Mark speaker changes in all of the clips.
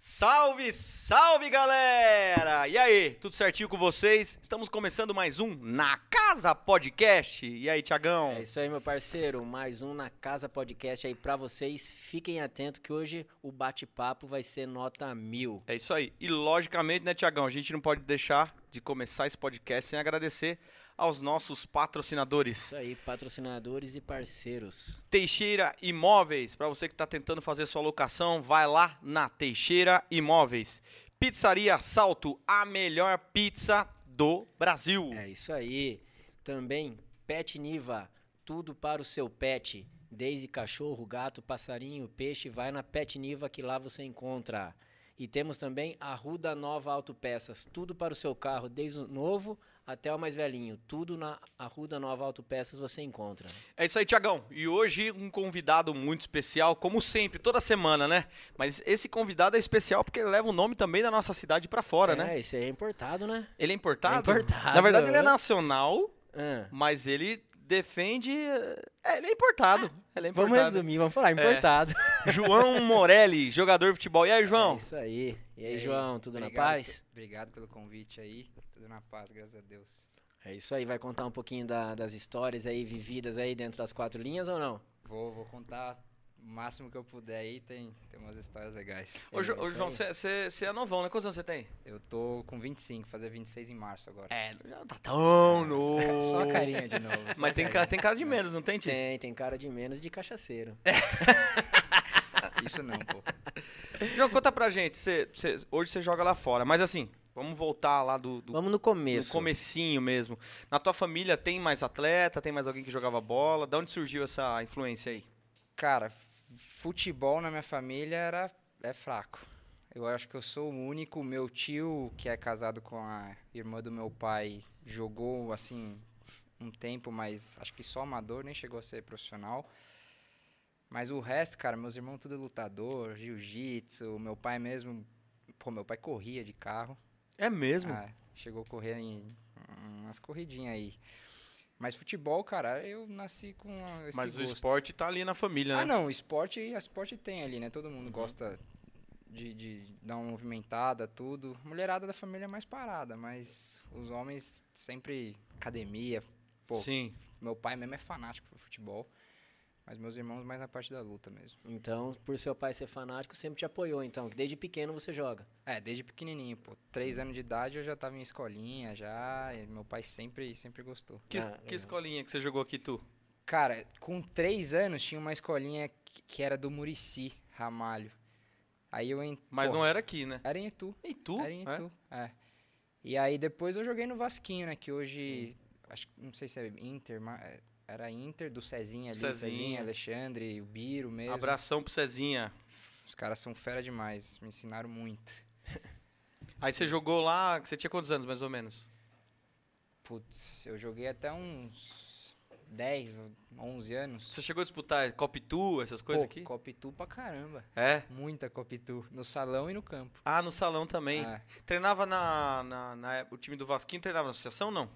Speaker 1: Salve, salve galera! E aí, tudo certinho com vocês? Estamos começando mais um Na Casa Podcast. E aí, Tiagão?
Speaker 2: É isso aí, meu parceiro. Mais um na Casa Podcast aí pra vocês. Fiquem atentos que hoje o bate-papo vai ser nota mil.
Speaker 1: É isso aí. E logicamente, né, Tiagão, a gente não pode deixar de começar esse podcast sem agradecer aos nossos patrocinadores.
Speaker 2: Isso aí, patrocinadores e parceiros.
Speaker 1: Teixeira Imóveis, para você que está tentando fazer sua locação, vai lá na Teixeira Imóveis. Pizzaria Salto, a melhor pizza do Brasil.
Speaker 2: É isso aí. Também Pet Niva, tudo para o seu pet. Desde cachorro, gato, passarinho, peixe, vai na Pet Niva que lá você encontra. E temos também a Ruda Nova Autopeças, tudo para o seu carro, desde o novo até o mais velhinho. Tudo na Arruda Nova Autopeças você encontra.
Speaker 1: É isso aí, Tiagão. E hoje um convidado muito especial, como sempre, toda semana, né? Mas esse convidado é especial porque ele leva o nome também da nossa cidade pra fora,
Speaker 2: é,
Speaker 1: né?
Speaker 2: isso aí é importado, né?
Speaker 1: Ele é importado?
Speaker 2: É importado,
Speaker 1: Na verdade, ele é
Speaker 2: né?
Speaker 1: nacional,
Speaker 2: Ah.
Speaker 1: mas ele defende. É, ele é importado. Ele é
Speaker 2: Ah, Vamos
Speaker 1: importado.
Speaker 2: resumir, vamos falar, importado.
Speaker 1: João Morelli, jogador de futebol. E aí,
Speaker 2: É
Speaker 1: João?
Speaker 2: isso aí. E
Speaker 3: E
Speaker 2: aí,
Speaker 3: aí,
Speaker 2: João, tudo na
Speaker 3: Obrigado
Speaker 2: paz?
Speaker 3: pe- Obrigado pelo convite aí. Tudo na paz, graças a Deus.
Speaker 2: É isso aí, vai contar um pouquinho da- das histórias aí vividas aí dentro das quatro linhas ou não?
Speaker 3: Vou, vou contar o máximo que eu puder aí. Tem, tem umas histórias legais.
Speaker 1: Ô, Jo-
Speaker 2: É
Speaker 1: ô,
Speaker 2: isso
Speaker 1: João,
Speaker 2: aí.
Speaker 1: você é novão, né? Quantos anos você tem?
Speaker 3: Eu tô com 25, fazer 26 em março agora.
Speaker 1: É, não tá tão novo.
Speaker 3: Só a carinha de novo. só
Speaker 1: Mas
Speaker 3: a
Speaker 1: tem
Speaker 3: carinha.
Speaker 1: cara, tem cara de menos, não tem, Ti?
Speaker 2: Tem, tem cara de menos de cachaceiro.
Speaker 3: Isso não, pô.
Speaker 1: João, conta pra gente. cê- cê- hoje você joga lá fora, mas assim, vamos voltar lá do, do,
Speaker 2: Vamos no
Speaker 1: do
Speaker 2: começo.
Speaker 1: comecinho mesmo. Na tua família tem mais atleta, tem mais alguém que jogava bola? Da onde surgiu essa influência aí?
Speaker 3: Cara, f- futebol na minha família era, é fraco. Eu acho que eu sou o único. Meu tio, que é casado com a irmã do meu pai, jogou assim um tempo, mas acho que só amador, nem chegou a ser profissional. Mas o resto, cara, meus irmãos tudo lutador, jiu-jitsu, meu pai mesmo. Pô, meu pai corria de carro.
Speaker 1: É mesmo?
Speaker 3: Ah, chegou a correr em umas corridinhas aí. Mas futebol, cara, eu nasci com a- esse
Speaker 1: mas o
Speaker 3: gosto.
Speaker 1: esporte tá ali na família, né? Uhum.
Speaker 3: Ah, não, esporte, esporte tem ali, né? Todo mundo gosta de, de dar uma movimentada, tudo. Mulherada da família é mais parada, mas os homens sempre academia. Pô,
Speaker 1: Sim.
Speaker 3: meu pai mesmo é fanático por futebol, mas meus irmãos mais na parte da luta mesmo.
Speaker 2: Então, por seu pai ser fanático, sempre te apoiou, então, que desde pequeno você joga.
Speaker 3: É, desde pequenininho, pô. Três anos de idade eu já tava em escolinha, já. e meu pai sempre, sempre gostou.
Speaker 1: Que, es-
Speaker 2: Ah,
Speaker 1: que
Speaker 2: legal.
Speaker 1: escolinha que você jogou aqui, tu?
Speaker 3: Cara, com três anos tinha uma escolinha que, que era do Murici Ramalho. Aí eu entrei.
Speaker 1: Mas não era aqui, né?
Speaker 3: Era em Itu.
Speaker 1: E tu?
Speaker 3: Era em
Speaker 1: é?
Speaker 3: Itu, é. E aí depois eu joguei no Vasquinho, né? Que hoje, acho, que- não sei se é Inter, mas é, era Inter do Cezinha ali. o Cezinha,
Speaker 1: Cezinha.
Speaker 3: Alexandre, o Biro mesmo.
Speaker 1: Abração pro Cezinha.
Speaker 3: Os caras são fera demais, me ensinaram muito.
Speaker 1: Aí você jogou lá, você tinha quantos anos, mais ou menos?
Speaker 3: Putz, eu joguei até uns 10, 11 anos.
Speaker 1: Você chegou a disputar Copitu, essas coisas aqui?
Speaker 3: Copitu pra caramba.
Speaker 1: É.
Speaker 3: Muita Copitu, no salão e no campo.
Speaker 1: Ah, no salão também.
Speaker 3: É.
Speaker 1: Treinava na, na, na época- O time do Vasquinho treinava na associação, não?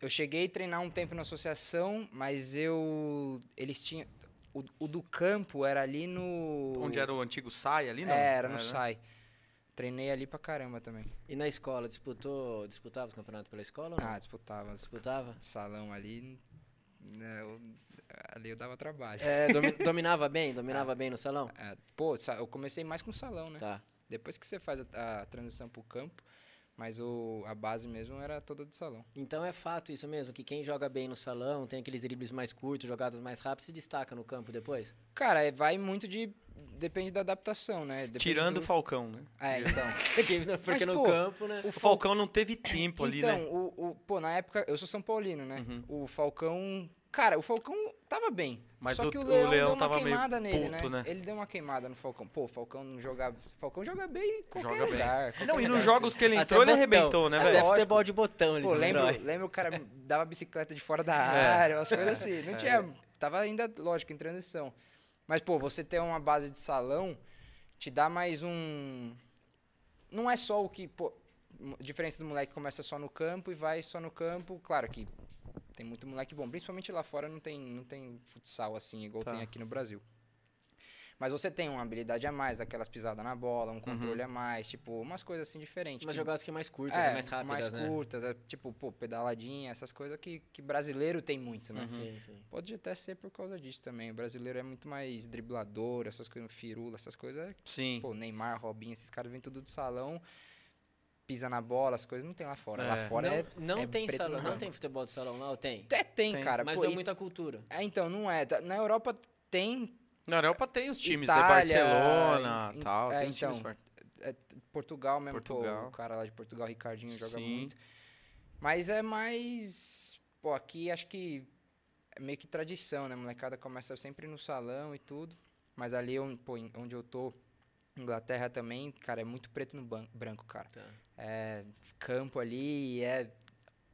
Speaker 3: Eu cheguei a treinar um tempo na associação, mas eu... Eles tinham... O, o do campo era ali no...
Speaker 1: Onde era o antigo SAI ali, não? né?
Speaker 3: É, era no SAI. Treinei ali pra caramba também.
Speaker 2: E na escola, disputou, disputava os campeonatos pela escola ou não?
Speaker 3: Ah, disputava. os
Speaker 2: Disputava?
Speaker 3: Salão ali. né, eu- ali eu dava trabalho.
Speaker 2: É, domi- dominava bem, dominava bem no salão?
Speaker 3: É, pô, sa- eu comecei mais com salão, né?
Speaker 2: Tá.
Speaker 3: Depois que você faz a, a transição pro campo, mas o, a base mesmo era toda de salão.
Speaker 2: Então é fato isso mesmo, que quem joga bem no salão, tem aqueles dribles mais curtos, jogadas mais rápidas, se destaca no campo depois?
Speaker 3: Cara, é- vai muito de. Depende da adaptação, né? Depende
Speaker 1: Tirando o
Speaker 3: do...
Speaker 1: Falcão, né?
Speaker 3: É, então.
Speaker 2: Porque,
Speaker 3: Mas,
Speaker 2: no
Speaker 3: pô,
Speaker 2: campo, né?
Speaker 1: O Falcão não teve tempo ali,
Speaker 3: então,
Speaker 1: né? Uhum.
Speaker 3: o, o- Pô, na época, eu sou São Paulino, né? O Falcão. Cara, o Falcão tava bem.
Speaker 1: Mas
Speaker 3: só
Speaker 1: o-
Speaker 3: que o
Speaker 1: o
Speaker 3: Leão,
Speaker 1: Leão
Speaker 3: deu uma
Speaker 1: tava meio
Speaker 3: queimada nele,
Speaker 1: puto,
Speaker 3: né?
Speaker 1: né?
Speaker 3: Ele deu uma queimada no Falcão. Pô, o Falcão não joga. Falcão joga bem em qualquer
Speaker 1: Joga bem.
Speaker 3: lugar. qualquer
Speaker 1: Não, e nos
Speaker 3: lugar,
Speaker 1: jogos
Speaker 3: assim.
Speaker 1: que ele
Speaker 2: Até
Speaker 1: entrou, ele
Speaker 2: botão.
Speaker 1: arrebentou, né,
Speaker 2: Até
Speaker 1: velho?
Speaker 2: futebol de botão ele
Speaker 3: Pô, lembra,
Speaker 2: destrói. É.
Speaker 3: lembra o cara dava bicicleta de fora da área, umas coisas assim. Não tinha. Tava ainda, lógico, em transição. Mas, pô, você ter uma base de salão te dá mais um. Não é só o que. Pô, mo- diferença do moleque que começa só no campo e vai só no campo. Claro que tem muito moleque bom. Principalmente lá fora não tem, não tem futsal assim, igual
Speaker 1: Tá.
Speaker 3: tem aqui no Brasil. Mas você tem uma habilidade a mais, aquelas pisadas na
Speaker 2: Uhum.
Speaker 3: bola, um controle a mais, tipo, umas coisas assim diferentes.
Speaker 2: Umas
Speaker 3: que-
Speaker 2: jogadas que mais curtas,
Speaker 3: é,
Speaker 2: e mais rápidas,
Speaker 3: mais
Speaker 2: né?
Speaker 3: curtas, é, tipo, pô, pedaladinha, essas coisas que, que brasileiro tem muito, né?
Speaker 2: Uhum. Sim, sim.
Speaker 3: Pode até ser por causa disso também. O brasileiro é muito mais driblador, essas coisas, firula, essas coisas. é,
Speaker 1: Sim.
Speaker 3: Pô, Neymar, Robinho, esses caras vêm tudo do salão, pisa na bola, as coisas não tem lá fora. Lá
Speaker 1: É.
Speaker 3: fora
Speaker 2: não
Speaker 3: é.
Speaker 2: não
Speaker 3: é
Speaker 2: tem
Speaker 3: preto no
Speaker 2: salão, não
Speaker 3: branco.
Speaker 2: tem futebol de salão lá, ou tem?
Speaker 3: Até tem,
Speaker 1: Tem,
Speaker 3: cara.
Speaker 2: Mas
Speaker 3: pô,
Speaker 2: deu
Speaker 3: e-
Speaker 2: muita cultura.
Speaker 3: É, então, não é. Tá- Na Europa tem.
Speaker 1: Na Europa tem os times, né?
Speaker 3: Itália,
Speaker 1: Barcelona
Speaker 3: em-
Speaker 1: tal.
Speaker 3: é,
Speaker 1: tem os times.
Speaker 3: então,
Speaker 1: par-
Speaker 3: é, t- Portugal mesmo, pô,
Speaker 1: Portugal.
Speaker 3: o cara lá de Portugal, Ricardinho, joga
Speaker 1: Sim.
Speaker 3: muito. Mas é mais. Pô, aqui acho que é meio que tradição, né? A molecada começa sempre no salão e tudo. Mas ali on- pô, em- onde eu tô, Inglaterra também, cara, é muito preto no ban- branco, cara.
Speaker 2: Tá.
Speaker 3: É campo ali e é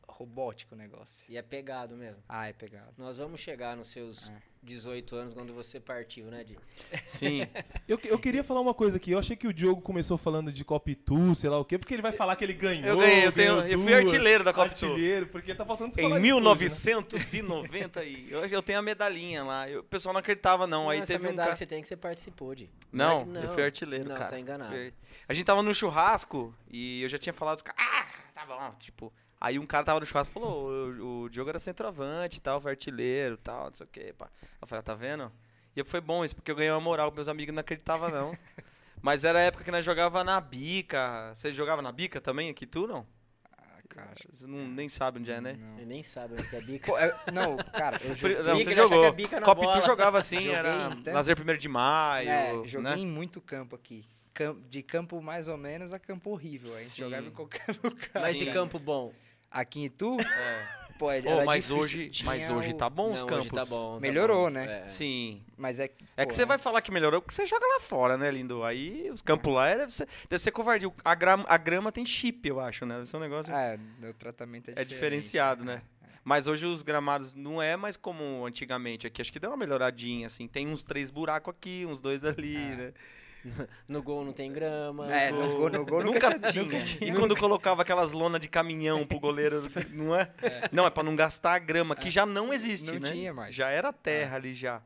Speaker 3: robótico o negócio.
Speaker 2: E é pegado mesmo.
Speaker 3: Ah, é pegado.
Speaker 2: Nós vamos chegar nos seus
Speaker 3: É.
Speaker 2: 18 anos quando você partiu, né, Di?
Speaker 1: Sim.
Speaker 4: Eu, que- eu queria falar uma coisa aqui. Eu achei que o Diogo começou falando de Copitu, sei lá o quê, porque ele vai falar que ele ganhou.
Speaker 1: Eu ganhei, eu tenho-
Speaker 4: ganhou
Speaker 1: eu fui
Speaker 4: duas,
Speaker 1: artilheiro da Copa Itu.
Speaker 4: Artilheiro, porque tá faltando você falar
Speaker 1: Em
Speaker 4: isso hoje, né?
Speaker 1: 1990 e eu, eu tenho a medalhinha lá. Eu- o pessoal não acreditava não. Aí
Speaker 2: essa
Speaker 1: teve um
Speaker 2: medalha
Speaker 1: cara.
Speaker 2: que você tem que você participou, Di.
Speaker 1: Não,
Speaker 2: Não é que
Speaker 1: eu
Speaker 2: não.
Speaker 1: fui artilheiro,
Speaker 2: Não,
Speaker 1: cara.
Speaker 2: você tá enganado.
Speaker 1: Fui- A gente tava num churrasco e eu já tinha falado os caras, ah, tá bom, tipo... Aí um cara tava no churrasco e falou, o, o Diogo era centroavante e tal, foi artilheiro e tal, não sei o quê, pá. Eu falei, ah, tá vendo? E foi bom isso, porque eu ganhei uma moral, meus amigos não acreditavam não. Mas era a época que nós jogava na bica. Você jogava na bica também aqui, tu não?
Speaker 3: Ah, cara.
Speaker 1: Você não, nem sabe onde é, né?
Speaker 3: Não.
Speaker 2: Ele nem sabe onde que é a bica.
Speaker 3: Pô, eu- não, cara, eu joguei.
Speaker 1: Não,
Speaker 2: Bica,
Speaker 1: você
Speaker 2: ele acha que
Speaker 1: jogou.
Speaker 2: é bica na
Speaker 1: Copa Itu
Speaker 2: bola.
Speaker 1: jogava assim,
Speaker 3: Joguei
Speaker 1: era
Speaker 3: até-
Speaker 1: lazer primeiro de maio,
Speaker 3: É, joguei
Speaker 1: né?
Speaker 3: em muito campo aqui. Cam- de campo mais ou menos a campo horrível. A gente
Speaker 1: Sim.
Speaker 3: jogava em qualquer lugar.
Speaker 2: Mas
Speaker 1: Sim.
Speaker 2: e campo bom?
Speaker 3: Aqui em Itu,
Speaker 1: É.
Speaker 3: pô, era
Speaker 1: Pô, mas
Speaker 3: difícil.
Speaker 1: hoje,
Speaker 3: Tinha um-
Speaker 1: mas hoje
Speaker 3: o-
Speaker 1: tá bom os
Speaker 2: Não,
Speaker 1: campos.
Speaker 2: hoje tá bom. tá
Speaker 3: Melhorou,
Speaker 2: bom.
Speaker 3: né?
Speaker 2: É.
Speaker 1: Sim.
Speaker 3: Mas é,
Speaker 1: É
Speaker 3: pô,
Speaker 1: que você vai
Speaker 3: antes-
Speaker 1: falar que melhorou porque você joga lá fora, né, lindo? Aí os campos lá é, deve ser, deve ser covardia. A grama, a grama tem chip, eu acho, né? Deve ser um negócio.
Speaker 3: É, o tratamento é,
Speaker 1: É diferenciado, né? Mas hoje os gramados não é mais como antigamente aqui. Acho que deu uma melhoradinha, assim. Tem uns três buracos aqui, uns dois ali, né?
Speaker 2: No gol não tem grama.
Speaker 3: É, no gol, no gol nunca,
Speaker 1: nunca, tinha.
Speaker 3: nunca tinha.
Speaker 1: E quando colocava aquelas lonas de caminhão pro goleiro, não é? Não, é pra não gastar a grama, que já não É. existe,
Speaker 3: Não
Speaker 1: né?
Speaker 3: tinha mais.
Speaker 1: Já era terra ali já.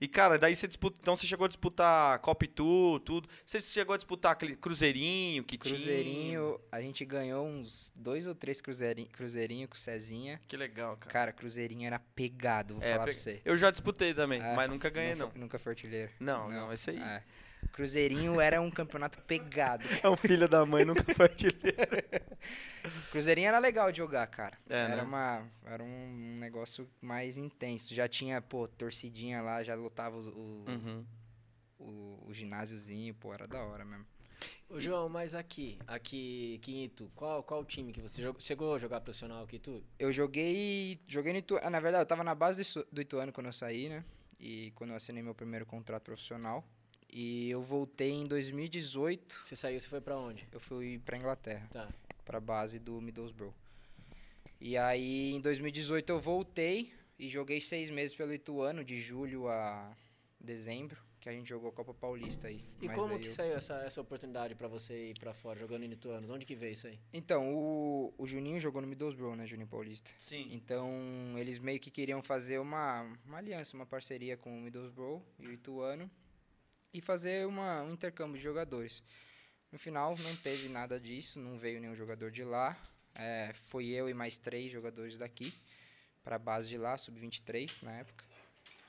Speaker 1: E, cara, daí você disputa. Então você chegou a disputar Copa Itu, tudo. Você chegou a disputar aquele Cruzeirinho que tinha.
Speaker 3: Cruzeirinho, a gente ganhou uns dois ou três cruzeirinho, cruzeirinho com o Cezinha.
Speaker 1: Que legal, cara.
Speaker 3: Cara, cruzeirinho era pegado, vou
Speaker 1: É,
Speaker 3: falar
Speaker 1: pe-
Speaker 3: pra você.
Speaker 1: Eu já disputei também,
Speaker 3: É,
Speaker 1: mas nunca ganhei,
Speaker 3: não
Speaker 1: Ah, não.
Speaker 3: foi- Nunca foi artilheiro.
Speaker 1: Não, não, esse aí.
Speaker 3: É. Cruzeirinho era um campeonato pegado.
Speaker 1: É um filho da mãe, nunca foi artilheiro.
Speaker 3: Cruzeirinho era legal de jogar, cara.
Speaker 1: É,
Speaker 3: era
Speaker 1: né?
Speaker 3: uma, era um negócio mais intenso. Já tinha, pô, torcidinha lá, já lotava o, o,
Speaker 1: Uhum.
Speaker 3: o- o ginásiozinho, pô, era da hora mesmo.
Speaker 2: Ô, João, mas aqui, aqui, Quinto, qual, qual time que você jogou? Chegou a jogar profissional aqui, tu?
Speaker 3: Eu joguei, joguei no Ituano, ah, na verdade, eu tava na base do, Isu- do Ituano quando eu saí, né? E quando eu assinei meu primeiro contrato profissional. E eu voltei em 2018,
Speaker 2: Você saiu, você foi pra onde?
Speaker 3: eu fui pra Inglaterra.
Speaker 2: Tá.
Speaker 3: pra base do Middlesbrough. E aí, em 2018, eu voltei e joguei seis meses pelo Ituano, de julho a dezembro, que a gente jogou a Copa Paulista aí.
Speaker 2: E
Speaker 3: Mas
Speaker 2: como
Speaker 3: daí
Speaker 2: que
Speaker 3: eu-
Speaker 2: saiu essa, essa oportunidade pra você ir pra fora, jogando em Ituano? De onde que veio isso aí?
Speaker 3: Então, o, o Juninho jogou no Middlesbrough, né, Juninho Paulista?
Speaker 1: Sim.
Speaker 3: Então, eles meio que queriam fazer uma, uma aliança, uma parceria com o Middlesbrough e o Ituano e fazer uma, um intercâmbio de jogadores. No final, não teve nada disso, não veio nenhum jogador de lá. É, foi eu e mais três jogadores daqui para a base de lá, sub-23 na época.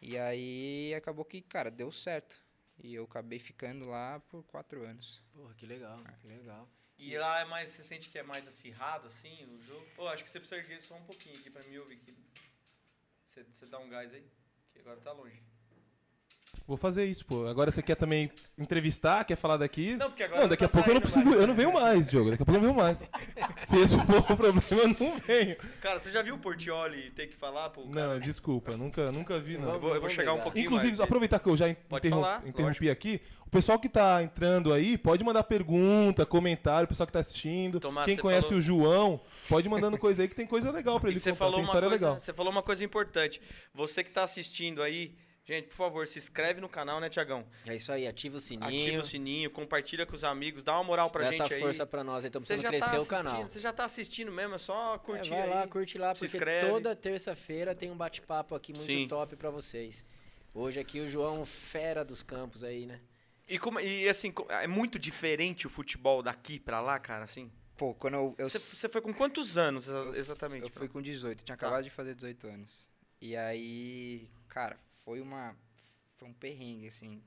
Speaker 3: E aí acabou que, cara, deu certo. E eu acabei ficando lá por quatro anos.
Speaker 2: Porra, que legal, que legal.
Speaker 1: E lá é mais. Você sente que é mais acirrado, assim, o jogo? Pô, acho que você precisa erguer só um pouquinho aqui pra mim ouvir. que- Você, você dá um gás aí? Que agora tá longe.
Speaker 4: Vou fazer isso, pô. Agora você quer também entrevistar, quer falar daqui?
Speaker 1: Não, porque agora não
Speaker 4: daqui
Speaker 1: tá
Speaker 4: a pouco eu não
Speaker 1: saindo
Speaker 4: preciso.
Speaker 1: mais.
Speaker 4: Eu não venho mais, Diogo. Daqui a pouco eu não venho mais. Se esse for o problema, eu não venho.
Speaker 1: Cara, você já viu o Portioli ter que falar pro cara?
Speaker 4: Não, desculpa, nunca, nunca vi, não.
Speaker 1: Eu vou, eu vou
Speaker 2: Vamos
Speaker 1: chegar um
Speaker 2: brigar.
Speaker 1: pouquinho
Speaker 4: Inclusive,
Speaker 1: mais.
Speaker 4: aproveitar que eu já in-
Speaker 1: Pode
Speaker 4: interrom-
Speaker 1: falar,
Speaker 4: interrompi aqui, o pessoal que tá entrando aí pode mandar pergunta, comentário, o pessoal que tá assistindo.
Speaker 1: Tomás,
Speaker 4: quem
Speaker 1: você
Speaker 4: conhece
Speaker 1: falou-
Speaker 4: o João, pode ir mandando coisa aí que tem coisa legal pra
Speaker 1: E
Speaker 4: ele
Speaker 1: você
Speaker 4: contar,
Speaker 1: falou,
Speaker 4: tem
Speaker 1: uma
Speaker 4: história
Speaker 1: coisa, assim,
Speaker 4: legal.
Speaker 1: você falou uma coisa importante. Você que tá assistindo aí, gente, por favor, se inscreve no canal, né, Tiagão?
Speaker 2: É isso aí, ativa o sininho.
Speaker 1: Ativa o sininho, compartilha com os amigos, dá uma moral pra
Speaker 2: dá
Speaker 1: gente
Speaker 2: essa
Speaker 1: aí.
Speaker 2: força pra nós aí, estamos
Speaker 1: Você
Speaker 2: precisando
Speaker 1: já
Speaker 2: crescer
Speaker 1: tá
Speaker 2: o canal.
Speaker 1: assistindo, Você já tá assistindo mesmo, é só curtir
Speaker 2: é, vai
Speaker 1: aí.
Speaker 2: lá, curte lá,
Speaker 1: se
Speaker 2: porque
Speaker 1: inscreve.
Speaker 2: toda terça-feira tem um bate-papo aqui muito
Speaker 1: Sim.
Speaker 2: top pra vocês. Hoje aqui o João um fera dos campos aí, né?
Speaker 1: E, como, e assim, co- é muito diferente o futebol daqui pra lá, cara, assim?
Speaker 3: Pô, quando eu. eu
Speaker 1: Você
Speaker 3: s-
Speaker 1: você foi com quantos anos, exa- exatamente?
Speaker 3: Eu
Speaker 1: pra
Speaker 3: fui
Speaker 1: lá?
Speaker 3: com 18, tinha acabado de fazer 18 anos. E aí, cara, foi uma foi um perrengue assim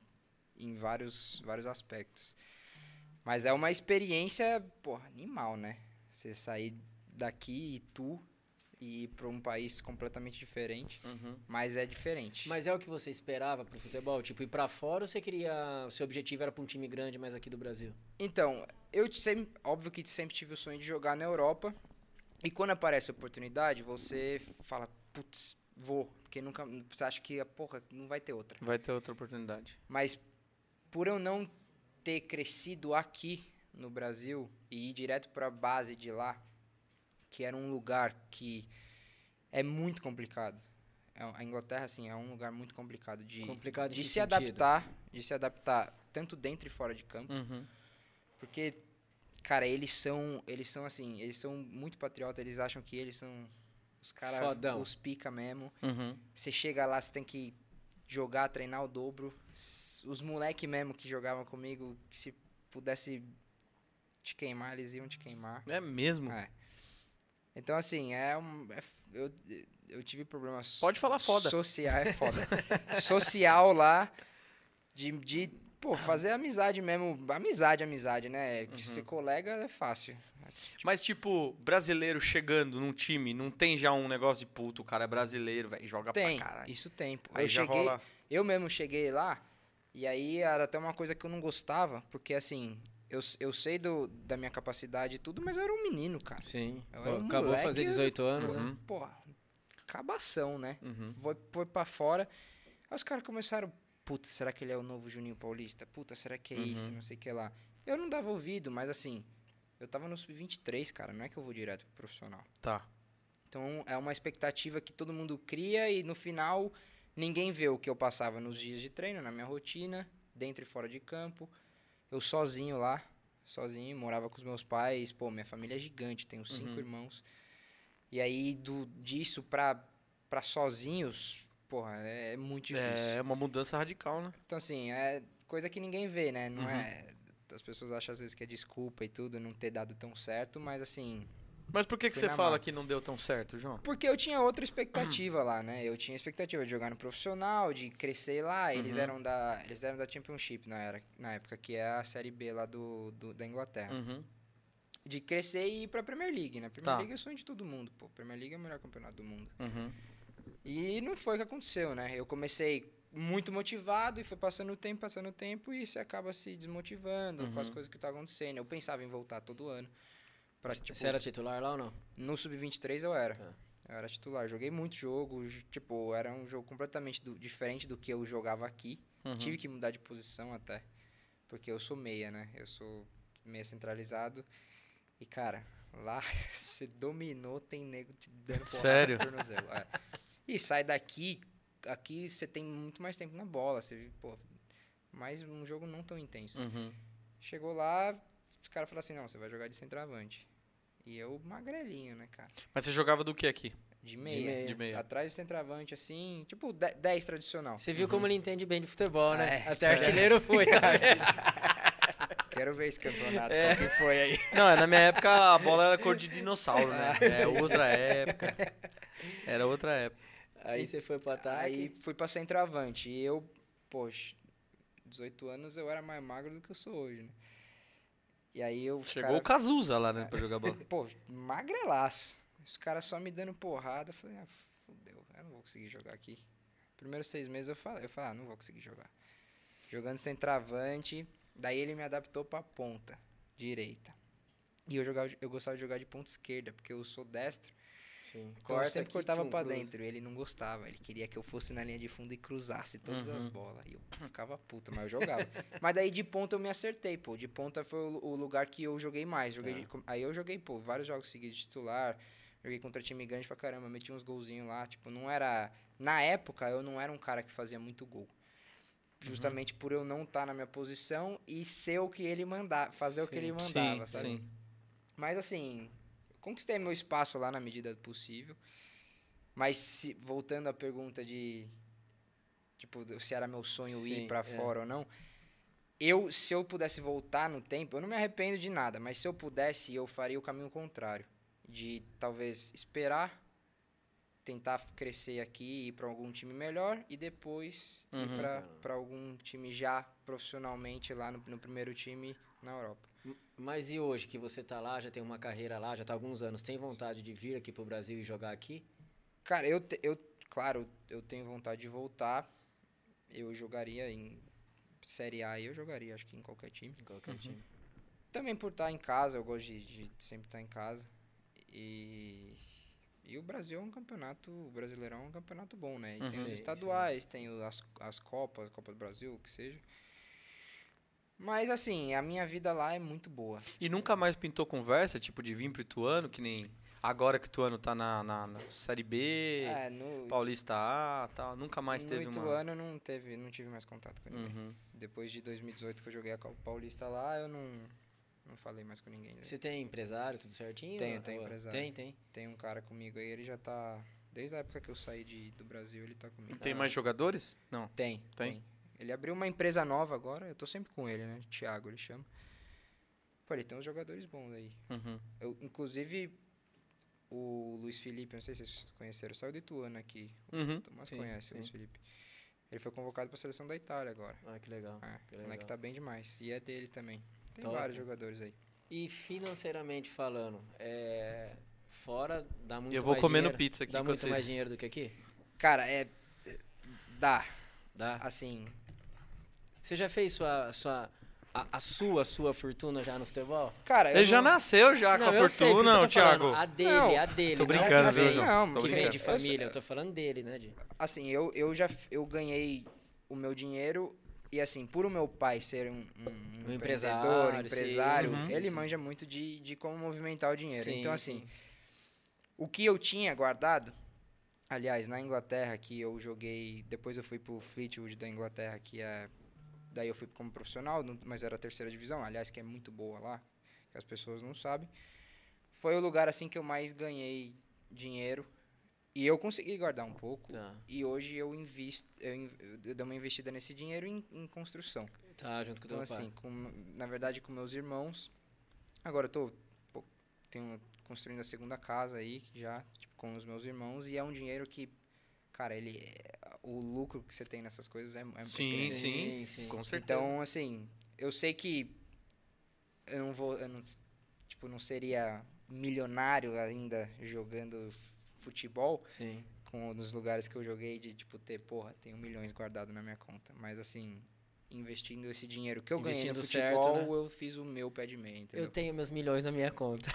Speaker 3: em vários vários aspectos. Mas é uma experiência, porra, animal, né? Você sair daqui e tu e ir para um país completamente diferente,
Speaker 1: Uhum.
Speaker 3: mas é diferente.
Speaker 2: Mas é o que você esperava pro futebol? Tipo, ir pra fora ou você queria. O seu objetivo era pra um time grande, mas aqui do Brasil?
Speaker 3: Então, eu te sempre, óbvio que sempre tive o sonho de jogar na Europa. E quando aparece a oportunidade, você fala, putz, vou, porque nunca, você acha que, porra, não vai ter outra.
Speaker 1: Vai ter outra oportunidade.
Speaker 3: Mas por eu não ter crescido aqui no Brasil e ir direto para a base de lá, que era um lugar que é muito complicado. É um- A Inglaterra, assim, é um lugar muito complicado de,
Speaker 2: Complicado em
Speaker 3: de
Speaker 2: que
Speaker 3: se
Speaker 2: sentido?
Speaker 3: adaptar, de se adaptar tanto dentro e fora de campo.
Speaker 1: Uhum.
Speaker 3: Porque, cara, eles são. Eles são assim, eles são muito patriotas, eles acham que eles são os caras,
Speaker 2: Fodão.
Speaker 3: os pica mesmo.
Speaker 1: Uhum.
Speaker 3: Você chega lá, você tem que jogar, treinar o dobro. S- Os moleque mesmo que jogavam comigo, que se pudesse te queimar, eles iam te queimar.
Speaker 1: É mesmo?
Speaker 3: É. Então, assim, é um. é f- eu, eu tive problemas.
Speaker 1: Pode falar Tá foda.
Speaker 3: Social é foda. social lá, de, de pô, fazer amizade mesmo. Amizade, amizade, né?
Speaker 1: Uhum.
Speaker 3: Ser colega é fácil.
Speaker 1: Mas, tipo, brasileiro chegando num time, não tem já um negócio de puto, o cara é brasileiro, velho, joga
Speaker 3: Tem,
Speaker 1: pra caralho.
Speaker 3: isso tem. pô.
Speaker 1: Aí
Speaker 3: eu,
Speaker 1: já
Speaker 3: cheguei,
Speaker 1: rola.
Speaker 3: eu mesmo cheguei lá, e aí era até uma coisa que eu não gostava, porque assim, eu, s- eu sei do, da minha capacidade e tudo, mas eu era um menino, cara.
Speaker 2: Sim.
Speaker 3: Eu era um
Speaker 2: Acabou de
Speaker 3: moleque,
Speaker 2: fazer 18 anos, né?
Speaker 1: Uhum.
Speaker 3: Porra, cabação, né?
Speaker 1: Uhum.
Speaker 3: Foi, foi pra fora. Aí os caras começaram. Puta, será que ele é o novo Juninho Paulista? Puta, será que é isso?
Speaker 1: Uhum.
Speaker 3: Não sei o que lá. Eu não dava ouvido, mas assim, eu tava no sub-23, cara. Não é que eu vou direto pro profissional.
Speaker 1: Tá.
Speaker 3: Então é uma expectativa que todo mundo cria e no final ninguém vê o que eu passava nos dias de treino, na minha rotina, dentro e fora de campo. Eu sozinho lá, sozinho, morava com os meus pais. Pô, minha família é gigante, tenho cinco
Speaker 1: Uhum.
Speaker 3: irmãos. E aí do disso pra, pra sozinhos, porra, é, é muito difícil.
Speaker 1: É uma mudança radical, né?
Speaker 3: Então assim, é coisa que ninguém vê, né? Não
Speaker 1: Uhum.
Speaker 3: é. As pessoas acham às vezes que é desculpa e tudo, não ter dado tão certo, mas assim,
Speaker 1: Mas por que, que
Speaker 3: Fui
Speaker 1: você
Speaker 3: na
Speaker 1: fala
Speaker 3: marra.
Speaker 1: que não deu tão certo, João?
Speaker 3: Porque eu tinha outra
Speaker 1: Hum.
Speaker 3: expectativa lá, né? Eu tinha expectativa de jogar no profissional, de crescer lá. Eles,
Speaker 1: Uhum.
Speaker 3: eram, da, eles eram da Championship na, era, na época, que é a Série B lá do, do- da Inglaterra.
Speaker 1: Uhum.
Speaker 3: De crescer e ir pra Premier League, né? Premier
Speaker 1: Tá.
Speaker 3: League é o sonho de todo mundo, pô. Premier League é o melhor campeonato do mundo.
Speaker 1: Uhum.
Speaker 3: E não foi o que aconteceu, né? Eu comecei muito motivado e foi passando o tempo, passando o tempo e você acaba se desmotivando com as
Speaker 1: Uhum.
Speaker 3: coisas que tá acontecendo. Eu pensava em voltar todo ano. Pra, tipo,
Speaker 2: Você era titular lá ou não?
Speaker 3: no Sub-23 eu era.
Speaker 2: Tá.
Speaker 1: É.
Speaker 3: Eu era titular. Joguei muito jogo. j- Tipo, era um jogo completamente do- diferente do que eu jogava aqui.
Speaker 1: Uhum.
Speaker 3: Tive que mudar de posição até. Porque eu sou meia, né? Eu sou meia centralizado. E, cara, lá você dominou, tem nego te dando porrada no
Speaker 1: Sério?
Speaker 3: tornozelo, é. E sai daqui, aqui você tem muito mais tempo na bola. Você, vive, pô, mas um jogo não tão intenso.
Speaker 1: Uhum.
Speaker 3: Chegou lá, os caras falaram assim, não, você vai jogar de centroavante. E eu magrelinho, né, cara?
Speaker 1: Mas você jogava do que aqui?
Speaker 3: De meia.
Speaker 2: meia.
Speaker 1: De meia.
Speaker 3: Atrás do centroavante, assim, tipo de- 10 tradicional.
Speaker 2: Você viu como ele entende bem de futebol, né?
Speaker 3: É,
Speaker 2: Até
Speaker 3: é.
Speaker 2: artilheiro foi. tá vendo?
Speaker 3: Quero ver esse campeonato, qual que foi aí.
Speaker 1: Não, é, na minha época a bola era cor de dinossauro, né? É outra época. Era outra época.
Speaker 2: Aí você foi tá, pro ataque.
Speaker 3: Aí fui pra centroavante. E eu, poxa, 18 anos eu era mais magro do que eu sou hoje, né? E aí eu. os
Speaker 1: Chegou o
Speaker 3: cara,
Speaker 1: Cazuza lá, né, pra jogar bola.
Speaker 3: Pô, magrelaço. Os caras só me dando porrada. Eu falei, ah, fudeu, eu não vou conseguir jogar aqui. Primeiros seis meses eu falei, eu falei, ah, não vou conseguir jogar. Jogando centroavante, daí ele me adaptou pra ponta direita. E eu, jogava, de- eu gostava de jogar de ponta esquerda, porque eu sou destro.
Speaker 2: Sim.
Speaker 3: Então eu
Speaker 2: Corta
Speaker 3: sempre
Speaker 2: aqui,
Speaker 3: cortava
Speaker 2: pum,
Speaker 3: pra
Speaker 2: cruza.
Speaker 3: dentro. Ele não gostava. Ele queria que eu fosse na linha de fundo e cruzasse todas as
Speaker 1: Uhum.
Speaker 3: bolas. E eu ficava puto, mas eu jogava. mas daí de ponta eu me acertei, pô. De ponta foi o, lu- o lugar que eu joguei mais. Joguei
Speaker 2: Tá.
Speaker 3: de- com- aí eu joguei, pô, vários jogos seguidos de titular. Joguei contra time grande pra caramba. Meti uns golzinhos lá. Tipo, não era. Na época eu não era um cara que fazia muito gol.
Speaker 2: Uhum.
Speaker 3: Justamente por eu não estar na minha posição e ser o que ele mandava, fazer o que
Speaker 2: Sim.
Speaker 3: ele
Speaker 1: Sim,
Speaker 3: mandava, sabe?
Speaker 1: sim.
Speaker 3: Mas assim, conquistei meu espaço lá na medida do possível. Mas se- voltando à pergunta de Tipo, do- se era meu sonho
Speaker 2: Sim,
Speaker 3: ir pra
Speaker 2: é.
Speaker 3: fora ou não. Eu, se eu pudesse voltar no tempo, eu não me arrependo de nada, mas se eu pudesse, eu faria o caminho contrário. De talvez esperar, tentar crescer aqui, ir pra algum time melhor e depois
Speaker 1: Uhum.
Speaker 3: ir pra- pra algum time já profissionalmente lá no- no primeiro time na Europa.
Speaker 2: Mas e hoje que você tá lá, já tem uma carreira lá, já tá há alguns anos, tem vontade de vir aqui pro Brasil e jogar aqui?
Speaker 3: Cara, eu, te- eu claro, eu tenho vontade de voltar. Eu jogaria em Série A, eu jogaria, acho que em qualquer time.
Speaker 2: Em
Speaker 1: Uhum.
Speaker 2: qualquer time.
Speaker 3: Também por estar em casa, eu gosto de, de sempre estar em casa. E, e o Brasil é um campeonato, o Brasileirão é um campeonato bom, né? E
Speaker 1: Uhum.
Speaker 3: tem os
Speaker 2: Sim,
Speaker 3: estaduais, tem o- as, as Copas, Copa do Brasil, o que seja. Mas assim, a minha vida lá é muito boa.
Speaker 1: E nunca mais pintou conversa, tipo, de vir pro Ituano, que nem agora que o Ituano tá na, na- na Série B,
Speaker 3: É, no,
Speaker 1: Paulista A tal. Nunca mais
Speaker 3: no
Speaker 1: teve uma.
Speaker 3: Ituano não teve, não tive mais contato com ninguém.
Speaker 1: Uhum.
Speaker 3: Depois de 2018 que eu joguei a Copa Paulista lá, eu não, não falei mais com ninguém. né?
Speaker 2: Você tem empresário, tudo certinho?
Speaker 3: Tenho,
Speaker 2: Ou-
Speaker 3: tenho
Speaker 2: ou-
Speaker 3: empresário.
Speaker 2: Tem, tem.
Speaker 3: Tem um cara comigo aí, ele já tá. Desde a época que eu saí de, do Brasil, ele tá comigo.
Speaker 1: Tem mais jogadores? Não.
Speaker 3: Tem,
Speaker 1: Tem?
Speaker 3: tem. Ele abriu uma empresa nova agora, eu tô sempre com ele, né? Thiago, ele chama. Pô, ele tem uns jogadores bons aí.
Speaker 1: Uhum.
Speaker 3: Eu, inclusive, o Luiz Felipe, eu não sei se vocês conheceram, saiu do Ituano aqui. O
Speaker 1: Uhum.
Speaker 3: Tomás
Speaker 2: Sim,
Speaker 3: conhece o Luiz Felipe. Ele foi convocado pra seleção da Itália agora.
Speaker 2: Ah, que legal.
Speaker 3: É,
Speaker 2: que
Speaker 3: o moleque
Speaker 2: legal.
Speaker 3: tá bem demais. E é dele também. Tem
Speaker 2: Top.
Speaker 3: vários jogadores aí.
Speaker 2: E financeiramente falando, é... fora dá muito
Speaker 1: Eu vou
Speaker 2: mais
Speaker 1: comendo
Speaker 2: dinheiro,
Speaker 1: pizza aqui
Speaker 2: Dá
Speaker 1: enquanto
Speaker 2: muito mais
Speaker 1: vocês-
Speaker 2: dinheiro do que aqui?
Speaker 3: Cara, é. é, Dá.
Speaker 2: Dá.
Speaker 3: Assim.
Speaker 2: Você já fez sua, sua, a, a sua, sua fortuna já no futebol?
Speaker 3: Cara, eu
Speaker 1: Ele já
Speaker 3: não-
Speaker 1: nasceu já Tá com a
Speaker 2: eu sei, por isso
Speaker 1: fortuna,
Speaker 2: que
Speaker 1: não,
Speaker 2: eu tô falando, Ah,
Speaker 1: Thiago?
Speaker 2: A dele,
Speaker 3: Não,
Speaker 2: a dele.
Speaker 1: Tô
Speaker 2: não
Speaker 1: brincando,
Speaker 2: assim,
Speaker 1: viu,
Speaker 3: assim,
Speaker 1: João?
Speaker 3: não,
Speaker 1: Tô
Speaker 2: Que vem
Speaker 1: brincando.
Speaker 2: de
Speaker 3: Eu sei-
Speaker 2: família, eu tô falando dele, né? De...
Speaker 3: Assim, eu, eu já f- eu ganhei o meu dinheiro e assim, por o meu pai ser um, um,
Speaker 2: Um
Speaker 3: empreendedor,
Speaker 2: empresário, sim,
Speaker 3: empresário,
Speaker 1: uhum,
Speaker 3: ele
Speaker 2: sim.
Speaker 3: manja muito de, de como movimentar o dinheiro.
Speaker 2: Sim,
Speaker 3: então assim,
Speaker 2: sim.
Speaker 3: o que eu tinha guardado, aliás, na Inglaterra que eu joguei, depois eu fui pro Fleetwood da Inglaterra que é daí eu fui como profissional, não- mas era a terceira divisão, aliás, que é muito boa lá, que as pessoas não sabem. Foi o lugar assim que eu mais ganhei dinheiro e eu consegui guardar um pouco.
Speaker 2: Tá,
Speaker 3: E hoje eu invisto, eu, in- eu dou uma investida nesse dinheiro em, em construção.
Speaker 2: tá junto com o teu
Speaker 3: Então, assim,
Speaker 2: pai.
Speaker 3: com, na verdade, com meus irmãos. Agora eu tô pô, tenho, construindo a segunda casa aí, que já, tipo, com os meus irmãos. E é um dinheiro que, cara, ele. é- O lucro que você tem nessas coisas é, é
Speaker 1: Sim,
Speaker 3: pequeno.
Speaker 1: sim.
Speaker 2: sim.
Speaker 1: Com certeza.
Speaker 3: Então, assim, eu sei que eu não vou. Eu não, tipo, não seria milionário ainda jogando f- futebol
Speaker 2: Sim.
Speaker 3: com um dos lugares que eu joguei de tipo ter, porra, tenho milhões guardado na minha conta. Mas assim, investindo esse dinheiro que eu ganhei no
Speaker 2: Investindo
Speaker 3: futebol,
Speaker 2: certo, né?
Speaker 3: eu fiz o meu pé de meia,
Speaker 2: Eu
Speaker 3: entendeu?
Speaker 2: tenho meus milhões na minha conta.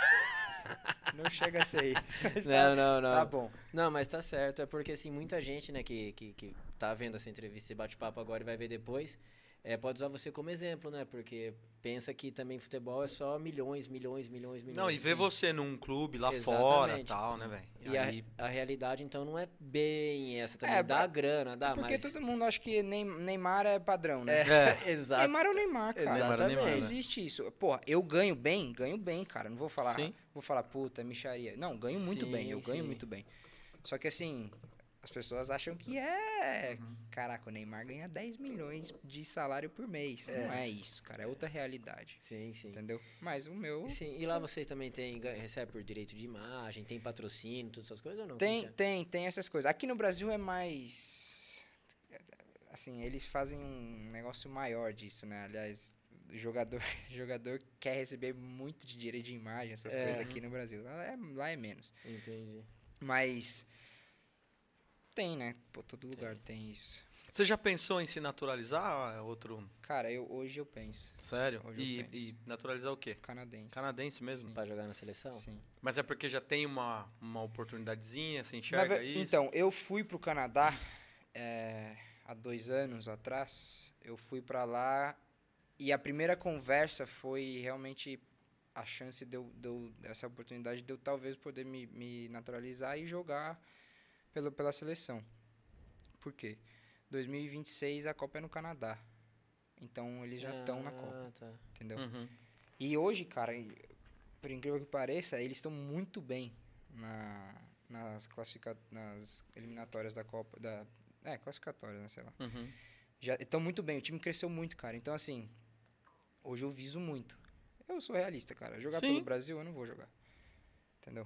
Speaker 3: Não chega a ser isso. mas
Speaker 2: Não,
Speaker 3: tá,
Speaker 2: não, não.
Speaker 3: tá bom.
Speaker 2: Não, mas tá certo. É porque, assim, muita gente, né, que, que, que tá vendo essa entrevista e bate-papo agora e vai ver depois, é, pode usar você como exemplo, né? Porque pensa que também futebol é só milhões, milhões, milhões, milhões.
Speaker 1: Não, e ver
Speaker 2: Sim.
Speaker 1: você num clube lá
Speaker 2: Exatamente,
Speaker 1: fora tal,
Speaker 2: sim.
Speaker 1: né, velho?
Speaker 2: E
Speaker 1: E
Speaker 2: a,
Speaker 1: aí,
Speaker 2: a realidade, então, não é bem essa também.
Speaker 3: É,
Speaker 2: dá
Speaker 3: ba-
Speaker 2: grana, dá,
Speaker 3: Porque
Speaker 2: Ah, mas...
Speaker 3: todo mundo acha que Ney- Neymar é padrão, né?
Speaker 1: É.
Speaker 2: Exato.
Speaker 3: Neymar é o Neymar, cara.
Speaker 1: Neymar é o Neymar,
Speaker 3: Não
Speaker 1: né?
Speaker 3: existe isso. Porra, eu ganho bem, ganho bem, cara. Não vou falar,
Speaker 1: Sim.
Speaker 3: vou falar puta, micharia. Não, ganho muito bem, eu
Speaker 2: Sim,
Speaker 3: ganho
Speaker 2: sim.
Speaker 3: muito bem. Só que assim, as pessoas acham que é,
Speaker 2: Uhum.
Speaker 3: caraca, o Neymar ganha 10 milhões de salário por mês. Não é isso, cara, é outra realidade.
Speaker 2: Sim, sim.
Speaker 3: Entendeu? Mas o meu
Speaker 2: Sim, e lá vocês também tem, ganha- recebe por direito de imagem, tem patrocínio, todas essas coisas ou não?
Speaker 3: tem,
Speaker 2: Como que
Speaker 3: tem, tem essas coisas. Aqui no Brasil é mais assim, eles fazem um negócio maior disso, né? Aliás, o jogador, o jogador quer receber muito de direito de imagem, essas
Speaker 2: É.
Speaker 3: coisas aqui no Brasil. Lá é, lá é menos.
Speaker 2: é? Entendi.
Speaker 3: Mas tem, né? Pô, todo lugar tem isso.
Speaker 1: você já pensou em se naturalizar? Ah, é Outro.
Speaker 3: Cara, eu hoje eu penso
Speaker 1: Sério?
Speaker 3: Hoje eu
Speaker 1: E,
Speaker 3: penso.
Speaker 1: e naturalizar o quê?
Speaker 3: canadense.
Speaker 1: Canadense mesmo?
Speaker 2: Pra jogar na seleção?
Speaker 3: Sim.
Speaker 1: Mas é porque já tem uma, uma oportunidadezinha, você
Speaker 3: Na
Speaker 1: enxerga
Speaker 3: ver-
Speaker 1: isso?
Speaker 3: Então, eu fui pro Canadá é, há dois anos atrás. Eu fui pra lá e a primeira conversa foi realmente a chance de eu, de eu- essa oportunidade de eu talvez poder me, me naturalizar e jogar pelo, pela seleção. Por quê? 2026 a Copa é no Canadá. Então eles já estão na Copa,
Speaker 2: Ah, tá.
Speaker 3: entendeu?
Speaker 1: Uhum.
Speaker 3: E hoje, cara, e- por incrível que pareça, eles estão muito bem na, nas, classifica nas eliminatórias da Copa, da É, classificatória, né? Sei lá.
Speaker 1: Uhum.
Speaker 3: Já estão muito bem, o time cresceu muito, cara. Então, assim, hoje eu viso muito. Eu sou realista, cara. Jogar
Speaker 1: Sim.
Speaker 3: pelo Brasil, eu não vou jogar. Entendeu?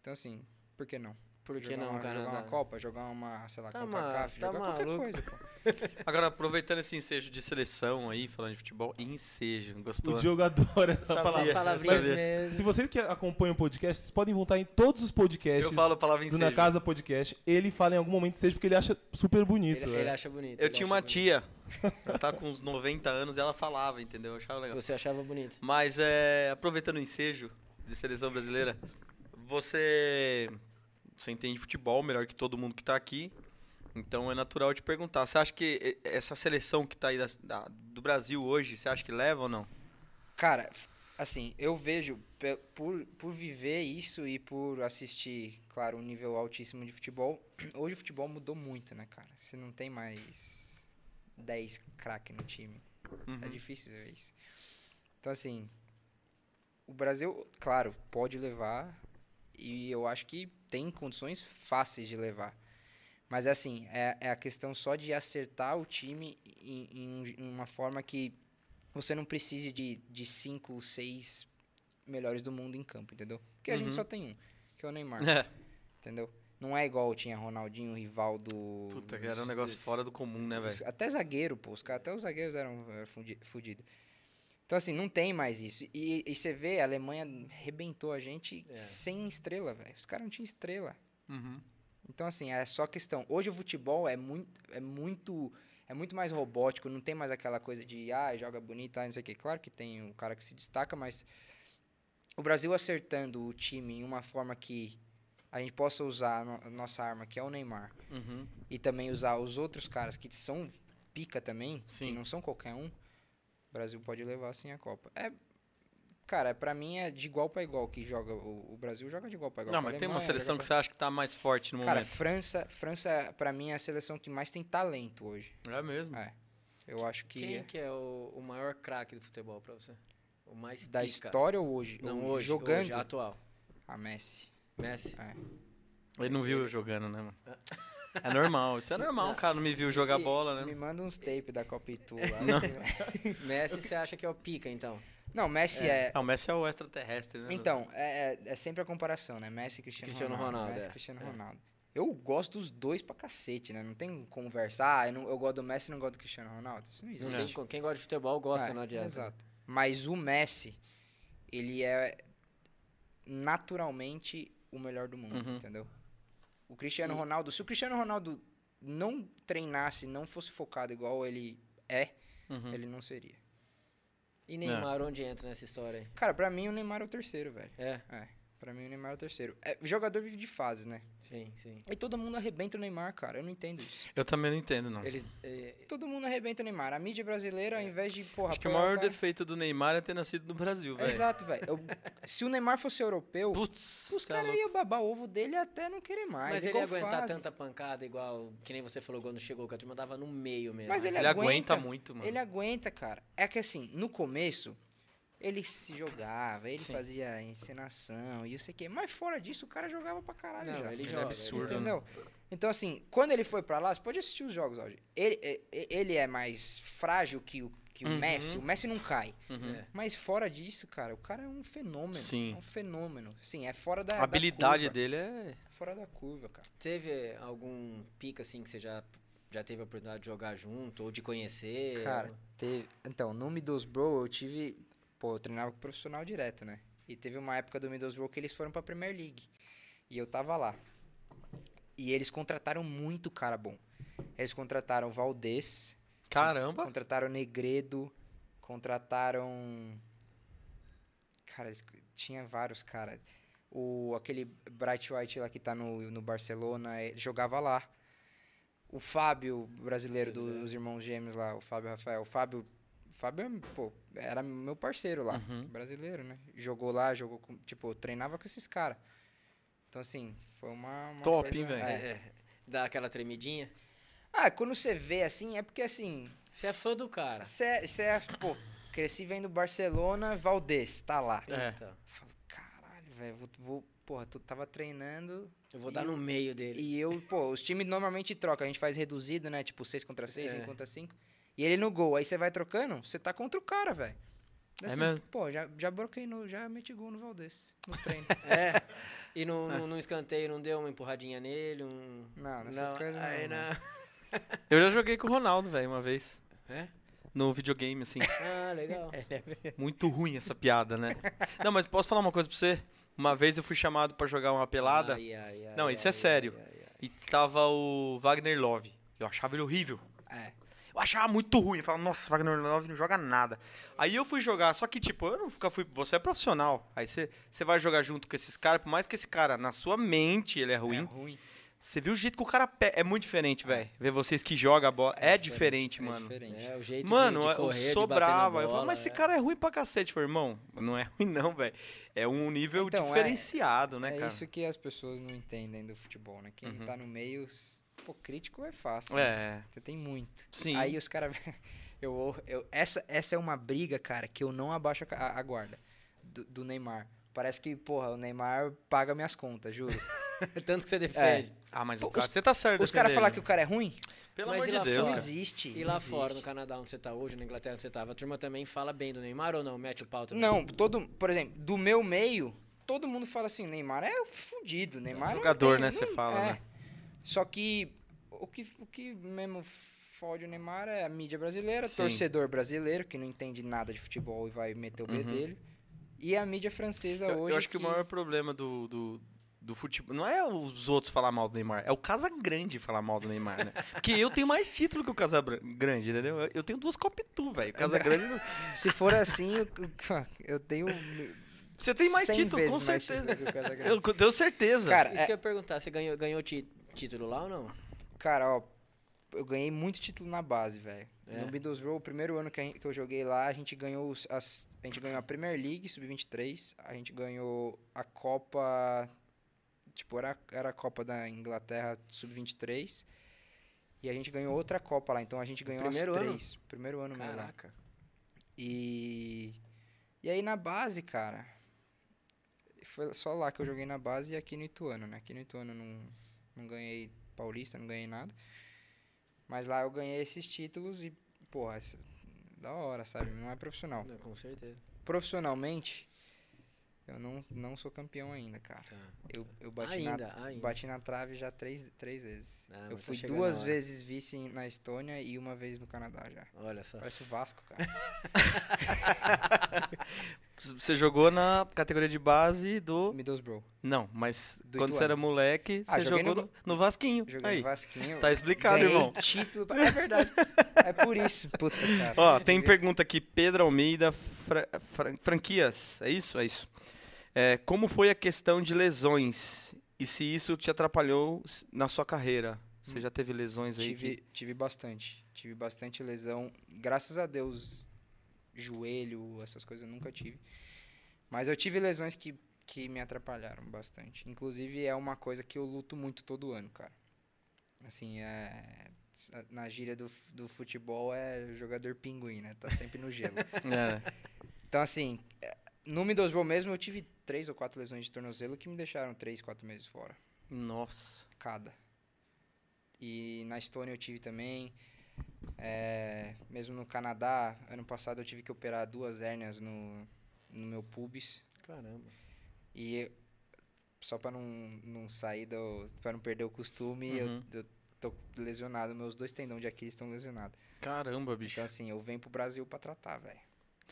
Speaker 3: Então, assim, por que não?
Speaker 2: Por que
Speaker 3: jogar
Speaker 2: não,
Speaker 3: uma,
Speaker 2: cara?
Speaker 3: Jogar uma
Speaker 2: Tá-
Speaker 3: Copa, jogar uma, sei lá,
Speaker 2: Tá
Speaker 3: Copa CAF,
Speaker 2: ma- tá
Speaker 3: jogar qualquer
Speaker 2: maluco?
Speaker 3: coisa, pô.
Speaker 1: Agora, aproveitando esse ensejo de seleção aí, falando de futebol, ensejo, gostou?
Speaker 4: O Diogo adora essa
Speaker 1: Sabia.
Speaker 4: palavra.
Speaker 2: As palavrinhas
Speaker 1: Sabia.
Speaker 4: Se
Speaker 2: mesmo.
Speaker 4: vocês que acompanham o podcast, vocês podem voltar em todos os podcasts
Speaker 1: Eu falo a palavra
Speaker 4: do
Speaker 1: ensejo.
Speaker 4: Na Casa Podcast. Ele fala em algum momento seja porque ele acha super bonito.
Speaker 2: Ele,
Speaker 4: né?
Speaker 2: ele acha bonito.
Speaker 1: Eu
Speaker 2: ele
Speaker 1: tinha
Speaker 2: acha
Speaker 1: uma
Speaker 2: bonito.
Speaker 1: tia, ela tá com uns 90 anos e ela falava, entendeu? Eu achava legal.
Speaker 2: Você achava bonito.
Speaker 1: Mas, é, aproveitando o ensejo de seleção brasileira, você, você entende futebol melhor que todo mundo que tá aqui, então é natural eu te perguntar. Você acha que eh, essa seleção que tá aí da- da- do Brasil hoje, você acha que leva ou não?
Speaker 3: Cara, f- assim, eu vejo, pe- por, por viver isso e por assistir, claro, um nível altíssimo de futebol, hoje o futebol mudou muito, né, cara? Você não tem mais 10 craques no time. É
Speaker 1: Uhum.
Speaker 3: difícil ver isso. Então, assim, o Brasil, claro, pode levar e eu acho que tem condições fáceis de levar. Mas, assim, é, é a questão só de acertar o time em, em um j- em uma forma que você não precise de, de cinco, seis melhores do mundo em campo, entendeu? Porque a
Speaker 1: Uhum.
Speaker 3: gente só tem um, que é o Neymar,
Speaker 1: É,
Speaker 3: entendeu? Não é igual tinha Ronaldinho, Rivaldo...
Speaker 1: puta, que era um
Speaker 3: os-
Speaker 1: negócio fora do comum, né,
Speaker 3: os-
Speaker 1: velho?
Speaker 3: até zagueiro, pô. Os caras, até os zagueiros eram fodidos. Então, assim, não tem mais isso. E, e você vê, a Alemanha rebentou a gente
Speaker 2: É.
Speaker 3: sem estrela, velho. Os caras não tinham estrela.
Speaker 1: Uhum.
Speaker 3: Então, assim, é só questão. Hoje o futebol é muito, é muito, é muito mais robótico, não tem mais aquela coisa de, ah, joga bonito, ah, não sei o quê. Claro que tem um cara que se destaca, mas o Brasil acertando o time em uma forma que a gente possa usar a no- a nossa arma, que é o Neymar,
Speaker 1: Uhum.
Speaker 3: e também usar os outros caras que são pica também,
Speaker 1: Sim.
Speaker 3: que não são qualquer um, o Brasil pode levar sim a Copa. É, cara, pra mim é de igual pra igual que joga o, o Brasil joga de igual pra igual.
Speaker 1: Não,
Speaker 3: com a
Speaker 1: mas tem uma
Speaker 3: Alemanha, joga
Speaker 1: seleção
Speaker 3: com-
Speaker 1: que você acha que tá mais forte no
Speaker 3: Cara,
Speaker 1: momento.
Speaker 3: França, França pra mim é a seleção que mais tem talento hoje.
Speaker 1: É mesmo.
Speaker 3: É. Eu acho que
Speaker 2: Quem
Speaker 3: é.
Speaker 2: que é o, o maior craque do futebol pra você? O mais
Speaker 3: da
Speaker 2: pica?
Speaker 3: história ou hoje,
Speaker 2: Não,
Speaker 3: Ou
Speaker 2: hoje,
Speaker 3: jogando
Speaker 2: hoje, atual.
Speaker 3: a Messi. é.
Speaker 2: Messi.
Speaker 1: Ele não viu eu jogando, né, mano? É normal, isso é normal, o cara não me viu jogar
Speaker 3: E-
Speaker 1: bola, né?
Speaker 3: Me manda uns tape da Copa Itu lá.
Speaker 1: Não.
Speaker 2: Messi você acha que é o pica, então?
Speaker 3: Não, Messi é,
Speaker 1: Ah, o Messi é o extraterrestre, né?
Speaker 3: Então, é, é- é sempre a comparação, né? Messi e Cristiano,
Speaker 2: Uhum. Cristiano
Speaker 3: Ronaldo.
Speaker 2: Ronaldo,
Speaker 3: Messi e
Speaker 2: é,
Speaker 3: Cristiano
Speaker 2: é.
Speaker 3: Ronaldo. Eu gosto dos dois pra cacete, né? Não tem conversar, ah, eu, não- eu gosto do Messi e não gosto do Cristiano Ronaldo. Isso não
Speaker 2: Não
Speaker 3: existe.
Speaker 2: tem co- quem gosta de futebol gosta,
Speaker 3: É,
Speaker 2: não adianta.
Speaker 3: Exato. Mas o Messi, ele é naturalmente o melhor do mundo,
Speaker 1: Uhum.
Speaker 3: entendeu? O Cristiano
Speaker 2: E-
Speaker 3: Ronaldo, se o Cristiano Ronaldo não treinasse, não fosse focado igual ele é,
Speaker 1: Uhum.
Speaker 2: Hum.
Speaker 3: ele não seria.
Speaker 2: E Neymar,
Speaker 1: É.
Speaker 2: onde entra nessa história aí?
Speaker 3: Cara, pra mim o Neymar é o terceiro, velho.
Speaker 2: É,
Speaker 3: É, pra mim o Neymar é o terceiro. É, jogador vive de fases, né?
Speaker 2: sim, sim.
Speaker 3: E todo mundo arrebenta o Neymar, cara. Eu não entendo isso.
Speaker 1: Eu também não entendo, não.
Speaker 2: Eles, eh,
Speaker 3: Todo mundo arrebenta o Neymar. A mídia brasileira, ao invés de, porra,
Speaker 1: É. Acho que o
Speaker 3: apoiar
Speaker 1: maior
Speaker 3: cara-
Speaker 1: defeito do Neymar é ter nascido no Brasil, velho.
Speaker 3: Exato, velho. Eu- Se o Neymar fosse europeu,
Speaker 1: Putz,
Speaker 3: os
Speaker 1: cê é
Speaker 3: caras
Speaker 1: louco.
Speaker 3: iam babar o ovo dele até não querer mais.
Speaker 2: mas ele
Speaker 3: é igual
Speaker 2: ia aguentar
Speaker 3: fase.
Speaker 2: tanta pancada igual, que nem você falou quando chegou, que a turma dava no meio mesmo.
Speaker 3: Mas
Speaker 1: ele,
Speaker 3: ele
Speaker 1: aguenta,
Speaker 3: aguenta
Speaker 1: muito, mano.
Speaker 3: Ele aguenta, cara. É que assim, no começo, ele se jogava, ele
Speaker 1: Sim.
Speaker 3: fazia encenação e eu sei o quê. Mas fora disso, o cara jogava pra caralho
Speaker 2: Não,
Speaker 3: já.
Speaker 2: ele
Speaker 1: Ele é
Speaker 2: joga.
Speaker 1: absurdo, né?
Speaker 2: ele-
Speaker 3: Entendeu? Então, assim, quando ele foi pra lá, você pode assistir os jogos hoje. Ele, é- é- ele é mais frágil que o, que o
Speaker 1: Uhum.
Speaker 3: Messi. O Messi não cai.
Speaker 1: Uhum.
Speaker 2: É.
Speaker 3: Mas fora disso, cara, o cara é um fenômeno.
Speaker 1: Sim.
Speaker 3: É um fenômeno. Sim, é fora da.
Speaker 1: A habilidade
Speaker 3: da curva.
Speaker 1: dele é.
Speaker 3: Fora da curva, cara.
Speaker 2: Teve algum pica, assim, que você já, já teve a oportunidade de jogar junto ou de conhecer?
Speaker 3: Cara, teve. Então, no Middlesbrough eu tive. Pô, eu treinava com profissional direto, né? E teve uma época do Middlesbrough que eles foram pra Premier League. E eu tava lá. E eles contrataram muito cara bom. Eles contrataram Valdez,
Speaker 1: Caramba!
Speaker 3: Contrataram Negredo, contrataram. Cara, eles- tinha vários, cara. O, aquele Bright White lá que tá no, no Barcelona eh, jogava lá. O Fábio, brasileiro do- dos irmãos gêmeos lá, o Fábio Rafael. O Fábio, o Fábio é, pô, era meu parceiro lá,
Speaker 1: Uhum.
Speaker 3: brasileiro, né? Jogou lá, jogou com. Tipo, eu treinava com esses caras. Então, assim, foi uma. uma
Speaker 1: Top,
Speaker 3: coisa-
Speaker 1: hein, velho?
Speaker 3: é.
Speaker 2: É, é. Dá aquela tremidinha.
Speaker 3: Ah, quando você vê assim, é porque assim,
Speaker 2: Você é fã do cara.
Speaker 3: Você é, pô, cresci vendo Barcelona, Valdez, tá lá.
Speaker 1: É.
Speaker 2: Então,
Speaker 3: Eu falo, caralho, velho, vou, vou. Porra, tu tava treinando
Speaker 2: Eu vou dar no meio dele.
Speaker 3: e eu, pô, os times normalmente trocam. A gente faz reduzido, né? Tipo, 6 contra 6,
Speaker 2: É.
Speaker 3: 5 contra 5. E ele no gol. Aí você vai trocando, você tá contra o cara, velho. Assim,
Speaker 1: É mesmo?
Speaker 3: Pô, já, já broquei no. Já meti gol no Valdez. No treino.
Speaker 2: É. E no, no, no escanteio não deu uma empurradinha nele, um.
Speaker 3: Ah. Não, nessas coisas não.
Speaker 2: aí
Speaker 3: mano. É
Speaker 1: Eu já joguei com o Ronaldo, velho, uma vez.
Speaker 3: né?
Speaker 2: É?
Speaker 1: No videogame, assim.
Speaker 2: Ah, legal.
Speaker 3: É,
Speaker 1: Muito ruim essa piada, né? Não, mas posso falar uma coisa pra você? Uma vez eu fui chamado pra jogar uma pelada
Speaker 2: Ai, ai, ai,
Speaker 1: Não, isso é
Speaker 2: ai,
Speaker 1: sério.
Speaker 2: ai, ai, ai.
Speaker 1: e tava o Wagner Love. Eu achava ele horrível.
Speaker 3: É.
Speaker 1: Eu achava muito ruim. Eu falava, nossa, Wagner Love não joga nada. Aí eu fui jogar, só que, tipo, eu não fica, fui. Você é profissional. Aí você você vai jogar junto com esses caras, por mais que esse cara, na sua mente, ele é
Speaker 3: É
Speaker 1: ruim.
Speaker 3: ruim.
Speaker 1: Você viu o jeito que o cara pe... É muito diferente, velho. Ver vocês que jogam a bola. É, diferente,
Speaker 3: é
Speaker 1: mano.
Speaker 3: diferente.
Speaker 2: É, o jeito de-
Speaker 1: Mano,
Speaker 2: de,
Speaker 1: eu
Speaker 2: correr, de
Speaker 1: sobrava.
Speaker 2: bater na
Speaker 1: eu falava,
Speaker 2: bola,
Speaker 1: mas esse
Speaker 2: é.
Speaker 1: cara é ruim pra cacete. Eu falei, irmão, não é ruim não, velho. É um nível
Speaker 3: Então, é-
Speaker 1: diferenciado, né,
Speaker 3: é
Speaker 1: cara?
Speaker 3: isso que as pessoas não entendem do futebol, né? Quem
Speaker 1: Uhum.
Speaker 3: tá no meio, s- pô, crítico é fácil. né?
Speaker 1: É,
Speaker 3: Você tem muito.
Speaker 1: sim.
Speaker 3: Aí os caras. Eu, eu, essa, essa é uma briga, cara, que eu não abaixo a ca- a, a guarda do, do Neymar. Parece que, porra, o Neymar paga minhas contas, juro.
Speaker 1: é
Speaker 2: Tanto que você defende.
Speaker 1: Ah, mas
Speaker 3: Pô,
Speaker 1: o cara,
Speaker 3: os-
Speaker 1: você tá certo.
Speaker 3: Os caras
Speaker 1: defendendo.
Speaker 3: falam que o cara é ruim?
Speaker 1: Pelo
Speaker 2: Mas
Speaker 1: amor
Speaker 2: e
Speaker 1: de
Speaker 2: lá
Speaker 1: Deus,
Speaker 3: Isso não
Speaker 1: cara.
Speaker 3: existe.
Speaker 2: E
Speaker 3: não
Speaker 2: lá
Speaker 3: existe.
Speaker 2: fora, no Canadá, onde você tá hoje, na Inglaterra, onde você tava, a turma também fala bem do Neymar ou não? Mete o pau também?
Speaker 3: Não, todo. Por exemplo, do meu meio, todo mundo fala assim: Neymar é fudido. Neymar não
Speaker 1: jogador,
Speaker 3: tem-
Speaker 1: né,
Speaker 3: não-
Speaker 1: você fala,
Speaker 3: é.
Speaker 1: né?
Speaker 3: Só que o, que o que mesmo fode o Neymar é a mídia brasileira,
Speaker 1: Sim.
Speaker 3: torcedor brasileiro, que não entende nada de futebol e vai meter o
Speaker 1: Uhum.
Speaker 3: B dele. E a mídia francesa
Speaker 1: Eu,
Speaker 3: hoje.
Speaker 1: eu acho que, o maior problema do, do, do futebol. Não é os outros falar mal do Neymar, é o Casa Grande falar mal do Neymar, né? Porque eu tenho mais título que o Casa Grande, entendeu? Eu- Eu tenho duas Copitu, velho. O Casa Grande. não-
Speaker 3: Se for assim, eu, eu tenho.
Speaker 1: Você tem mais
Speaker 3: 100
Speaker 1: título, com
Speaker 3: vezes mais
Speaker 1: certeza.
Speaker 3: título que o tá Casagrande.
Speaker 1: Eu tenho certeza.
Speaker 3: Cara,
Speaker 2: Isso
Speaker 3: é-
Speaker 2: que eu ia perguntar, você ganhou, ganhou ti- título lá ou não?
Speaker 3: Cara, ó, eu ganhei muito título na base, velho.
Speaker 2: É?
Speaker 3: No Middlesbrough, o primeiro ano que, a gen- que eu joguei lá, a gente ganhou os- as, a gente ganhou a Premier League Sub-23, a gente ganhou a Copa tipo era, era a Copa da Inglaterra Sub-23 e a gente ganhou outra Copa lá, então a gente ganhou
Speaker 2: Primeiro
Speaker 3: as
Speaker 2: ano?
Speaker 3: três. Primeiro ano né? meu lá. E e aí na base, cara, foi só lá que eu joguei na base e aqui no Ituano, né? Aqui no Ituano eu não, não ganhei paulista, não ganhei nada. Mas lá eu ganhei esses títulos e, porra, isso- da hora, sabe? Não é profissional.
Speaker 2: Não, com certeza.
Speaker 3: Profissionalmente, eu não, não sou campeão ainda, cara.
Speaker 2: Tá.
Speaker 3: Eu, eu bati,
Speaker 2: ainda,
Speaker 3: na,
Speaker 2: ainda.
Speaker 3: bati na trave já três, três vezes.
Speaker 2: Ah, mas
Speaker 3: eu
Speaker 2: tá
Speaker 3: fui
Speaker 2: chegando a
Speaker 3: duas
Speaker 2: hora.
Speaker 3: vezes vice em- na Estônia e uma vez no Canadá já.
Speaker 2: Olha só.
Speaker 3: Parece o Vasco, cara.
Speaker 1: Você jogou na categoria de base do.
Speaker 3: Middlesbrough.
Speaker 1: Não, mas
Speaker 3: Do
Speaker 1: quando você
Speaker 3: Ituano.
Speaker 1: era moleque,
Speaker 3: Ah,
Speaker 1: você
Speaker 3: joguei
Speaker 1: jogou
Speaker 3: no-
Speaker 1: no, no Vasquinho.
Speaker 3: Joguei
Speaker 1: Aí.
Speaker 3: no Vasquinho.
Speaker 1: Tá explicado,
Speaker 3: ganhei
Speaker 1: irmão.
Speaker 3: título. pra- É verdade. É por isso. Puta, cara.
Speaker 1: Ó, tem
Speaker 3: Devia-
Speaker 1: pergunta aqui, Pedro Almeida, fra- fran- franquias, é isso? É isso. É, como foi a questão de lesões? E se isso te atrapalhou s- na sua carreira? Você já teve lesões aí?
Speaker 3: Tive,
Speaker 1: que-
Speaker 3: tive bastante. Tive bastante lesão. Graças a Deus, joelho, essas coisas eu nunca tive. Mas eu tive lesões que, que me atrapalharam bastante. Inclusive, é uma coisa que eu luto muito todo ano, cara. Assim, é. Na gíria do, f- do futebol é jogador pinguim, né? Tá sempre no gelo.
Speaker 1: É,
Speaker 3: Então, assim, eh, no Middlesbrough mesmo, eu tive três ou quatro lesões de tornozelo que me deixaram três, quatro meses fora,
Speaker 1: Nossa.
Speaker 3: cada. E na Estônia eu tive também. eh, mesmo no Canadá, ano passado eu tive que operar duas hérnias no, no meu pubis.
Speaker 2: Caramba.
Speaker 3: E só pra não, não sair do. pra não perder o costume, eu-
Speaker 1: Uhum.
Speaker 3: eu, tô lesionado. Meus dois tendões de Aquiles estão lesionados.
Speaker 1: Caramba, bicho.
Speaker 3: Então, assim, eu venho pro Brasil pra tratar, velho.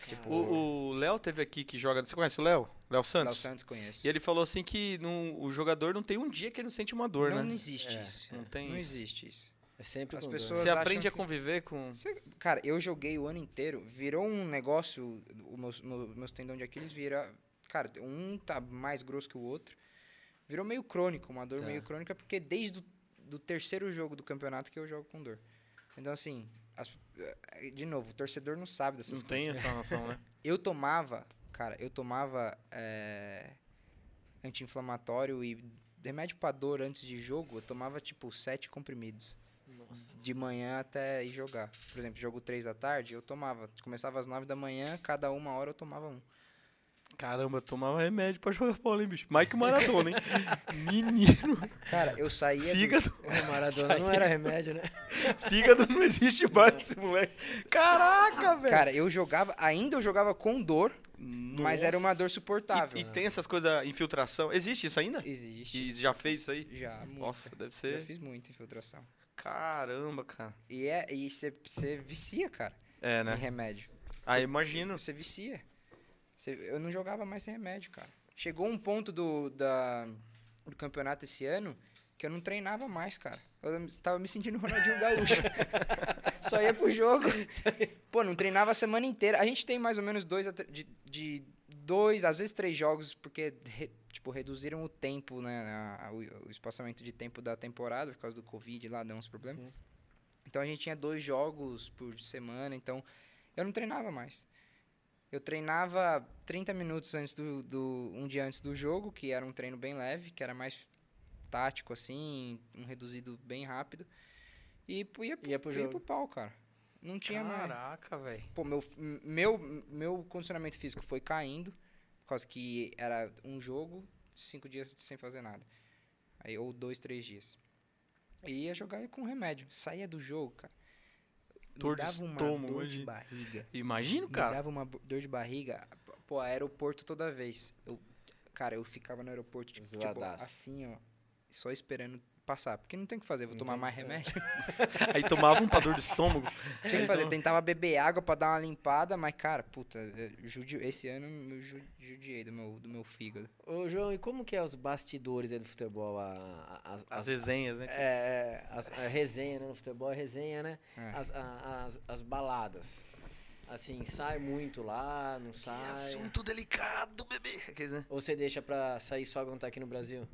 Speaker 3: Tipo,
Speaker 1: O- O o Léo teve aqui que joga. Você conhece o Léo? Léo
Speaker 3: Léo
Speaker 1: Santos?
Speaker 3: Santos conheço.
Speaker 1: E ele falou assim que não- o jogador não tem um dia que ele não sente uma dor,
Speaker 3: não,
Speaker 1: né?
Speaker 3: existe
Speaker 2: É,
Speaker 3: isso.
Speaker 1: não tem
Speaker 3: Não
Speaker 1: isso.
Speaker 3: existe isso.
Speaker 2: É sempre
Speaker 3: As
Speaker 2: com dor.
Speaker 3: pessoas-
Speaker 1: Você
Speaker 3: acham
Speaker 1: aprende a
Speaker 3: que-
Speaker 1: conviver com.
Speaker 3: Cê- cara, eu joguei o ano inteiro, virou um negócio, o meus, meu- meus tendão de Aquiles vira, cara, um tá mais grosso que o outro, virou meio crônico, uma dor
Speaker 2: Tá.
Speaker 3: meio crônica, porque desde do, do terceiro jogo do campeonato que eu jogo com dor. Então, assim, as- eh, de novo, o torcedor não sabe dessas
Speaker 1: Não
Speaker 3: coisas.
Speaker 1: tem essa noção, né?
Speaker 3: Eu tomava, cara, eu tomava eh, anti-inflamatório e remédio pra dor antes de jogo, eu tomava, tipo, sete comprimidos
Speaker 2: Nossa.
Speaker 3: de manhã até ir jogar. Por exemplo, jogo 3 da tarde, eu tomava. Começava às 9 da manhã, cada uma hora eu tomava um.
Speaker 1: Caramba, eu tomava remédio pra jogar bola, hein, bicho? Mike Maradona, hein? Menino.
Speaker 3: Cara, eu saía. é do-
Speaker 1: Fígado.
Speaker 2: O Maradona não era remédio, né?
Speaker 1: Fígado não existe mais esse moleque. Caraca, velho.
Speaker 3: É. Cara, eu jogava, ainda eu jogava com dor, mas era uma dor
Speaker 1: Nossa.
Speaker 3: suportável.
Speaker 1: E, e tem essas coisas, infiltração. Existe isso ainda?
Speaker 3: Existe.
Speaker 1: E já fez isso aí?
Speaker 3: Já, muito.
Speaker 1: Nossa, deve
Speaker 3: eu
Speaker 1: ser.
Speaker 3: fiz muita infiltração.
Speaker 1: Caramba, cara.
Speaker 3: E é, e você vicia, cara,
Speaker 1: É,
Speaker 3: em
Speaker 1: né?
Speaker 3: remédio.
Speaker 1: Aí imagino.
Speaker 3: Você vicia. Você- eu não jogava mais sem remédio, cara. Chegou um ponto do, da- do campeonato esse ano que eu não treinava mais, cara. Eu me- tava me sentindo um Ronaldinho Gaúcho. Só ia pro jogo. Pô, não treinava a semana inteira. A gente tem mais ou menos dois, a tre- de, de dois, às vezes três jogos, porque, re- tipo, reduziram o tempo, né? a- a- o, o espaçamento de tempo da temporada, por causa do Covid lá, deu uns problemas.
Speaker 2: Sim.
Speaker 3: Então a gente tinha dois jogos por semana, então eu não treinava mais. Eu treinava 30 minutos antes do, do. um dia antes do jogo, que era um treino bem leve, que era mais tático, assim, um reduzido bem rápido. E pu- ia,
Speaker 2: Ia pro
Speaker 3: ia
Speaker 2: jogo.
Speaker 3: pro pau, cara. Não tinha né? mais.
Speaker 1: Caraca, velho.
Speaker 3: Pô, meu, m- meu, meu condicionamento físico foi caindo, por causa que era um jogo, cinco dias sem fazer nada. Aí, ou dois, três dias. E ia jogar com remédio. Saía do jogo, cara. Me
Speaker 1: Dor de
Speaker 3: dava uma
Speaker 1: estômago,
Speaker 3: dor de
Speaker 1: imagina.
Speaker 3: barriga.
Speaker 1: Imagino,
Speaker 3: Me
Speaker 1: cara.
Speaker 3: dava uma bo- dor de barriga. Pô, aeroporto toda vez. Eu, cara, eu ficava no aeroporto, tipo, tipo,
Speaker 2: Zoadaço.
Speaker 3: assim, ó. Só esperando passar. Porque não tem o que fazer, vou
Speaker 2: Não
Speaker 3: tomar
Speaker 2: tem-
Speaker 3: mais
Speaker 2: é.
Speaker 3: remédio.
Speaker 1: Aí tomava um pra dor de estômago.
Speaker 3: Tinha
Speaker 2: É,
Speaker 3: que
Speaker 2: então.
Speaker 3: fazer, tentava beber água pra dar uma limpada, mas, cara, puta, eu judi- esse ano eu ju- judiei do meu, do meu fígado.
Speaker 2: Ô, João, e como que é os bastidores aí do futebol? A, a- as-
Speaker 1: As
Speaker 2: as-
Speaker 1: resenhas, né?
Speaker 2: é, é, as- a resenha, né? No futebol é resenha, né?
Speaker 3: É.
Speaker 2: As, a- as, as baladas. Assim, sai muito lá, não sai.
Speaker 1: delicado, bebê. Aqueles, né?
Speaker 2: Ou você deixa pra sair só quando tá aqui no Brasil?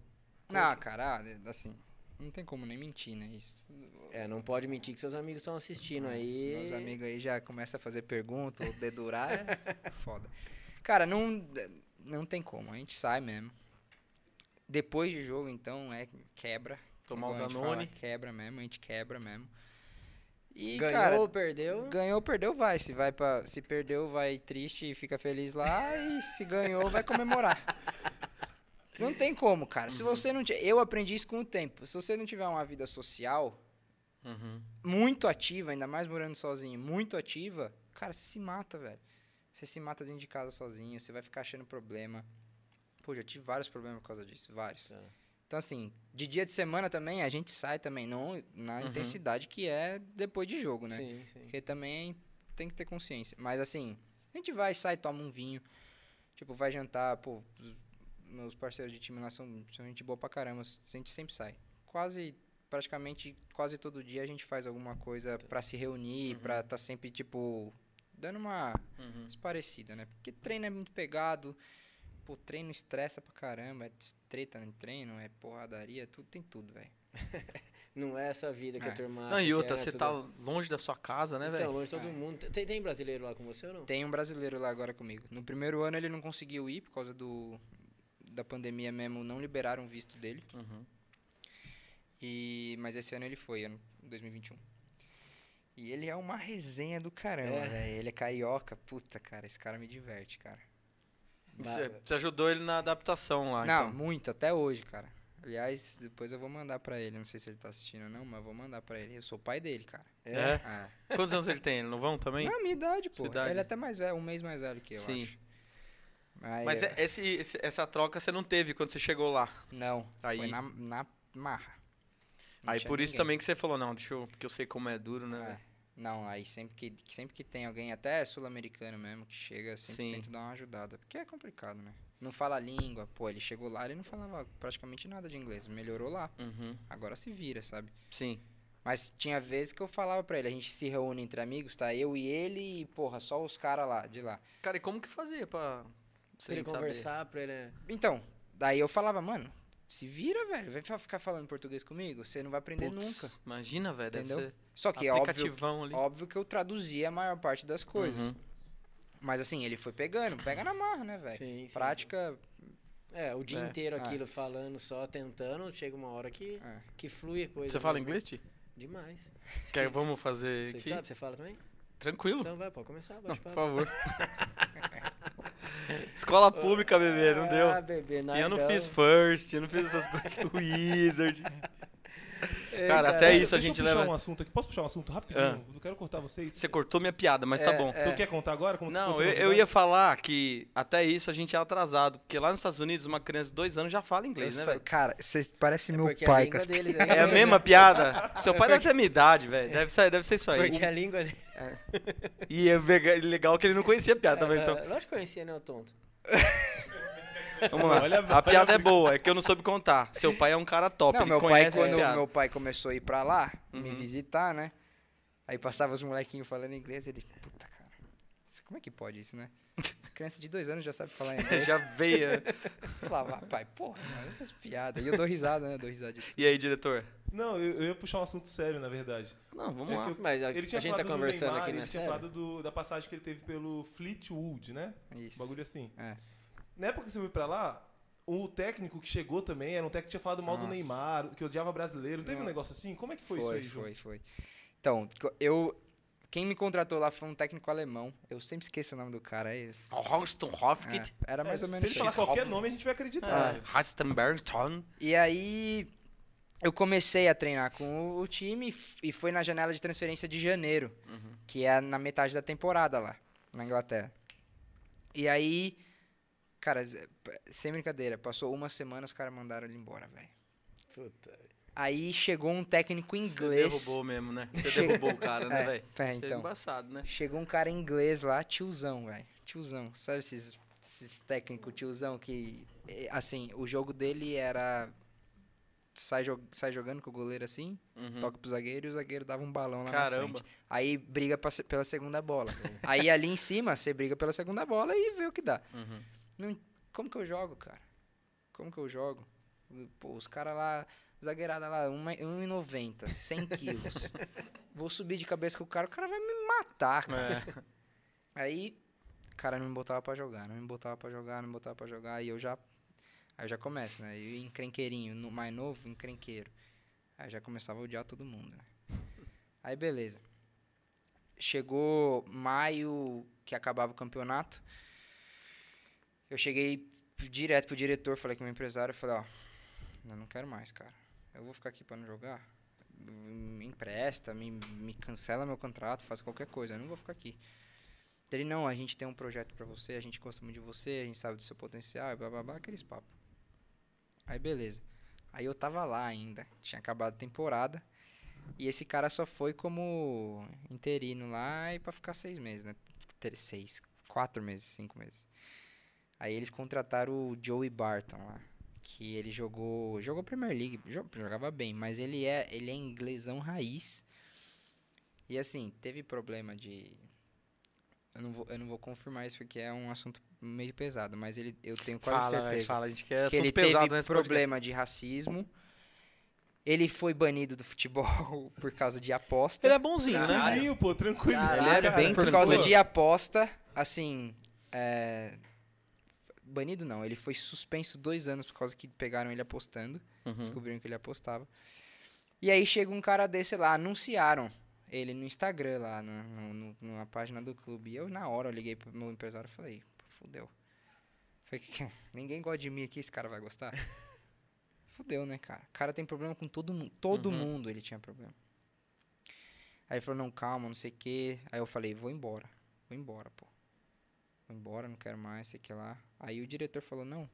Speaker 3: Não, cara, ah, assim, não tem como nem mentir, né? Isso, né,
Speaker 2: É, não pode mentir que seus amigos estão assistindo
Speaker 3: Se
Speaker 2: aí.
Speaker 3: meus amigos aí já começam a fazer pergunta ou dedurar, é foda. Cara, não, não tem como, a gente sai mesmo. Depois de jogo, então, é quebra.
Speaker 1: Tomar o
Speaker 3: Igual a gente fala,
Speaker 1: Danone.
Speaker 3: quebra mesmo, a gente quebra mesmo. E,
Speaker 2: Ganhou
Speaker 3: cara,
Speaker 2: ou perdeu?
Speaker 3: Ganhou, perdeu, vai. Se, vai pra, se perdeu, vai triste e fica feliz lá. e se ganhou, vai comemorar. Não tem como, cara. Se você não tiver. Eu aprendi isso com o tempo. Se você não tiver uma vida social
Speaker 1: Uhum.
Speaker 3: muito ativa, ainda mais morando sozinho, muito ativa, cara, você se mata, velho. Você se mata dentro de casa sozinho, você vai ficar achando problema. Pô, já tive vários problemas por causa disso, vários.
Speaker 2: Tá.
Speaker 3: Então, assim, de dia de semana também, a gente sai também, não na
Speaker 1: Uhum.
Speaker 3: intensidade que é depois de jogo, né?
Speaker 2: Sim, sim.
Speaker 3: Porque também tem que ter consciência. Mas assim, a gente vai, sai, toma um vinho. Tipo, vai jantar, pô, os meus parceiros de time lá são, são gente boa pra caramba. A gente sempre sai. Quase, praticamente, quase todo dia a gente faz alguma coisa pra se reunir, pra tá sempre, tipo, dando uma
Speaker 1: Uhum.
Speaker 3: desparecida, né? Porque treino é muito pegado. Pô, treino estressa pra caramba, é treta no treino, é porradaria, tudo tem tudo, velho.
Speaker 2: Não é essa vida que
Speaker 3: É.
Speaker 2: a turma.
Speaker 1: Não,
Speaker 2: acha
Speaker 1: e
Speaker 2: que
Speaker 1: outra,
Speaker 2: é,
Speaker 1: você
Speaker 2: tudo-
Speaker 1: tá longe da sua casa, né,
Speaker 2: Então,
Speaker 1: velho?
Speaker 2: hoje todo
Speaker 3: É.
Speaker 2: mundo. Tem, tem brasileiro lá com você ou não?
Speaker 3: Tem um brasileiro lá agora comigo. No primeiro ano ele não conseguiu ir por causa do da pandemia mesmo, não liberaram o visto dele.
Speaker 1: Uhum.
Speaker 3: E mas esse ano ele foi, ano 2021. E ele é uma resenha do caramba,
Speaker 2: É.
Speaker 3: velho. Ele é carioca, puta, cara, esse cara me diverte, cara.
Speaker 1: Você, você ajudou ele na adaptação lá,
Speaker 3: não,
Speaker 1: então.
Speaker 3: muito até hoje, cara. Aliás, depois eu vou mandar pra ele, não sei se ele tá assistindo ou não, mas eu vou mandar pra ele. Eu sou pai dele, cara.
Speaker 1: É?
Speaker 3: Ah.
Speaker 1: Quantos anos ele tem? Ele não vão também?
Speaker 3: Não, minha idade, pô.
Speaker 1: Sua idade?
Speaker 3: Ele é até mais velho, um mês mais velho que eu,
Speaker 1: Sim.
Speaker 3: acho. Mas,
Speaker 1: Mas
Speaker 3: é-
Speaker 1: é- esse- esse- essa troca você não teve quando você chegou lá.
Speaker 3: Não,
Speaker 1: Aí-
Speaker 3: foi na, na marra. Não
Speaker 1: Aí
Speaker 3: tinha
Speaker 1: por isso
Speaker 3: ninguém.
Speaker 1: também que você falou, não, deixa eu. Porque eu sei como é duro, né?
Speaker 3: É.
Speaker 1: velho?
Speaker 3: Não, aí sempre que, sempre que tem alguém, até sul-americano mesmo, que chega, sempre
Speaker 1: Sim.
Speaker 3: tento dar uma ajudada. Porque é complicado, né? Não fala a língua. Pô, ele chegou lá, ele não falava praticamente nada de inglês. Melhorou lá.
Speaker 1: Uhum.
Speaker 3: Agora se vira, sabe?
Speaker 1: Sim.
Speaker 3: Mas tinha vezes que eu falava pra ele, a gente se reúne entre amigos, tá? Eu e ele e, porra, só os caras lá, de lá.
Speaker 1: Cara, e como que fazia pra.
Speaker 2: Pra
Speaker 1: sem
Speaker 2: ele
Speaker 1: saber?
Speaker 2: conversar, pra ele. né?
Speaker 3: Então, daí eu falava, mano, se vira, velho. Vai fa- ficar falando português comigo? Você não vai aprender
Speaker 1: Putz,
Speaker 3: nunca.
Speaker 1: Imagina, velho. Deve
Speaker 3: Entendeu?
Speaker 1: ser
Speaker 3: Só que é óbvio
Speaker 1: aplicativão ali.
Speaker 3: Óbvio que eu traduzia a maior parte das coisas.
Speaker 1: Uhum.
Speaker 3: Mas assim, ele foi pegando, pega na marra, né, velho?
Speaker 2: Sim, sim.
Speaker 3: Prática.
Speaker 2: É, o dia
Speaker 1: É.
Speaker 2: inteiro
Speaker 3: Ah.
Speaker 2: aquilo falando, só tentando, chega uma hora que,
Speaker 3: É.
Speaker 2: que flui a coisa.
Speaker 1: Você fala
Speaker 2: mesmo.
Speaker 1: inglês, Ti?
Speaker 2: Demais.
Speaker 1: Quer,
Speaker 2: Você-
Speaker 1: vamos fazer
Speaker 2: Você
Speaker 1: aqui?
Speaker 2: sabe, você fala também?
Speaker 1: Tranquilo.
Speaker 3: tá
Speaker 2: Então vai, pode começar,
Speaker 1: Não,
Speaker 2: bate
Speaker 1: por
Speaker 2: papo.
Speaker 1: favor. Escola pública, bebê, não deu.
Speaker 2: Ah, bebê,
Speaker 1: E eu não
Speaker 2: nardão.
Speaker 1: fiz first, eu não fiz essas coisas. Wizard.
Speaker 2: Ei,
Speaker 1: Cara, até
Speaker 4: Deixa-
Speaker 1: isso a
Speaker 4: deixa eu
Speaker 1: gente
Speaker 4: puxar
Speaker 1: leva.
Speaker 4: um assunto aqui. Posso puxar um assunto rapidinho?
Speaker 1: Ah.
Speaker 4: Não quero cortar vocês.
Speaker 1: Você cortou minha piada, mas
Speaker 3: É,
Speaker 1: tá bom.
Speaker 2: É.
Speaker 4: Então quer contar agora? Como se
Speaker 1: Não,
Speaker 4: fosse
Speaker 1: eu, eu
Speaker 4: novidade?
Speaker 1: ia falar que até isso a gente é atrasado, porque lá nos Estados Unidos uma criança de dois anos já fala
Speaker 3: Eu
Speaker 1: inglês, né,
Speaker 3: sou-
Speaker 1: velho?
Speaker 3: cara, você parece meu
Speaker 2: porque a
Speaker 3: pai.
Speaker 2: língua
Speaker 3: com as
Speaker 2: deles
Speaker 3: piadas.
Speaker 1: É a mesma piada. Seu pai deve ter minha idade, velho. Deve ser, deve ser isso aí.
Speaker 2: Porque a língua dele.
Speaker 1: E é vega- legal que ele não conhecia a piada também, então.
Speaker 2: Ah, Lógico que eu conhecia, né, o tonto?
Speaker 1: Vamos lá.
Speaker 4: Olha-
Speaker 1: a piada é boa, é que eu não soube contar. Seu pai é um cara top,
Speaker 3: Não,
Speaker 1: ele
Speaker 3: meu pai,
Speaker 1: conhece a
Speaker 3: quando
Speaker 1: piada.
Speaker 3: meu pai começou a ir pra lá, me
Speaker 1: Uhum.
Speaker 3: visitar, né? Aí passava os molequinhos falando inglês, ele, puta, cara, isso- como é que pode isso, né? Criança de dois anos já sabe falar inglês.
Speaker 1: Já veio. né?
Speaker 3: Eu falava, "Ah, pai, porra, mano, essas piadas. E eu dou risada, né? Eu dou risada. de-
Speaker 1: E aí, diretor?
Speaker 4: Não, eu, eu ia puxar um assunto sério, na verdade.
Speaker 1: Não, vamos
Speaker 4: É
Speaker 1: lá.
Speaker 4: que eu-
Speaker 2: Mas a,
Speaker 4: Ele tinha
Speaker 2: a gente tá
Speaker 4: falado do
Speaker 2: conversando
Speaker 4: Neymar,
Speaker 2: aqui,
Speaker 4: ele
Speaker 2: né?
Speaker 4: tinha
Speaker 2: sério?
Speaker 4: falado do- da passagem que ele teve pelo Fleetwood, né? Um
Speaker 3: Isso.
Speaker 4: bagulho assim.
Speaker 3: É.
Speaker 4: Na época que você foi pra lá, o técnico que chegou também era um técnico que tinha falado mal do
Speaker 3: Nossa.
Speaker 4: Neymar, que odiava brasileiro. Teve um
Speaker 3: Não.
Speaker 4: negócio assim? Como é que foi, isso aí, João?
Speaker 3: Foi, foi. Então, co- eu... Quem me contratou lá foi um técnico alemão. Eu sempre esqueço o nome do cara, é esse.
Speaker 1: Roston
Speaker 3: É,
Speaker 1: Hofkit,
Speaker 3: era mais
Speaker 4: É,
Speaker 3: ou
Speaker 4: se
Speaker 3: menos
Speaker 4: ele falar
Speaker 3: isso.
Speaker 4: qualquer nome, a gente vai
Speaker 1: É.
Speaker 4: acreditar.
Speaker 3: é,
Speaker 2: É.
Speaker 4: né?
Speaker 1: Rastenbergston.
Speaker 3: E aí eu comecei a treinar com o- o time e f- e foi na janela de transferência de janeiro, que é na metade da temporada lá, na Inglaterra. E aí, cara, z- p- sem brincadeira, passou uma semana os caras mandaram ele embora, velho.
Speaker 2: Puta.
Speaker 3: Aí chegou um técnico
Speaker 1: Você
Speaker 3: inglês.
Speaker 1: derrubou mesmo, né? Você
Speaker 3: Chega-
Speaker 1: derrubou o cara, né,
Speaker 3: É,
Speaker 1: velho?
Speaker 3: é,
Speaker 1: Isso
Speaker 3: então.
Speaker 1: embaçado, né?
Speaker 3: Chegou um cara inglês lá, tiozão, velho. Tiozão. Sabe esses, esses técnicos tiozão que. eh, Assim, o jogo dele era. Sai, jo- sai jogando com o goleiro assim,
Speaker 1: Uhum.
Speaker 3: toca pro zagueiro e o zagueiro dava um balão lá na
Speaker 1: Caramba.
Speaker 3: frente. Aí briga pra se- pela segunda bola. Aí ali em cima, você briga pela segunda bola e vê o que dá.
Speaker 1: Uhum.
Speaker 3: Não- como que eu jogo, cara? Como que eu jogo? Pô, os caras lá, zagueirada lá, uma- 1,90, 100 quilos. Vou subir de cabeça com o cara, o cara vai me matar, cara.
Speaker 1: É.
Speaker 3: Aí, cara, não me botava pra jogar, não me botava pra jogar, não me botava pra jogar, e eu já. Aí eu já começo, né? E encrenqueirinho, no- mais novo, encrenqueiro. Aí eu já começava a odiar todo mundo, né? Aí beleza. Chegou maio, que acabava o campeonato. Eu cheguei direto pro diretor, falei com o meu empresário, falei, ó, eu não quero mais, cara. Eu vou ficar aqui pra não jogar. Me empresta, me, me cancela meu contrato, faz qualquer coisa, eu não vou ficar aqui. Ele, não, a gente tem um projeto pra você, a gente gosta muito de você, a gente sabe do seu potencial, e blá blá blá, aqueles papos. Aí beleza. Aí eu tava lá ainda, tinha acabado a temporada, e esse cara só foi como interino lá e pra ficar seis meses, né? Ter- Seis, quatro meses, cinco meses. Aí eles contrataram o Joey Barton lá, que ele jogou, jogou Premier League, jo- jogava bem, mas ele é, ele é inglesão raiz. E assim, teve problema de eu não, vou, eu não vou confirmar isso porque é um assunto meio pesado, mas ele, eu tenho quase
Speaker 1: Fala, velho,
Speaker 3: certeza
Speaker 1: fala. A gente quer
Speaker 3: que
Speaker 1: É assunto
Speaker 3: ele
Speaker 1: pesado
Speaker 3: teve
Speaker 1: nesse
Speaker 3: problema de racismo. Ele foi banido do futebol por causa de aposta.
Speaker 1: Ele é bonzinho, né?
Speaker 4: Caralho, um pô, tranquilo.
Speaker 2: Caralho, ele é bem
Speaker 3: por causa
Speaker 1: tranquilo.
Speaker 3: de aposta, assim. é, Banido não, ele foi suspenso dois anos por causa que pegaram ele apostando.
Speaker 1: Uhum.
Speaker 3: Descobriram que ele apostava. E aí chega um cara desse lá, anunciaram ele no Instagram, lá no, no- no- numa página do clube. E eu, na hora, eu liguei pro meu empresário e falei, "Pô, fudeu. Falei, "Que- que- ninguém gosta de mim aqui, esse cara vai gostar? fudeu, né, cara? O cara tem problema com todo mundo. Todo
Speaker 1: Uhum.
Speaker 3: mundo ele tinha problema. Aí ele falou, não, calma, não sei o quê. Aí eu falei, vou embora. Vou embora, pô. Vou embora, não quero mais, sei que lá. Aí o diretor falou, não,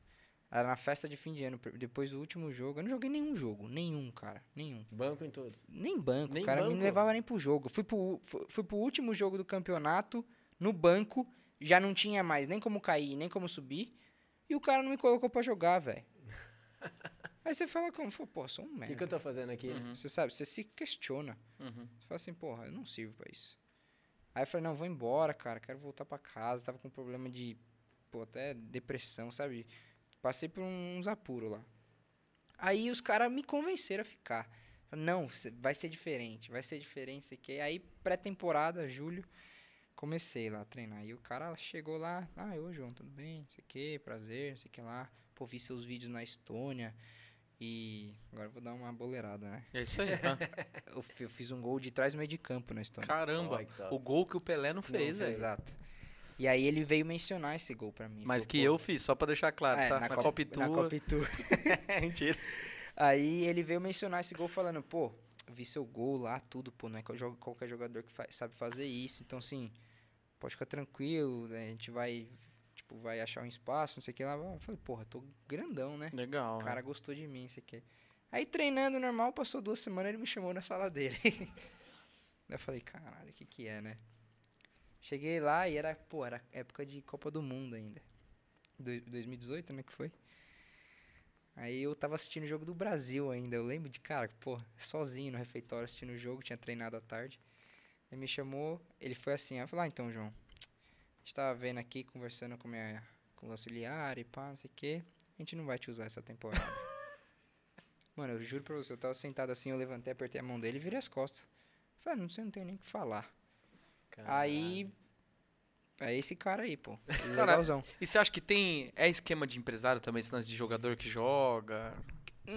Speaker 3: era na festa de fim de ano, pr- depois do último jogo. Eu não joguei nenhum jogo, nenhum, cara, nenhum.
Speaker 2: Banco em todos.
Speaker 3: Nem banco,
Speaker 2: Nem
Speaker 3: cara, me
Speaker 2: banco?
Speaker 3: levava nem pro jogo. Fui pro, u- fu- fui pro último jogo do campeonato, no banco, já não tinha mais nem como cair, nem como subir, e o cara não me colocou pra jogar, velho. Aí você fala como, pô, pô, sou
Speaker 2: O
Speaker 3: um
Speaker 2: que, que eu
Speaker 3: merda.
Speaker 2: tô fazendo aqui?
Speaker 1: Uhum.
Speaker 3: Você sabe, você se questiona.
Speaker 1: Uhum.
Speaker 3: Você fala assim, porra, eu não sirvo pra isso. Aí eu falei, não, vou embora, cara, quero voltar pra casa. Tava com problema de, pô, até depressão, sabe? Passei por um, uns apuros lá. Aí os caras me convenceram a ficar. Falaram, não, cê- vai ser diferente, vai ser diferente, sei que. Aí, pré-temporada, julho, comecei lá a treinar. E o cara chegou lá, ah, ô João, tudo bem, não sei o que, prazer, não sei o que lá. Pô, vi seus vídeos na Estônia. E agora eu vou dar uma boleirada, né?
Speaker 1: É isso aí. ah.
Speaker 3: Eu fi- eu fiz um gol de trás do meio de campo na Estônia.
Speaker 1: Caramba.
Speaker 2: Olha que top.
Speaker 1: O gol que o Pelé não fez,
Speaker 3: Não,
Speaker 1: velho.
Speaker 3: Exato. E aí ele veio mencionar esse gol pra mim.
Speaker 1: Mas
Speaker 3: Falou,
Speaker 1: que
Speaker 3: "Pô,
Speaker 1: eu fiz, só pra deixar claro,
Speaker 3: é,
Speaker 1: tá?
Speaker 3: na,
Speaker 1: Na,
Speaker 3: Copa, na
Speaker 1: Copitua.
Speaker 3: Copa Itu.
Speaker 1: Mentira.
Speaker 3: Aí ele veio mencionar esse gol falando, pô, vi seu gol lá, tudo, pô, não é qual- jogo- qualquer jogador que fa- sabe fazer isso, então assim, pode ficar tranquilo, né, a gente vai, tipo, vai achar um espaço, não sei o que lá. Eu falei, porra, tô grandão, né?
Speaker 1: Legal.
Speaker 3: O
Speaker 1: né?
Speaker 3: cara gostou de mim, não sei o que. Aí treinando normal, passou duas semanas, ele me chamou na sala dele. Daí eu falei, caralho, o que que é, né? Cheguei lá e era, pô, era época de Copa do Mundo ainda. Doi- 2018, né, que foi? Aí eu tava assistindo o jogo do Brasil ainda, eu lembro de, cara, pô, sozinho no refeitório assistindo o jogo, tinha treinado à tarde. Ele me chamou, ele foi assim, eu falei, ah, então, João, a gente tava vendo aqui, conversando com, minha, com o auxiliar e pá, não sei o quê, a gente não vai te usar essa temporada. Mano, eu juro pra você, eu tava sentado assim, eu levantei, apertei a mão dele e virei as costas. Falei, ah, não sei, não tenho nem o que falar. Aí. É esse cara aí, pô.
Speaker 2: né?
Speaker 3: Legalzão.
Speaker 1: E você acha que tem. É esquema de empresário também, esse lance de jogador que joga?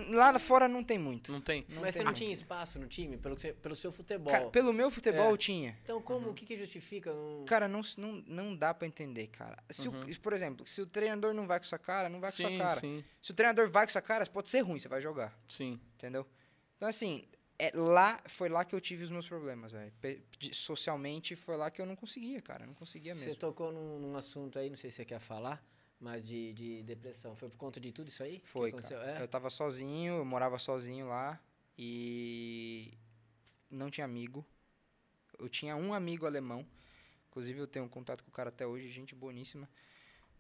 Speaker 3: Lá fora não tem muito.
Speaker 1: Não tem?
Speaker 3: Não
Speaker 2: Mas você
Speaker 3: tem
Speaker 2: não
Speaker 3: muito.
Speaker 2: tinha espaço no time pelo, que você- pelo seu futebol.
Speaker 3: Cara, pelo meu futebol
Speaker 2: É.
Speaker 3: eu tinha.
Speaker 2: Então,
Speaker 1: Uhum.
Speaker 2: como, o que, que justifica? Um...
Speaker 3: Cara, não, se- não, não dá pra entender, cara. Se o-
Speaker 2: Uhum.
Speaker 3: por exemplo, se o treinador não vai com sua cara, não vai com
Speaker 1: sim,
Speaker 3: sua cara.
Speaker 1: sim,
Speaker 3: Se o treinador vai com sua cara, pode ser ruim, você vai jogar.
Speaker 1: sim.
Speaker 3: Entendeu? Então, assim, é lá, foi lá que eu tive os meus problemas, velho. Pe- de- Socialmente, foi lá que eu não conseguia, cara. Eu não conseguia
Speaker 2: Você
Speaker 3: é mesmo.
Speaker 2: tocou num, num assunto aí, não sei se você quer falar, mas de, de depressão. Foi por conta de tudo isso aí? que
Speaker 3: Foi,
Speaker 2: aconteceu?
Speaker 3: cara.
Speaker 2: É?
Speaker 3: Eu tava sozinho, eu morava sozinho lá e não tinha amigo. Eu tinha um amigo alemão. Inclusive, eu tenho um contato com o cara até hoje, gente boníssima.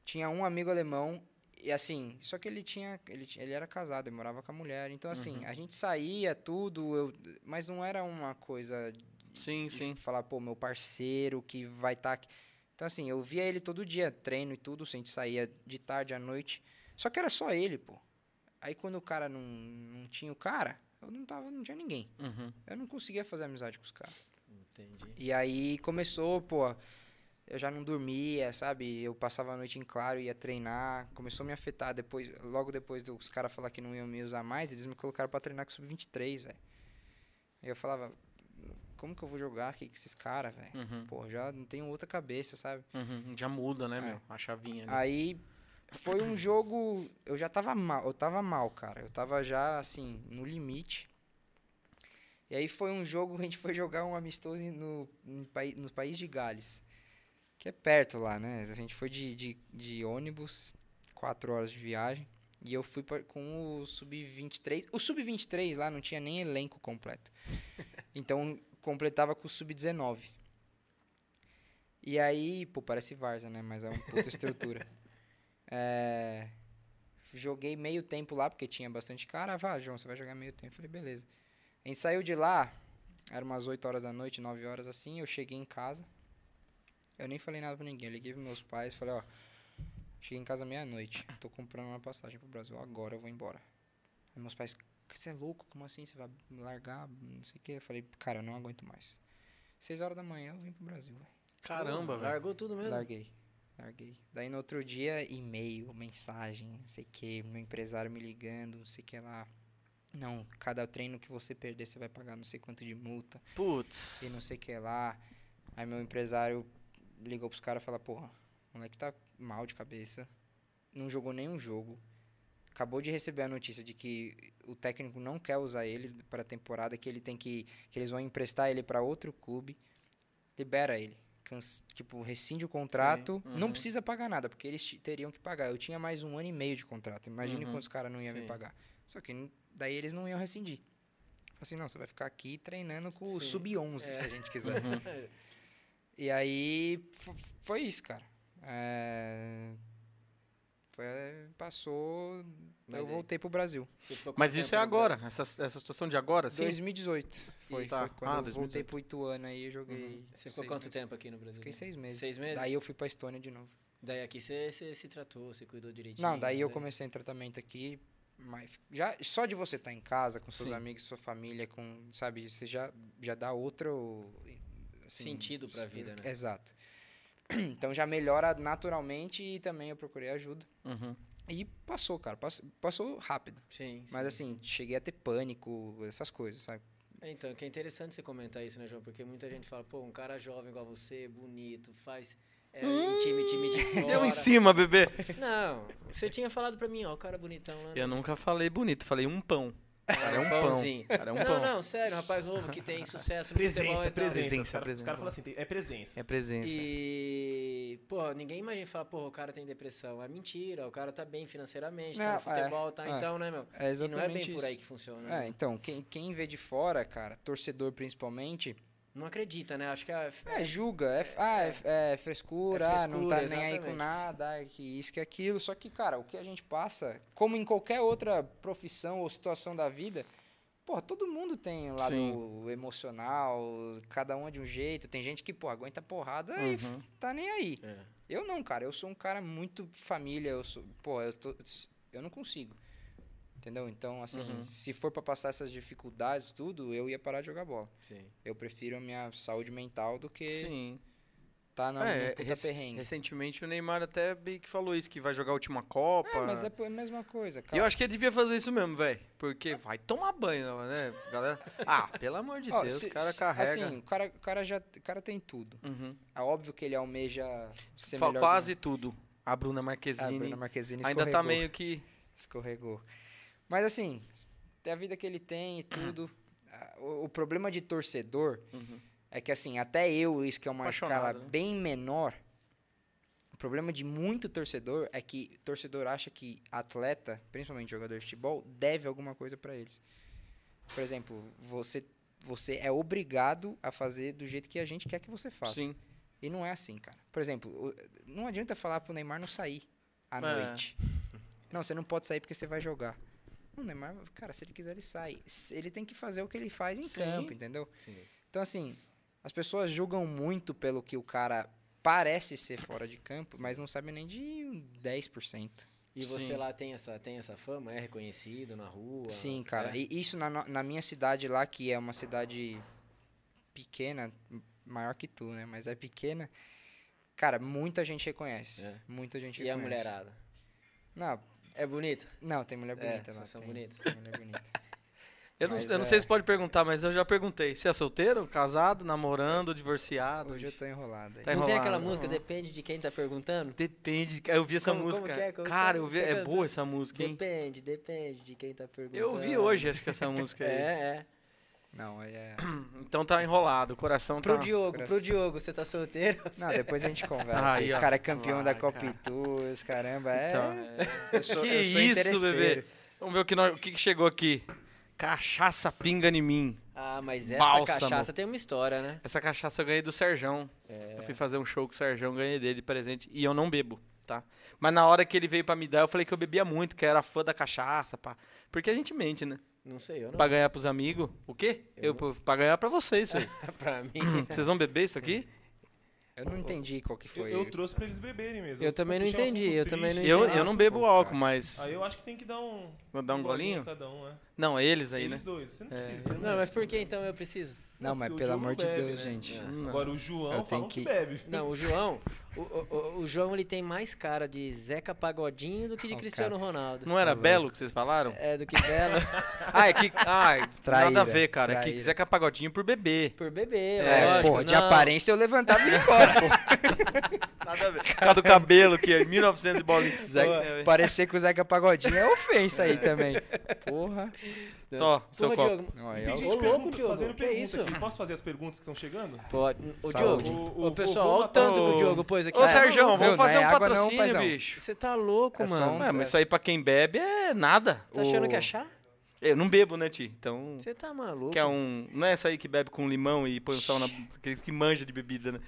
Speaker 3: Tinha um amigo alemão e assim, só que ele tinha, ele, ti- ele era casado, ele morava com a mulher. Então
Speaker 2: Uhum.
Speaker 3: assim, a gente saía tudo, eu, mas não era uma coisa
Speaker 1: Sim,
Speaker 3: e
Speaker 1: sim.
Speaker 3: falar, pô, meu parceiro que vai estar aqui. Então, assim, eu via ele todo dia, treino e tudo, assim, a gente saía de tarde à noite. Só que era só ele, pô. Aí quando o cara não, não tinha o cara, eu não tava, não tinha ninguém.
Speaker 1: Uhum.
Speaker 3: Eu não conseguia fazer amizade com os caras.
Speaker 2: É? Entendi.
Speaker 3: E aí começou, pô, eu já não dormia, sabe? Eu passava a noite em claro, ia treinar, começou a me afetar depois, logo depois dos caras falar que não iam me usar mais, eles me colocaram pra treinar com sub-23, velho. Aí Eu falava, como que eu vou jogar aqui com esses caras, velho?
Speaker 1: Uhum.
Speaker 3: Pô, já não tenho outra cabeça, sabe?
Speaker 1: Uhum. Já muda, né,
Speaker 3: É.
Speaker 1: meu? A chavinha. né?
Speaker 3: Aí foi um jogo. Eu já tava mal, eu tava mal, cara. Eu tava já, assim, no limite. E aí foi um jogo, a gente foi jogar um amistoso em- no, em pai- no país de Gales. Que é perto lá, né? A gente foi de, de, de ônibus, quatro horas de viagem. E eu fui pra- com o Sub-23. O Sub-23 lá não tinha nem elenco completo. Então completava com o Sub-19. E aí, pô, parece Varza, né? Mas é uma puta estrutura. É, Joguei meio tempo lá, porque tinha bastante cara. Ah, vá, João, você vai jogar meio tempo. Eu Falei, beleza. A gente saiu de lá, era umas 8 horas da noite, 9 horas assim. Eu cheguei em casa. Eu nem falei nada pra ninguém. Eu liguei pros meus pais, falei, ó, cheguei em casa meia-noite. Tô comprando uma passagem pro Brasil agora, eu vou embora. Aí meus pais, você é louco? Como assim? Você vai me largar? Não sei o quê. Eu falei, cara, eu não aguento mais. 6 horas da manhã eu vim pro Brasil, velho.
Speaker 1: Caramba,
Speaker 2: Pô,
Speaker 1: velho.
Speaker 2: Largou tudo mesmo?
Speaker 3: Larguei. Larguei. Daí no outro dia, e-mail, mensagem, não sei o que, meu empresário me ligando, não sei o que lá. Não, cada treino que você perder, você vai pagar não sei quanto de multa
Speaker 1: Putz.
Speaker 3: e não sei o que lá. Aí meu empresário ligou pros caras e falou, porra, o moleque tá mal de cabeça, não jogou nenhum jogo. Acabou de receber a notícia de que o técnico não quer usar ele pra temporada, que ele tem que. que eles vão emprestar ele pra outro clube. Libera ele. Canc- tipo, rescinde o contrato. Não
Speaker 1: uhum.
Speaker 3: precisa pagar nada, porque eles te- teriam que pagar. Eu tinha mais um ano e meio de contrato. Imagine
Speaker 1: Uhum,
Speaker 3: quantos caras não iam me
Speaker 1: sim.
Speaker 3: pagar. Só que n- daí eles não iam rescindir. Falei assim, não, você vai ficar aqui treinando com o
Speaker 2: Sim.
Speaker 3: sub-11,
Speaker 2: É.
Speaker 3: se a gente quiser.
Speaker 1: Uhum.
Speaker 3: E aí fo- foi isso, cara. É, foi- passou.
Speaker 2: Mas
Speaker 3: eu
Speaker 2: aí-
Speaker 3: voltei pro Brasil.
Speaker 2: Você ficou quanto
Speaker 1: Mas isso é
Speaker 2: tempo no
Speaker 1: agora,
Speaker 2: Brasil?
Speaker 1: essa, essa situação de agora, sim?
Speaker 3: 2018 foi,
Speaker 1: Assim? tá.
Speaker 3: foi quando
Speaker 1: Ah,
Speaker 3: eu
Speaker 1: 2018.
Speaker 3: voltei pro Ituano aí eu joguei.
Speaker 1: Uhum.
Speaker 2: Você ficou
Speaker 3: seis
Speaker 2: quanto
Speaker 3: meses.
Speaker 2: tempo aqui no Brasil?
Speaker 3: Fiquei seis meses.
Speaker 2: Seis meses?
Speaker 3: Daí eu fui pra Estônia de novo.
Speaker 2: Daí aqui você, você se tratou, você cuidou direitinho.
Speaker 3: Não, daí eu
Speaker 2: né?
Speaker 3: comecei em tratamento aqui. Mas já, só de você estar em casa, com seus
Speaker 1: Sim.
Speaker 3: amigos, sua família, com, sabe, você já, já dá outro assim,
Speaker 2: Sentido pra
Speaker 3: s-
Speaker 2: vida, né?
Speaker 3: Exato. Então já melhora naturalmente e também eu procurei ajuda.
Speaker 1: Uhum.
Speaker 3: E passou, cara. Passou, passou rápido.
Speaker 2: Sim, sim,
Speaker 3: Mas assim, cheguei a ter pânico, essas coisas, sabe?
Speaker 2: É, Então, que é interessante você comentar isso, né, João? Porque muita gente fala, pô, um cara jovem igual você, bonito, faz. é,
Speaker 3: Hum.
Speaker 2: em time, time de fora.
Speaker 1: Deu em cima, bebê.
Speaker 2: Não, você tinha falado pra mim, ó, o cara bonitão lá. né?
Speaker 1: Eu nunca falei bonito, falei um pão. Cara, é um pão.
Speaker 2: pãozinho.
Speaker 1: Cara, é um
Speaker 2: não,
Speaker 1: pão.
Speaker 2: não, sério, um rapaz novo que tem sucesso no futebol
Speaker 4: Presença,
Speaker 2: e tal.
Speaker 4: presença.
Speaker 1: Presença,
Speaker 4: Os caras
Speaker 1: presença.
Speaker 4: cara falam assim, tem- é presença.
Speaker 1: É presença.
Speaker 2: E, pô, ninguém imagina falar, porra, o cara tem depressão. É mentira, o cara tá bem financeiramente, tá
Speaker 3: Não,
Speaker 2: no futebol,
Speaker 3: é,
Speaker 2: tá
Speaker 3: é.
Speaker 2: então, né, meu? e
Speaker 3: É
Speaker 2: não é
Speaker 3: exatamente
Speaker 2: bem
Speaker 3: isso.
Speaker 2: por aí que funciona.
Speaker 3: É,
Speaker 2: né?
Speaker 3: então, quem, quem vê de fora, cara, torcedor principalmente,
Speaker 2: Não acredita, né? Acho que a,
Speaker 3: é, julga, é, f- ah, é, f- é frescura,
Speaker 2: É
Speaker 3: ah, não tá
Speaker 2: frescura,
Speaker 3: nem aí com
Speaker 2: exatamente.
Speaker 3: nada, ah, que isso, que aquilo. Só que, cara, o que a gente passa, como em qualquer outra profissão ou situação da vida, porra, todo mundo tem o lado emocional, cada um é de um jeito. Tem gente que, porra, aguenta porrada e f-
Speaker 1: Uhum.
Speaker 3: tá nem aí.
Speaker 2: É.
Speaker 3: Eu não, cara, eu sou um cara muito família, eu sou, pô, eu tô, eu não consigo. Entendeu? Então, assim,
Speaker 1: Uhum.
Speaker 3: se for pra passar essas dificuldades, tudo, eu ia parar de jogar bola.
Speaker 2: Sim.
Speaker 3: Eu prefiro a minha saúde mental do que
Speaker 1: Sim.
Speaker 3: tá na
Speaker 1: É,
Speaker 3: num puta
Speaker 1: rec-
Speaker 3: perrengue.
Speaker 1: recentemente o Neymar até meio que falou isso, que vai jogar a última Copa.
Speaker 3: É, mas é pô- a mesma coisa,
Speaker 1: E eu
Speaker 3: cara.
Speaker 1: acho que ele devia fazer isso mesmo, velho. Porque vai tomar banho, né, galera? Ah, pelo amor de
Speaker 3: Ó,
Speaker 1: Deus,
Speaker 3: se-
Speaker 1: o cara
Speaker 3: se-
Speaker 1: carrega.
Speaker 3: Assim, o cara, o cara já o cara tem tudo.
Speaker 1: Uhum.
Speaker 3: É óbvio que ele almeja ser
Speaker 1: Fa-
Speaker 3: melhor
Speaker 1: quase tudo. A Bruna
Speaker 3: do... ah,
Speaker 1: Marquezine
Speaker 3: Bruna Marquezine
Speaker 1: ainda tá
Speaker 3: escorregou.
Speaker 1: meio que.
Speaker 3: Escorregou. Mas assim, tem a vida que ele tem e tudo. Ah, O, o problema de torcedor
Speaker 1: Uhum.
Speaker 3: é que assim, até eu, isso que é uma
Speaker 1: Apaixonado,
Speaker 3: escala
Speaker 1: né?
Speaker 3: bem menor, o problema de muito torcedor é que torcedor acha que atleta, principalmente jogador de futebol, deve alguma coisa pra eles. Por exemplo, você você é obrigado a fazer do jeito que a gente quer que você faça.
Speaker 1: Sim.
Speaker 3: E não é assim, cara. Por exemplo, o- não adianta falar pro Neymar não sair à
Speaker 1: É.
Speaker 3: noite. Não, você não pode sair porque você vai jogar. O Neymar, cara, se ele quiser, ele sai. Se- Ele tem que fazer o que ele faz em
Speaker 1: Sim.
Speaker 3: campo, entendeu?
Speaker 2: Sim.
Speaker 3: Então, assim, as pessoas julgam muito pelo que o cara parece ser fora de campo, mas não sabe nem de um 10%.
Speaker 2: E você
Speaker 1: Sim.
Speaker 2: lá tem essa, tem essa fama, é reconhecido na rua.
Speaker 3: Sim, cara.
Speaker 2: né?
Speaker 3: E isso na, no- na minha cidade lá, que é uma cidade pequena, m- maior que tu, né? Mas é pequena. Cara, muita gente reconhece.
Speaker 2: É.
Speaker 3: Muita gente
Speaker 2: E, a
Speaker 3: reconhece.
Speaker 2: mulherada.
Speaker 3: Não,
Speaker 2: É bonita?
Speaker 3: não, tem mulher
Speaker 2: É,
Speaker 3: bonita
Speaker 2: só
Speaker 3: lá.
Speaker 2: são
Speaker 3: tem-
Speaker 2: bonitas.
Speaker 3: tem mulher bonita.
Speaker 1: Eu, não,
Speaker 3: Mas
Speaker 1: eu não
Speaker 3: é-
Speaker 1: sei se pode perguntar, mas eu já perguntei. Você é solteiro, casado, namorando, divorciado?
Speaker 3: Hoje eu tô enrolado aí.
Speaker 1: Tá
Speaker 2: não tem aquela
Speaker 1: enrolado,
Speaker 2: música,
Speaker 1: aham.
Speaker 2: depende de quem tá perguntando?
Speaker 1: Depende. Eu vi essa
Speaker 2: Como- como
Speaker 1: música.
Speaker 2: que é? Como
Speaker 1: Cara,
Speaker 2: que é?
Speaker 1: eu vi.
Speaker 2: Você
Speaker 1: É
Speaker 2: canta?
Speaker 1: boa essa música, hein?
Speaker 2: Depende, depende de quem tá perguntando.
Speaker 1: Eu vi hoje, acho que essa música aí.
Speaker 2: É, é.
Speaker 3: Não, aí é.
Speaker 1: Então tá enrolado, o coração
Speaker 2: Pro
Speaker 1: tá.
Speaker 2: Diogo,
Speaker 3: coração.
Speaker 2: pro Diogo, você tá solteiro?
Speaker 3: Não, depois a gente conversa.
Speaker 1: Aí,
Speaker 3: Aí,
Speaker 1: ó.
Speaker 3: o cara é campeão da
Speaker 1: Vai,
Speaker 3: Copa
Speaker 1: cara.
Speaker 3: Itus, caramba. É.
Speaker 1: Então,
Speaker 3: Eu sou,
Speaker 1: Que
Speaker 3: eu sou
Speaker 1: isso,
Speaker 3: interesseiro.
Speaker 1: bebê? Vamos ver o que, nós- o que que chegou aqui. Cachaça pinga em mim.
Speaker 2: Ah, mas essa
Speaker 1: Bálsamo.
Speaker 2: cachaça tem uma história, né?
Speaker 1: Essa cachaça eu ganhei do Serjão.
Speaker 2: É.
Speaker 1: Eu fui fazer um show com o Serjão, ganhei dele de presente. E eu não bebo, tá? Mas na hora que ele veio pra me dar, eu falei que eu bebia muito, que eu era fã da cachaça, pá. Porque a gente mente, né?
Speaker 2: Não sei, eu não.
Speaker 1: Pra ganhar pros amigos. O quê? Eu,
Speaker 2: Eu
Speaker 1: pra ganhar pra vocês, isso aí.
Speaker 2: pra mim.
Speaker 1: Vocês vão beber isso aqui?
Speaker 3: Eu não entendi qual que
Speaker 4: Eu,
Speaker 3: foi.
Speaker 4: eu trouxe pra eles beberem mesmo.
Speaker 2: Eu também não
Speaker 4: Puxar um assunto
Speaker 2: entendi, eu também não
Speaker 4: triste.
Speaker 1: Eu, eu
Speaker 2: chato,
Speaker 1: não bebo
Speaker 3: pô,
Speaker 1: álcool,
Speaker 3: cara.
Speaker 1: mas.
Speaker 4: Aí eu acho que tem que dar um.
Speaker 1: Vou dar um golinho?
Speaker 4: Cada um, é.
Speaker 1: Não, eles aí,
Speaker 4: Eles
Speaker 1: né?
Speaker 4: dois. Você não precisa. né?
Speaker 2: É. Não, mas por que então eu preciso?
Speaker 3: Não, mas
Speaker 4: Porque o
Speaker 3: pelo
Speaker 4: Diogo
Speaker 3: amor de
Speaker 4: bebe,
Speaker 3: Deus,
Speaker 4: né?
Speaker 3: gente.
Speaker 2: Ah.
Speaker 1: Não.
Speaker 4: Agora o João
Speaker 3: Eu tenho
Speaker 4: falam que...
Speaker 3: que-
Speaker 4: bebe.
Speaker 2: Não, o João, o, o- o- o João ele tem mais cara de Zeca Pagodinho do que de
Speaker 3: Ó,
Speaker 2: Cristiano Ronaldo.
Speaker 1: Não era Belo que vocês falaram?
Speaker 2: É, do que Belo
Speaker 1: Ah, é que. Ah, nada a
Speaker 3: Traíra,
Speaker 1: ver, cara. É que
Speaker 3: traíra.
Speaker 1: Zeca Pagodinho por bebê.
Speaker 2: por bebê,
Speaker 3: É,
Speaker 2: lógico.
Speaker 3: porra, de
Speaker 2: não.
Speaker 3: aparência eu levantava e ia embora, pô.
Speaker 1: Nada a ver. Por causa do cabelo que é 1900 e bolinha.
Speaker 3: Zeca, parecer com o Zeca Pagodinho é ofensa aí também. Porra.
Speaker 1: Tó, seu
Speaker 2: Porra,
Speaker 1: copo.
Speaker 2: Diogo,
Speaker 3: Não,
Speaker 4: E
Speaker 3: aí é
Speaker 4: tem
Speaker 3: o-
Speaker 4: gente
Speaker 2: Ô, louco,
Speaker 4: pergunta-
Speaker 2: Diogo,
Speaker 4: fazendo
Speaker 2: que
Speaker 4: pergunta
Speaker 2: isso?
Speaker 4: aqui. Posso fazer as perguntas que estão chegando?
Speaker 2: Pode. Ô,
Speaker 3: Saúde.
Speaker 2: Diogo,
Speaker 4: O- o
Speaker 2: ô, pessoal,
Speaker 4: vovô
Speaker 2: olha o
Speaker 4: matou
Speaker 2: tanto que
Speaker 1: o-
Speaker 2: o Diogo pôs aqui.
Speaker 1: Ô,
Speaker 2: Tá
Speaker 1: Serjão, vamos
Speaker 2: maluco?
Speaker 3: é Viu? Não
Speaker 1: fazer
Speaker 3: é
Speaker 1: um
Speaker 3: água não,
Speaker 1: patrocínio,
Speaker 3: paizão.
Speaker 1: bicho.
Speaker 2: Você tá louco,
Speaker 3: É só
Speaker 2: mano.
Speaker 3: um-
Speaker 1: Ué, mas isso aí pra quem bebe é nada.
Speaker 2: Tá achando que é
Speaker 3: o-
Speaker 2: chá?
Speaker 1: Eu não bebo, né, Ti? Então.
Speaker 2: Você tá maluco.
Speaker 1: Que é um. Não é essa aí que bebe com limão e põe um sal na. Aqueles que manja de bebida, né?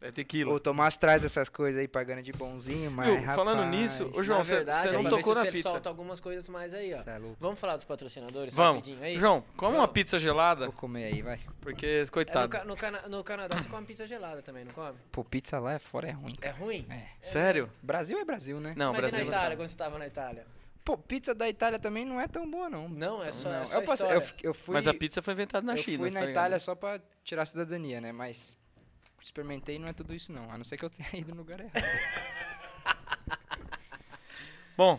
Speaker 1: É tequila.
Speaker 3: O Tomás traz essas coisas aí pagando de bonzinho, mas.
Speaker 1: Viu, falando
Speaker 3: rapaz,
Speaker 1: nisso, ô,
Speaker 2: Na
Speaker 1: João, você
Speaker 2: verdade, é
Speaker 1: não
Speaker 2: pra
Speaker 1: tocou
Speaker 2: ver se
Speaker 1: na
Speaker 2: você
Speaker 1: pizza.
Speaker 2: solta algumas coisas mais aí, ó.
Speaker 3: cê é louco.
Speaker 2: Vamos falar dos patrocinadores
Speaker 1: Vamos.
Speaker 2: rapidinho aí?
Speaker 1: João, come uma
Speaker 2: Vamos.
Speaker 1: pizza gelada,
Speaker 3: Vou comer aí, vai.
Speaker 1: porque,
Speaker 2: É, no,
Speaker 1: coitado.
Speaker 2: Ca- no Cana- no Canadá você come pizza gelada também, não come?
Speaker 3: Pô, pizza lá é fora é ruim.
Speaker 2: É ruim?
Speaker 1: Sério?
Speaker 3: Brasil é Brasil, né?
Speaker 1: Não,
Speaker 2: Mas
Speaker 1: Brasil.
Speaker 2: e
Speaker 1: não
Speaker 2: na
Speaker 1: sabe.
Speaker 2: Itália, quando você tava na Itália?
Speaker 3: Pô, pizza da Itália também não é tão boa, não. Então,
Speaker 2: Não, é só,
Speaker 3: Não,
Speaker 2: é só
Speaker 3: eu, passei- eu
Speaker 2: história.
Speaker 3: fi- eu fui.
Speaker 1: Mas a pizza foi inventada na
Speaker 3: eu
Speaker 1: China.
Speaker 3: fui
Speaker 1: você
Speaker 3: na
Speaker 1: tá ligado?
Speaker 3: Itália só pra tirar a cidadania, né? Mas experimentei não é tudo isso, não. A não ser que eu tenha ido no lugar errado.
Speaker 1: Bom,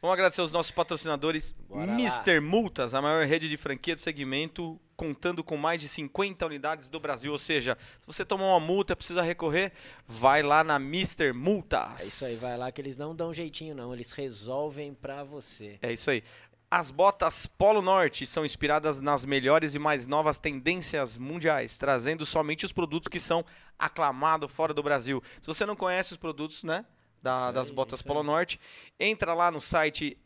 Speaker 1: vamos agradecer os nossos patrocinadores.
Speaker 2: Bora lá.
Speaker 1: Mr. Multas, a maior rede de franquia do segmento contando com mais de 50 unidades do Brasil. Ou seja, se você tomar uma multa, precisa recorrer, vai lá na Mister Multas.
Speaker 2: É isso aí, vai lá que eles não dão jeitinho, não. Eles resolvem pra você.
Speaker 1: É isso aí. As botas Polo Norte são inspiradas nas melhores e mais novas tendências mundiais, trazendo somente os produtos que são aclamados fora do Brasil. Se você não conhece os produtos, né? da-
Speaker 2: Isso
Speaker 1: das
Speaker 2: aí,
Speaker 1: Botas
Speaker 2: isso
Speaker 1: Polo
Speaker 2: aí.
Speaker 1: Norte, entra lá no site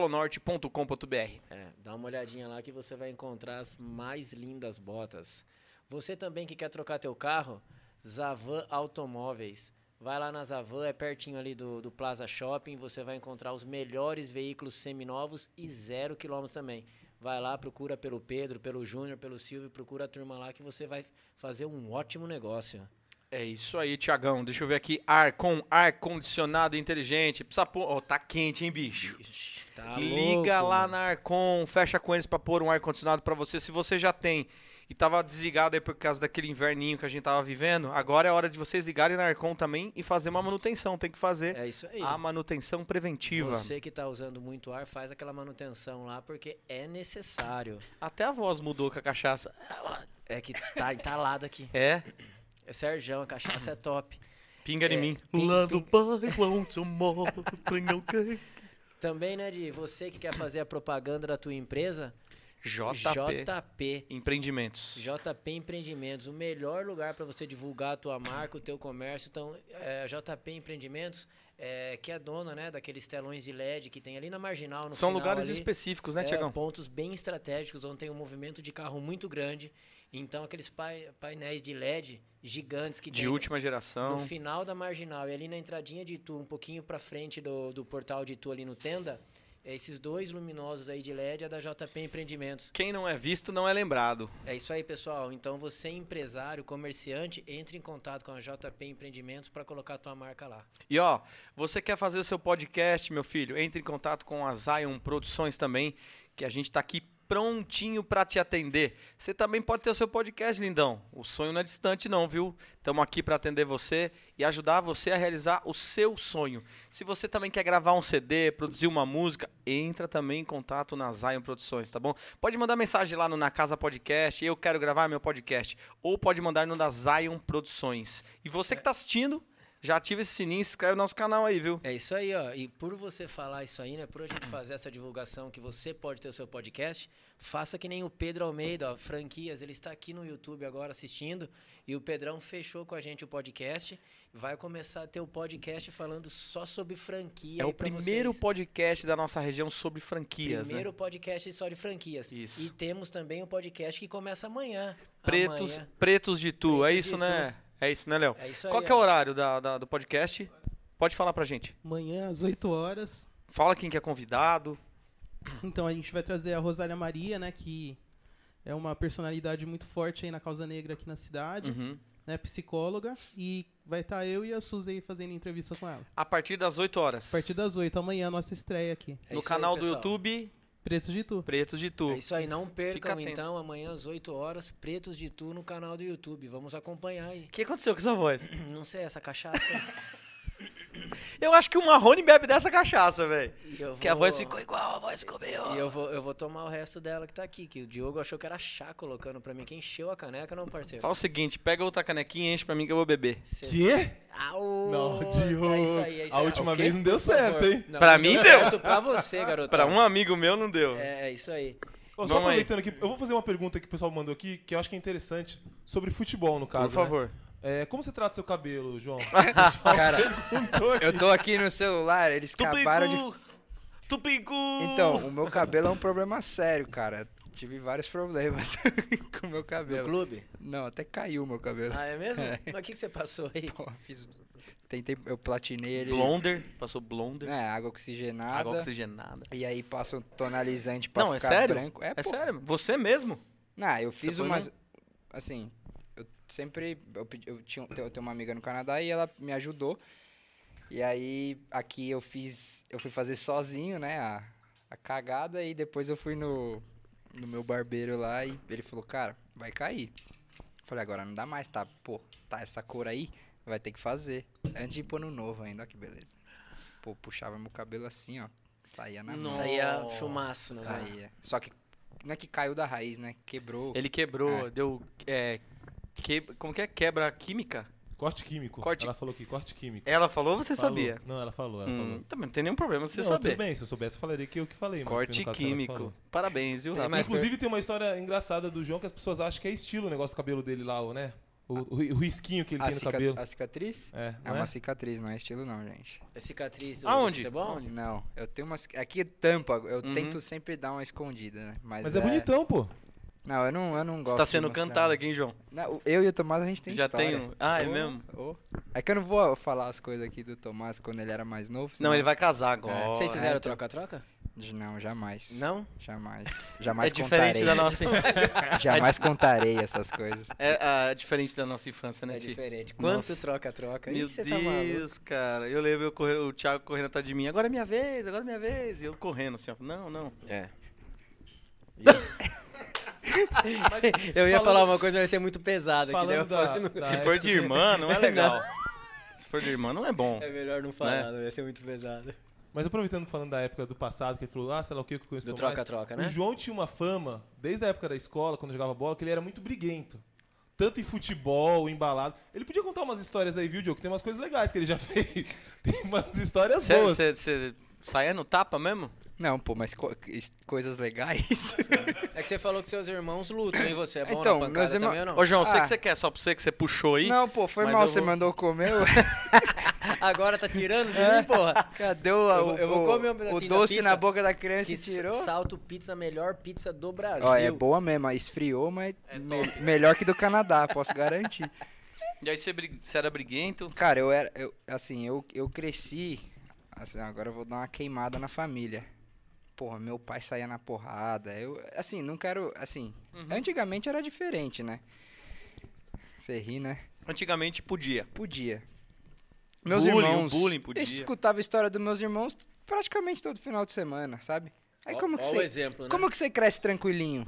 Speaker 1: www.botaspolonorte.com.br.
Speaker 2: É, dá uma olhadinha lá que você vai encontrar as mais lindas botas. Você também que quer trocar teu carro, Zavan Automóveis. Vai lá na Zavan, é pertinho ali do, do Plaza Shopping, você vai encontrar os melhores veículos seminovos e zero quilômetros também. Vai lá, procura pelo Pedro, pelo Júnior, pelo Silvio, procura a turma lá que você vai fazer um ótimo negócio.
Speaker 1: É isso aí, Tiagão. Deixa eu ver aqui. Ar com ar condicionado inteligente. Precisa pôr. Ó, tá quente, hein, bicho?
Speaker 2: Ixi, tá
Speaker 1: Liga
Speaker 2: louco,
Speaker 1: lá
Speaker 2: mano.
Speaker 1: na Arcon, fecha com eles pra pôr um ar condicionado pra você. Se você já tem e tava desligado aí por causa daquele inverninho que a gente tava vivendo, agora é hora de vocês ligarem na Arcon também e fazer uma manutenção. Tem que fazer
Speaker 2: É isso aí.
Speaker 1: a manutenção preventiva.
Speaker 2: Você que está usando muito ar, faz aquela manutenção lá porque é necessário.
Speaker 1: Até a voz mudou com a cachaça.
Speaker 2: É que tá entalado aqui.
Speaker 1: É,
Speaker 2: É Serjão, a cachaça é top.
Speaker 1: pinga em
Speaker 2: É.
Speaker 1: mim.
Speaker 2: Ping,
Speaker 1: Lá do bairro onde eu moro, tem alguém.
Speaker 2: Também, né, de você que quer fazer a propaganda da tua empresa,
Speaker 1: JP.
Speaker 2: JP.
Speaker 1: Empreendimentos.
Speaker 2: JP Empreendimentos, o melhor lugar para você divulgar a tua marca, o teu comércio. Então, é, JP Empreendimentos, é, que é dona né, daqueles telões de LED que tem ali na marginal. No
Speaker 1: São
Speaker 2: final
Speaker 1: lugares
Speaker 2: ali.
Speaker 1: específicos, né,
Speaker 2: É,
Speaker 1: Tiagão?
Speaker 2: pontos bem estratégicos, onde tem um movimento de carro muito grande. Então, aqueles pai- painéis de LED gigantes que
Speaker 1: De
Speaker 2: tem
Speaker 1: última
Speaker 2: é. no
Speaker 1: geração.
Speaker 2: final da marginal e ali na entradinha de Itu, um pouquinho pra frente do, do portal de Itu ali no Tenda, é esses dois luminosos aí de LED é da JP Empreendimentos.
Speaker 1: Quem não é visto não é lembrado.
Speaker 2: É isso aí, pessoal. Então, você empresário, comerciante, entre em contato com a JP Empreendimentos pra colocar a tua marca lá.
Speaker 1: E ó, você quer fazer seu podcast, meu filho? Entre em contato com a Zion Produções também, que a gente tá aqui prontinho pra te atender. Você também pode ter o seu podcast, lindão. O sonho não é distante não, viu? Estamos aqui pra atender você e ajudar você a realizar o seu sonho. Se você também quer gravar um CD, produzir uma música, entra também em contato na Zion Produções, tá bom? Pode mandar mensagem lá no Na Casa Podcast, eu quero gravar meu podcast, ou pode mandar no da Zion Produções. E você que tá assistindo, já ativa esse sininho e se inscreve no nosso canal aí, viu?
Speaker 2: É isso aí, ó. E por você falar isso aí, né? Por a gente fazer essa divulgação que você pode ter o seu podcast, faça que nem o Pedro Almeida, ó, Franquias. Ele está aqui no YouTube agora assistindo. E o Pedrão fechou com a gente o podcast. Vai começar a ter o podcast falando só sobre franquia.
Speaker 1: é
Speaker 2: aí
Speaker 1: o
Speaker 2: pra
Speaker 1: primeiro
Speaker 2: vocês.
Speaker 1: podcast da nossa região sobre franquias, né?
Speaker 2: primeiro podcast só de franquias.
Speaker 1: Isso.
Speaker 2: E temos também o podcast que começa amanhã.
Speaker 1: né? Pretos,
Speaker 2: Amanhã.
Speaker 1: pretos de tu, é
Speaker 2: Pretos
Speaker 1: isso,
Speaker 2: de
Speaker 1: né? É isso, né, Léo?
Speaker 2: É isso aí.
Speaker 1: Qual que é
Speaker 2: ó.
Speaker 1: o horário da- da- do podcast? Pode falar pra gente.
Speaker 5: Amanhã, às 8 horas.
Speaker 1: Fala quem que é convidado.
Speaker 5: Então a gente vai trazer a Rosália Maria, né? Que é uma personalidade muito forte aí na causa negra aqui na cidade,
Speaker 1: Uhum.
Speaker 5: né? Psicóloga. E vai estar eu e a Suzy aí fazendo entrevista com ela.
Speaker 1: A partir das 8 horas.
Speaker 5: A partir das 8, amanhã, a nossa estreia aqui.
Speaker 2: É
Speaker 1: no
Speaker 2: isso aí,
Speaker 1: canal do
Speaker 2: pessoal.
Speaker 1: YouTube,
Speaker 5: Pretos de Tu.
Speaker 1: Pretos de Tu.
Speaker 2: É isso aí, não percam
Speaker 1: atento.
Speaker 2: então amanhã às 8 horas, Pretos de Tu no canal do YouTube. Vamos acompanhar aí.
Speaker 1: O que aconteceu com essa voz?
Speaker 2: Não sei, essa cachaça.
Speaker 1: Eu acho que o Marrone bebe dessa cachaça, velho.
Speaker 2: E eu
Speaker 1: Que a
Speaker 2: vou-
Speaker 1: voz ficou igual, a voz comeu.
Speaker 2: E eu vou, eu vou tomar o resto dela que tá aqui, que o Diogo achou que era chá colocando pra mim. Quem encheu a caneca, não, parceiro.
Speaker 1: Fala o seguinte, pega outra canequinha e enche pra mim que eu vou beber.
Speaker 2: Cê-
Speaker 4: Quê?
Speaker 2: Au!
Speaker 4: Não,
Speaker 2: É
Speaker 4: Diogo,
Speaker 2: isso aí, é isso
Speaker 4: a
Speaker 2: aí.
Speaker 4: última
Speaker 2: O quê?
Speaker 4: vez não deu
Speaker 2: Por favor.
Speaker 4: certo, hein?
Speaker 2: Não,
Speaker 1: Pra
Speaker 2: não
Speaker 1: mim deu.
Speaker 2: Certo pra você, garoto.
Speaker 1: Pra um amigo meu não deu.
Speaker 2: É, é isso aí.
Speaker 1: Vamos
Speaker 4: Ô,
Speaker 1: aí.
Speaker 4: só aproveitando aqui, eu vou fazer uma pergunta que o pessoal mandou aqui, que eu acho que é interessante, sobre futebol, no caso.
Speaker 1: Por favor.
Speaker 4: né? É, como você trata seu cabelo, João?
Speaker 3: Cara,
Speaker 4: Perguntou aqui.
Speaker 3: eu tô aqui no celular, eles acabaram de
Speaker 1: Tupicu!
Speaker 3: Então,
Speaker 1: Hum.
Speaker 3: o meu cabelo é um problema sério, cara. Eu Tive vários problemas com o meu
Speaker 2: No
Speaker 3: cabelo.
Speaker 2: clube?
Speaker 3: Não, até caiu o meu cabelo.
Speaker 2: Ah, é mesmo? Mas o que, que você passou aí?
Speaker 3: Pô, fiz- um- Tentei, eu platinei ele.
Speaker 1: Blonder, passou blonder,
Speaker 3: É, água oxigenada.
Speaker 1: água oxigenada.
Speaker 3: E aí passa um tonalizante pra
Speaker 1: Não, é
Speaker 3: ficar
Speaker 1: sério?
Speaker 3: branco. É,
Speaker 1: É
Speaker 3: pô.
Speaker 1: sério? Você mesmo?
Speaker 3: Não, eu
Speaker 1: Você
Speaker 3: fiz
Speaker 1: foi
Speaker 3: umas. Assim, eu sempre. Eu, pedi- eu, tinha, eu tenho uma amiga no Canadá e ela me ajudou. E aí, aqui eu fiz. Eu fui fazer sozinho, né? A, a cagada. E depois eu fui no, no meu barbeiro lá e ele falou: Cara, vai cair. Eu Falei: Agora não dá mais, tá? Pô, tá essa cor aí, vai ter que fazer. Antes de pôr no novo ainda, ó, que beleza. Pô, puxava meu cabelo assim, ó. Saía na mão.
Speaker 2: é
Speaker 1: Nossa.
Speaker 2: um Saía chumaço, né?
Speaker 3: Saía. Só que Não é que caiu da raiz, né? Quebrou.
Speaker 1: Ele quebrou, deu. é, que- como que é? Quebra química?
Speaker 4: Corte químico.
Speaker 1: Corte-
Speaker 4: Ela falou que corte químico.
Speaker 1: Ela falou ou você
Speaker 4: Falou.
Speaker 1: sabia?
Speaker 4: Não, ela falou, ela
Speaker 1: Hum,
Speaker 4: falou.
Speaker 1: também não tem nenhum problema você
Speaker 4: não,
Speaker 1: saber.
Speaker 4: tudo bem, se eu soubesse, eu falaria que eu que falei. mas
Speaker 1: Corte
Speaker 4: no caso, ela que
Speaker 1: químico. Ah,
Speaker 4: falou.
Speaker 1: Parabéns, viu?
Speaker 3: Tem
Speaker 1: Rafa?
Speaker 3: mais-
Speaker 4: Inclusive, um tem uma história engraçada do João que as pessoas acham que é estilo o negócio do cabelo dele lá, o, né? O, o, o risquinho que ele
Speaker 3: A,
Speaker 4: tem no
Speaker 3: cica-
Speaker 4: cabelo.
Speaker 3: a Ah, cicatriz?
Speaker 4: É,
Speaker 3: É
Speaker 4: não é?
Speaker 3: uma cicatriz, não é estilo não, gente.
Speaker 2: É cicatriz do
Speaker 1: Aonde?
Speaker 2: futebol?
Speaker 1: Aonde?
Speaker 3: Não, eu tenho é uma... cic- Aqui tampa, eu
Speaker 1: Uhum.
Speaker 3: tento sempre dar uma escondida, né? Mas,
Speaker 4: Mas é bonitão, pô.
Speaker 3: Não, eu não, eu não gosto
Speaker 1: Você tá
Speaker 3: de
Speaker 1: sendo
Speaker 3: mostrar.
Speaker 1: cantado aqui, hein, João?
Speaker 3: Não, eu e o Tomás, a gente tem
Speaker 1: Já
Speaker 3: história.
Speaker 1: tem um. Ah, é
Speaker 3: Ô,
Speaker 1: mesmo?
Speaker 3: ô. É que eu não vou falar as coisas aqui do Tomás quando ele era mais novo.
Speaker 1: Não,
Speaker 3: senão-
Speaker 1: ele vai casar agora.
Speaker 3: É.
Speaker 2: Vocês
Speaker 3: Olha,
Speaker 2: fizeram
Speaker 3: então.
Speaker 2: troca-troca?
Speaker 3: Não, jamais.
Speaker 1: Não?
Speaker 3: Jamais. Jamais
Speaker 1: é diferente
Speaker 3: contarei.
Speaker 1: da nossa infância.
Speaker 3: Jamais contarei essas coisas.
Speaker 1: É, ah, é diferente da nossa infância, né,
Speaker 2: É
Speaker 1: Ti?
Speaker 2: diferente.
Speaker 1: Nossa.
Speaker 2: Quanto troca-troca?
Speaker 1: Meu
Speaker 2: Ih, você tá maluco.
Speaker 1: Deus, cara. Eu lembro eu corre- o Thiago correndo atrás de mim. Agora é minha vez, agora é minha vez. E eu correndo assim, ó. Não, não.
Speaker 2: É. eu ia falar uma coisa, mas ia ser muito pesada. Que daí eu
Speaker 4: Falando da,
Speaker 2: falei,
Speaker 4: da
Speaker 1: Se
Speaker 4: época-
Speaker 1: for de irmã, não é legal. Se for de irmã, não é bom.
Speaker 2: não- É melhor não falar, não ia ser muito pesado.
Speaker 4: Mas aproveitando falando da época do passado, que ele falou, ah, sei lá o que que eu conheço
Speaker 2: Do
Speaker 4: Tomás.
Speaker 2: troca-troca, né?
Speaker 4: O João tinha uma fama, desde a época da escola, quando jogava bola, que ele era muito briguento. Tanto em futebol, embalado. Ele podia contar umas histórias aí, viu, Diogo? Tem umas coisas legais que ele já fez. Tem umas histórias boas.
Speaker 1: Você saia no tapa mesmo?
Speaker 3: Não, pô, mas co- is- coisas legais.
Speaker 2: É que você falou que seus irmãos lutam, e você é bom
Speaker 3: Então,
Speaker 2: na pancada
Speaker 3: meus irmãos-
Speaker 2: também ou não?
Speaker 1: Ô, João, eu sei
Speaker 3: Ah.
Speaker 1: que você quer só pra você que você puxou aí.
Speaker 3: Não, pô, foi
Speaker 1: Mas
Speaker 3: mal,
Speaker 1: eu
Speaker 3: você
Speaker 1: vou-
Speaker 3: mandou eu comer. ué.
Speaker 2: Agora tá tirando de mim, porra.
Speaker 3: Cadê o,
Speaker 2: Eu vou-
Speaker 3: o-
Speaker 2: eu vou
Speaker 3: o-
Speaker 2: comer um
Speaker 3: o
Speaker 2: pedacinho da
Speaker 3: doce
Speaker 2: pizza.
Speaker 3: na boca da criança
Speaker 2: Que
Speaker 3: e tirou?
Speaker 2: Salto Pizza, a melhor pizza do Brasil.
Speaker 3: Ó, é boa mesmo, mas esfriou, mas
Speaker 2: É
Speaker 3: me- melhor que do Canadá, posso garantir.
Speaker 1: E aí você, bri- você era briguento?
Speaker 3: Cara, eu era. Eu, assim, eu, eu cresci. Assim, agora eu vou dar uma queimada na família. Porra, meu pai saía na porrada. Eu, assim, não quero. Assim,
Speaker 2: Uhum.
Speaker 3: antigamente era diferente, né? Você ri, né?
Speaker 1: Antigamente podia.
Speaker 3: Podia. Meus
Speaker 1: Bullying, o
Speaker 3: irmãos.
Speaker 1: bullying podia.
Speaker 3: Eu escutava a história dos meus irmãos praticamente todo final de semana, sabe? Aí como que
Speaker 2: Ó o
Speaker 3: você.
Speaker 2: exemplo, né?
Speaker 3: Como que você cresce tranquilinho?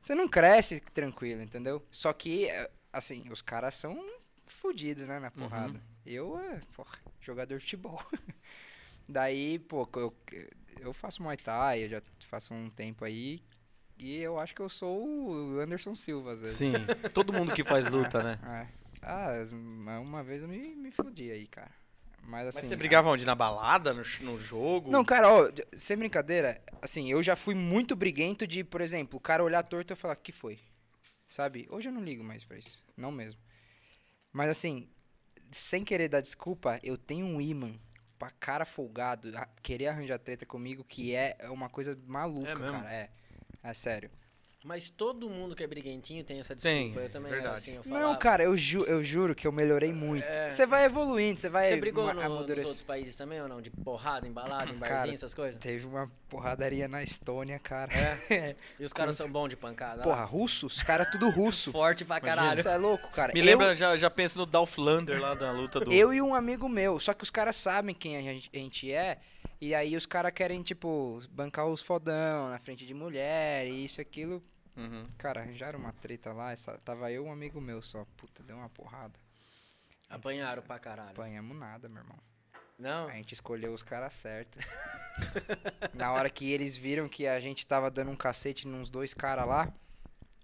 Speaker 3: Você não cresce tranquilo, entendeu? Só que, eh, assim, os caras são fodidos, né, na porrada. Eu, eh, porra, jogador de futebol. Daí, pô, co- eu, eh, eu faço Muay Thai, eu já faço um tempo aí, e eu acho que eu sou o Anderson Silva, às vezes.
Speaker 1: Sim. Todo mundo que faz luta, né?
Speaker 3: É. Ah, as- mas uma vez eu me, me fudi aí, cara. Mas assim...
Speaker 1: Mas você
Speaker 3: a-
Speaker 1: brigava onde? Na balada? No, ch- no jogo?
Speaker 3: Não, cara, ó, d- sem brincadeira, assim, eu já fui muito briguento de, por exemplo, o cara olhar torto e eu falar, que foi? Sabe? Hoje eu não ligo mais pra isso. Não mesmo. Mas assim, sem querer dar desculpa, eu tenho um imã pra cara folgado, a- querer arranjar treta comigo, que é uma coisa maluca,
Speaker 1: É mesmo?
Speaker 3: cara. É. É sério.
Speaker 2: Mas todo mundo que é briguentinho tem essa desculpa.
Speaker 1: Tem,
Speaker 2: eu também
Speaker 1: verdade.
Speaker 2: assim, eu falava.
Speaker 3: Não, cara, eu, ju- eu juro que eu
Speaker 1: É.
Speaker 3: melhorei muito. Você vai evoluindo, você vai
Speaker 2: Você brigou
Speaker 3: ma-
Speaker 2: no, nos
Speaker 3: amadurecendo.
Speaker 2: outros países também ou não? De porrada, embalada, em
Speaker 3: Cara,
Speaker 2: barzinho, essas coisas?
Speaker 3: Teve uma porradaria na Estônia, cara.
Speaker 2: E os caras são bons de pancada?
Speaker 3: É?
Speaker 2: né?
Speaker 3: Porra, russos? Cara, é tudo russo.
Speaker 2: Forte pra caralho.
Speaker 3: Isso é louco, cara.
Speaker 1: Me
Speaker 3: Eu-
Speaker 1: lembra, já, já penso no Dolph Lundgren lá da luta do...
Speaker 3: Eu e um amigo meu, só que os caras sabem quem a gente, a gente é, e aí os caras querem, tipo, bancar os fodão na frente de mulher, e isso, e aquilo.
Speaker 1: Uhum.
Speaker 3: Cara, arranjaram uma treta lá, essa- tava eu e um amigo meu só. Puta, deu uma porrada.
Speaker 2: Apanharam pra caralho. Ah.
Speaker 3: Apanhamos nada, meu irmão.
Speaker 2: Não?
Speaker 3: A gente escolheu os caras certos. na hora que eles viram que a gente tava dando um cacete nos dois caras lá,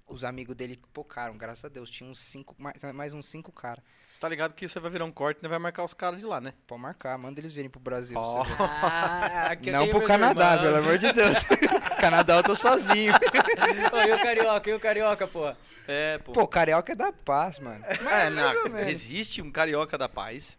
Speaker 3: os amigos dele pocaram, graças a Deus. Tinha uns cinco, mais, mais uns cinco caras.
Speaker 1: Você tá ligado que você vai virar um corte e né? vai marcar os caras de lá, né?
Speaker 3: Pode marcar, manda eles virem pro Brasil.
Speaker 1: Ó.
Speaker 3: você vê.
Speaker 2: Ah, que eu
Speaker 3: Não
Speaker 2: tenho
Speaker 3: pro
Speaker 2: meus
Speaker 3: Canadá,
Speaker 2: irmãos.
Speaker 3: pelo amor de Deus. Canadá eu tô sozinho.
Speaker 2: Ô, e o carioca, e o carioca, porra?
Speaker 1: É, pô.
Speaker 3: Pô, carioca é da paz, mano.
Speaker 1: é,
Speaker 3: mais ou
Speaker 1: não,
Speaker 3: menos.
Speaker 1: existe um carioca da paz.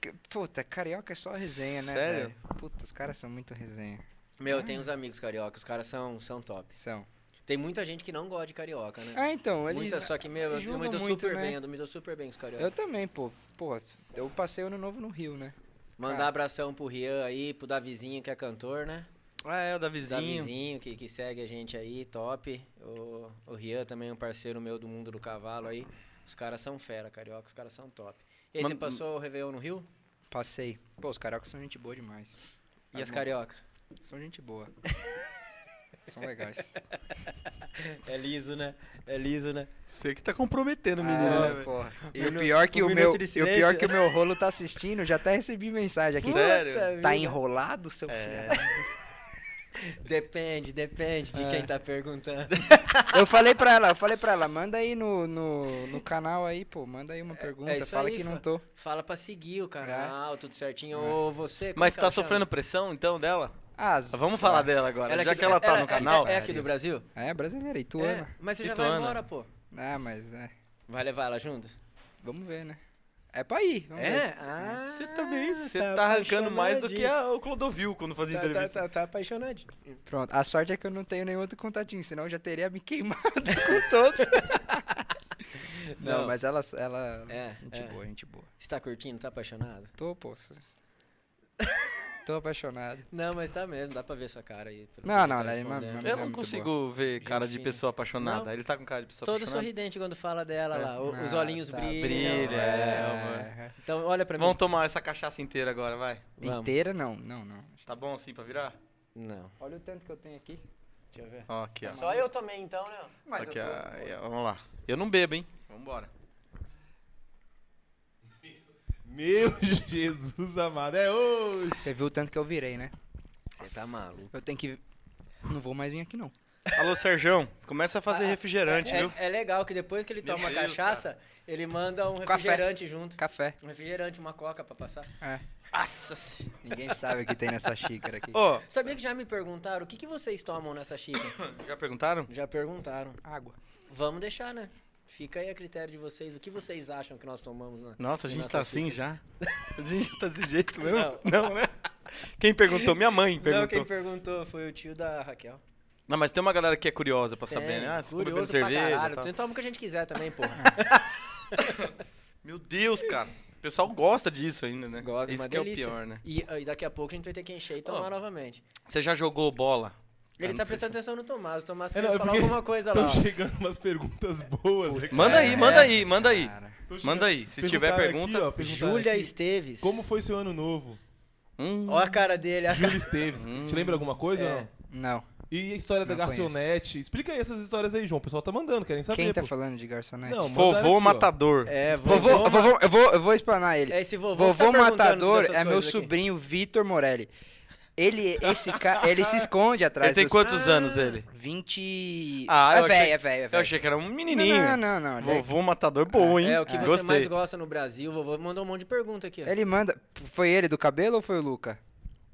Speaker 3: Que- Puta, carioca é só resenha, né,
Speaker 1: Sério?
Speaker 3: velho? Puta, os caras são muito resenha.
Speaker 2: Meu, eu tenho uns amigos carioca, os caras são, são top.
Speaker 3: São.
Speaker 2: Tem muita gente que não gosta de carioca, né?
Speaker 3: Ah, então, eles...
Speaker 2: Muita, só que, meu, eu,
Speaker 3: julgam
Speaker 2: me dou
Speaker 3: muito,
Speaker 2: super
Speaker 3: né?
Speaker 2: bem, eu me dou super bem com os carioca.
Speaker 3: Eu também, pô. Pô, eu passei o ano novo no Rio, né?
Speaker 2: Mandar
Speaker 3: cara.
Speaker 2: abração pro Rian aí, pro Davizinho, que é cantor, né?
Speaker 1: Ah, é, o da vizinha.
Speaker 2: Davizinho, que, que segue a gente aí, top. O, o Rian também é um parceiro meu do mundo do cavalo aí. Os caras são fera, carioca, os caras são top. E aí,
Speaker 1: Man-
Speaker 2: você passou o Réveillon no Rio?
Speaker 3: Passei. Pô, os cariocas são gente boa demais.
Speaker 2: E as
Speaker 3: Tá bom.
Speaker 2: carioca?
Speaker 3: São gente boa. são legais.
Speaker 2: É liso, né? É liso, né?
Speaker 1: Você que tá comprometendo, menino, né,
Speaker 3: Ah,
Speaker 1: velho?
Speaker 3: porra. E
Speaker 2: Um
Speaker 3: o
Speaker 2: minu-
Speaker 3: pior que
Speaker 2: um
Speaker 3: o
Speaker 2: minuto
Speaker 3: meu,
Speaker 2: de
Speaker 3: e o
Speaker 2: silêncio.
Speaker 3: pior que o meu rolo tá assistindo, já até recebi mensagem aqui.
Speaker 1: Sério?
Speaker 2: Puta
Speaker 3: Tá
Speaker 2: vida.
Speaker 3: enrolado, seu filho?
Speaker 1: É.
Speaker 2: Depende, depende de quem tá perguntando.
Speaker 3: Eu falei pra ela, eu falei pra ela, manda aí no, no, no canal aí, pô, manda aí uma pergunta,
Speaker 2: isso
Speaker 3: fala
Speaker 2: aí,
Speaker 3: que
Speaker 2: fa-
Speaker 3: não tô.
Speaker 2: Fala pra seguir o canal, tudo certinho. Ô, você. como
Speaker 1: Mas
Speaker 2: que
Speaker 1: tá
Speaker 2: ela chama?
Speaker 1: sofrendo pressão, então, dela?
Speaker 3: Ah,
Speaker 1: Vamos falar dela agora.
Speaker 2: Ela é
Speaker 1: Já
Speaker 2: aqui
Speaker 1: que
Speaker 2: do-
Speaker 1: ela tá
Speaker 2: ela-
Speaker 1: no canal.
Speaker 2: É, é aqui do Brasil?
Speaker 3: É, brasileira,
Speaker 2: É,
Speaker 3: Ituana.
Speaker 2: mas você já
Speaker 1: Ituana.
Speaker 2: vai embora, pô.
Speaker 3: Ah, mas é,
Speaker 2: Vai levar ela junto?
Speaker 3: vamos ver, né? É pra ir, vamos ver.
Speaker 2: Ah,
Speaker 1: Você também, você tá, arrancando mais do que a- o Clodovil quando fazia
Speaker 2: Tá, tá,
Speaker 1: entrevista.
Speaker 2: tá, tá apaixonadinho.
Speaker 3: Pronto, a sorte é que eu não tenho nenhum outro contatinho, senão eu já teria me queimado com todos. não,
Speaker 2: Não.
Speaker 3: mas ela, ela,
Speaker 2: É,
Speaker 3: gente
Speaker 2: é.
Speaker 3: boa, gente boa.
Speaker 2: Você tá curtindo? Tá apaixonado?
Speaker 3: Tô, pô, s- tô apaixonado.
Speaker 2: Não, mas tá mesmo, dá pra ver sua cara aí. pelo
Speaker 3: Não,
Speaker 2: que
Speaker 3: não,
Speaker 2: tá
Speaker 3: ela é
Speaker 2: respondendo.
Speaker 3: uma- uma-
Speaker 1: Eu
Speaker 3: É
Speaker 1: não
Speaker 3: muito
Speaker 1: consigo ver cara de
Speaker 2: fina.
Speaker 1: pessoa apaixonada.
Speaker 2: Não.
Speaker 1: Ele tá com cara de pessoa
Speaker 2: Todo
Speaker 1: apaixonada.
Speaker 2: sorridente quando fala dela
Speaker 3: É.
Speaker 2: lá. o- Os
Speaker 3: Ah,
Speaker 2: olhinhos
Speaker 3: tá,
Speaker 2: brilham.
Speaker 1: brilha, é, amor.
Speaker 3: É,
Speaker 2: Então olha pra
Speaker 1: Vamos
Speaker 2: mim.
Speaker 1: tomar essa cachaça inteira agora, vai.
Speaker 2: Vamos.
Speaker 3: Inteira não, não, não.
Speaker 1: Tá bom assim pra virar?
Speaker 2: Não,
Speaker 3: Olha o tanto que eu tenho aqui.
Speaker 2: deixa eu ver.
Speaker 1: Ó, aqui, ó.
Speaker 2: Só eu tomei então, né?
Speaker 3: Mas
Speaker 1: Aqui,
Speaker 3: eu tô-
Speaker 1: ó. Aí, ó. Vamos lá. Eu não bebo, hein? Vambora.
Speaker 4: Meu Jesus amado, é hoje.
Speaker 3: Você viu o tanto que eu virei, né?
Speaker 2: Você tá maluco.
Speaker 3: Eu tenho que. Não vou mais vir aqui, não.
Speaker 1: Alô, Serjão. Começa a fazer refrigerante, viu?
Speaker 2: Ah, É, é legal que depois que ele
Speaker 1: Meu
Speaker 2: toma
Speaker 1: Deus,
Speaker 2: cachaça, ele manda um
Speaker 3: Café.
Speaker 2: refrigerante junto.
Speaker 3: Café.
Speaker 2: Um refrigerante, uma coca pra passar.
Speaker 3: É.
Speaker 1: Nossa senhora.
Speaker 3: Ninguém sabe o que tem nessa xícara aqui.
Speaker 1: Ó,
Speaker 2: Sabia que já me perguntaram o que, que vocês tomam nessa xícara?
Speaker 1: já perguntaram?
Speaker 2: já perguntaram.
Speaker 3: Água.
Speaker 2: Vamos deixar, né? Fica aí a critério de vocês. O que vocês acham que nós tomamos, né?
Speaker 1: Nossa, a gente
Speaker 2: Nossa,
Speaker 1: tá assim já? A gente tá desse jeito mesmo?
Speaker 2: Não.
Speaker 1: Não, né? Quem perguntou? Minha mãe perguntou.
Speaker 2: Não, quem perguntou foi o tio da Raquel.
Speaker 1: Não, mas tem uma galera que é curiosa pra saber,
Speaker 2: Tem,
Speaker 1: né? Ah, você tá bebendo
Speaker 2: curioso pra
Speaker 1: cerveja e
Speaker 2: caralho.
Speaker 1: tal.
Speaker 2: Então toma o que a gente quiser também, porra.
Speaker 1: Meu Deus, cara. O pessoal gosta disso ainda, né?
Speaker 2: Gosto,
Speaker 1: Isso
Speaker 2: uma
Speaker 1: que é o
Speaker 2: delícia.
Speaker 1: pior, né?
Speaker 2: E, e daqui a pouco a gente vai ter que encher e tomar
Speaker 1: Ô.
Speaker 2: novamente.
Speaker 1: Você já jogou bola?
Speaker 2: Ele
Speaker 1: não
Speaker 2: tá
Speaker 1: sei se-
Speaker 2: prestando atenção no Tomás. O Tomás
Speaker 4: É,
Speaker 2: quer
Speaker 4: não, é
Speaker 2: falar
Speaker 4: porque
Speaker 2: alguma coisa lá.
Speaker 4: Estão chegando umas perguntas boas aqui.
Speaker 1: Manda
Speaker 2: É.
Speaker 1: aí, manda aí, manda aí.
Speaker 3: Cara.
Speaker 4: Tão chegando-
Speaker 1: Manda aí, se tiver
Speaker 4: Perguntaram
Speaker 1: pergunta.
Speaker 4: ó, perguntaram
Speaker 2: Júlia
Speaker 4: aqui,
Speaker 2: Esteves.
Speaker 4: Como foi seu ano novo?
Speaker 1: Hum.
Speaker 2: Ó a cara dele. a
Speaker 4: Júlia Esteves. Te lembra alguma coisa
Speaker 2: É.
Speaker 4: ou não?
Speaker 3: Não.
Speaker 4: E a história da
Speaker 3: Não conheço.
Speaker 4: garçonete? Explica aí essas histórias aí, João. O pessoal tá mandando, querem saber.
Speaker 3: Quem tá
Speaker 4: pô.
Speaker 3: falando de garçonete?
Speaker 4: Não, mandaram aqui,
Speaker 1: Vovô
Speaker 4: ó.
Speaker 1: matador.
Speaker 2: É,
Speaker 3: Vovô,
Speaker 2: vovô.
Speaker 3: vovô- eu, vou, eu vou explanar ele.
Speaker 2: É esse vovô, que tá
Speaker 3: Vovô
Speaker 2: perguntando
Speaker 3: Matador
Speaker 2: dessas
Speaker 3: é meu
Speaker 2: coisas aqui.
Speaker 3: sobrinho Vitor Morelli. Ele, esse ca... ele se esconde atrás
Speaker 1: Ele tem
Speaker 3: dos...
Speaker 1: quantos
Speaker 2: Ah.
Speaker 1: anos ele?
Speaker 3: 20...
Speaker 1: Ah,
Speaker 3: é
Speaker 1: eu achei-
Speaker 3: velho, é velho, é
Speaker 1: Eu
Speaker 3: velho.
Speaker 1: achei que era um menininho.
Speaker 3: Não, não, não. não. Ele,
Speaker 1: Vovô matador bom, hein?
Speaker 2: É, o que
Speaker 1: Ah.
Speaker 2: você
Speaker 1: Gostei.
Speaker 2: mais gosta no Brasil. Vovô mandou um monte de pergunta aqui. ó.
Speaker 3: ele manda... Foi ele do cabelo ou foi o Luca?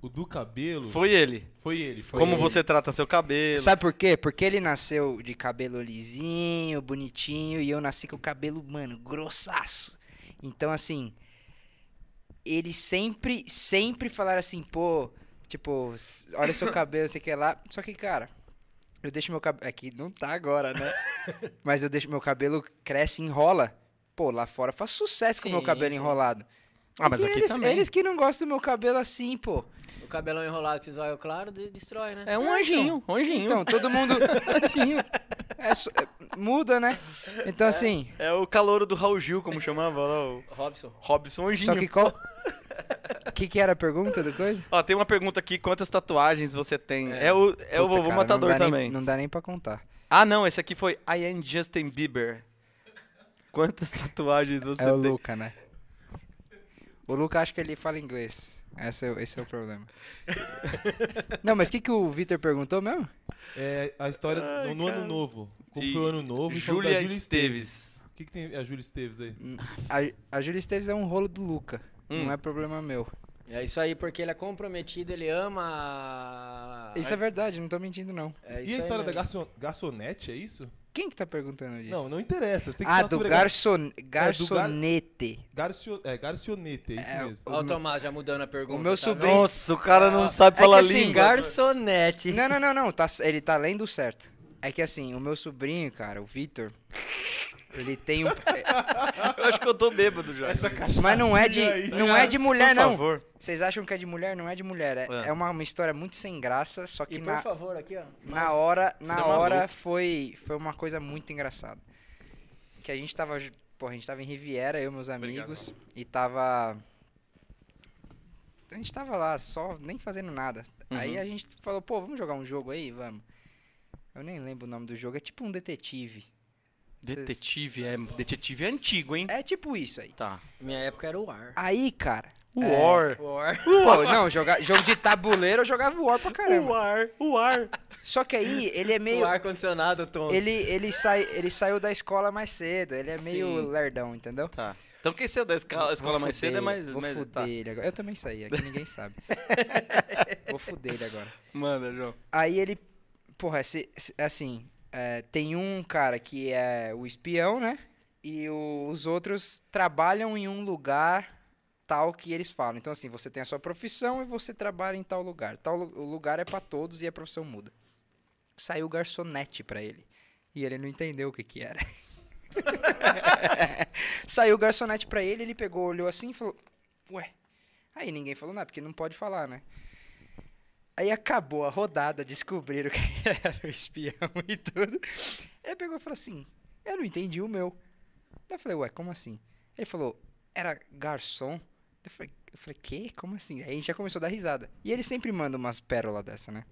Speaker 4: O do cabelo foi,
Speaker 1: Foi ele.
Speaker 4: ele. Foi
Speaker 1: Como
Speaker 4: ele.
Speaker 1: você trata seu cabelo.
Speaker 3: Sabe por quê? Porque ele nasceu de cabelo lisinho, bonitinho, e eu nasci com o cabelo, mano, grossaço. Então, assim, ele sempre, sempre falaram assim, pô, tipo, s- olha seu cabelo, sei o que lá. Só que, cara, eu deixo meu cabelo. Aqui não tá agora, né? Mas eu deixo meu cabelo, cresce, enrola. Pô, lá fora faz sucesso com o meu
Speaker 2: Sim,
Speaker 3: cabelo
Speaker 2: sim.
Speaker 3: enrolado.
Speaker 1: Ah, mas
Speaker 3: Porque
Speaker 1: aqui
Speaker 3: eles,
Speaker 1: também.
Speaker 3: Eles que não gostam do meu cabelo assim, pô.
Speaker 2: O cabelão enrolado, esses olhos claros, de- destrói, né?
Speaker 1: É um anjinho, um anjinho.
Speaker 3: Então, todo mundo. É só- é- muda, né? Então, assim.
Speaker 1: É o calouro do Raul Gil, como chamava lá, o
Speaker 2: Robson.
Speaker 1: Robson um Anjinho.
Speaker 3: Só que qual. O que, que era a pergunta do coisa?
Speaker 1: Ó, tem uma pergunta aqui, quantas tatuagens você tem? É, o, é o
Speaker 3: Puta,
Speaker 1: vovô
Speaker 3: cara,
Speaker 1: matador
Speaker 3: não dá nem-
Speaker 1: também.
Speaker 3: não dá nem pra contar.
Speaker 1: Ah, não, esse aqui foi I am Justin Bieber. Quantas tatuagens você
Speaker 3: é o
Speaker 1: tem?
Speaker 3: Luca, né? O Luca acha que ele fala inglês. Esse é, o- esse é o problema. não, mas o que, que o Victor perguntou mesmo?
Speaker 4: É a história
Speaker 1: Ai,
Speaker 4: no, no ano
Speaker 1: cara.
Speaker 4: novo. Como
Speaker 1: E
Speaker 4: foi o ano novo? e falou da
Speaker 1: Júlia Esteves.
Speaker 4: O que, que tem a Júlia Esteves aí?
Speaker 3: A, a Júlia Esteves é um rolo do Luca.
Speaker 1: Hum.
Speaker 3: Não é problema meu.
Speaker 2: É isso aí, porque ele é comprometido, ele ama.
Speaker 4: Ah,
Speaker 2: a-
Speaker 3: Isso é verdade, não tô mentindo, não.
Speaker 2: É isso
Speaker 4: E a
Speaker 2: aí
Speaker 4: história da
Speaker 2: mesmo.
Speaker 4: garçon- garçonete, é isso?
Speaker 3: Quem que tá perguntando disso?
Speaker 4: Não, não interessa. Você tem que
Speaker 3: ah,
Speaker 4: falar
Speaker 3: do
Speaker 4: sobre a É,
Speaker 3: garçon...
Speaker 4: gar-
Speaker 3: garçonete.
Speaker 4: garcio- é, garçonete, é isso mesmo.
Speaker 2: Ó, o Tomás já mudando a pergunta.
Speaker 3: O meu
Speaker 2: tá
Speaker 3: sobrinho-
Speaker 2: vendo?
Speaker 1: Nossa, o cara não
Speaker 2: Ah,
Speaker 1: sabe
Speaker 3: é
Speaker 1: falar
Speaker 3: que assim,
Speaker 1: língua.
Speaker 2: Garçonete.
Speaker 3: Não, não, não, não. Tá, ele tá além do certo. É que assim, o meu sobrinho, cara, o Vitor, ele tem um.
Speaker 1: Eu acho que eu tô bêbado já.
Speaker 4: Essa cachaça
Speaker 3: Mas não é de,
Speaker 4: aí.
Speaker 3: não é de mulher,
Speaker 1: Por
Speaker 3: não.
Speaker 1: favor.
Speaker 3: Vocês acham que é de mulher? Não é de mulher. É,
Speaker 1: É.
Speaker 3: é uma, uma história muito sem graça, só que
Speaker 2: E por
Speaker 3: na,
Speaker 2: favor, aqui, ó.
Speaker 3: na hora,
Speaker 1: Você é
Speaker 3: na hora
Speaker 1: maluco.
Speaker 3: foi, foi uma coisa muito engraçada. Que a gente tava. ju- Porra, a gente tava em Riviera, eu e meus amigos, e tava. A gente tava lá só, nem fazendo nada. Aí
Speaker 1: Uhum.
Speaker 3: a gente falou, pô, vamos jogar um jogo aí? Vamos. Eu nem lembro o nome do jogo, é tipo um detetive.
Speaker 1: Detetive é, detetive é antigo, hein?
Speaker 3: É tipo isso aí.
Speaker 1: Tá.
Speaker 2: Minha época era o ar.
Speaker 3: Aí, cara,
Speaker 1: War.
Speaker 3: War. Pô, não, joga, jogo de tabuleiro eu jogava War pra caramba.
Speaker 1: ar, o ar.
Speaker 3: Só que aí ele é meio.
Speaker 2: O ar-condicionado, Tom.
Speaker 3: Ele, ele, sai, ele saiu da escola mais cedo, ele é meio
Speaker 1: Sim.
Speaker 3: lerdão, entendeu?
Speaker 1: Tá. Então quem saiu da escola, escola
Speaker 3: Vou
Speaker 1: mais
Speaker 3: fuder,
Speaker 1: cedo é mais.
Speaker 3: Vou
Speaker 1: mais
Speaker 3: fuder
Speaker 1: tá.
Speaker 3: ele agora. Eu também saí, aqui ninguém sabe. vou fuder ele agora.
Speaker 1: Manda, João.
Speaker 3: Aí ele. Porra, esse- esse- assim. é, tem um cara que é o espião, né? E o- os outros trabalham em um lugar tal que eles falam. Então, assim, você tem a sua profissão e você trabalha em tal lugar. Tal, lu- o lugar é pra todos e a profissão muda. Saiu garçonete pra ele. E ele não entendeu o que que era. Saiu o garçonete pra ele, ele pegou, olhou assim e falou: Ué. Aí ninguém falou nada, porque não pode falar, né? Aí acabou a rodada, descobriram que era o espião e tudo. Ele pegou e falou assim: Eu não entendi o meu. Daí eu falei: Ué, como assim? Ele falou: Era garçom? Eu falei: eu falei Que? Como assim? Aí a gente já começou a dar risada. E ele sempre manda umas pérolas dessa, né?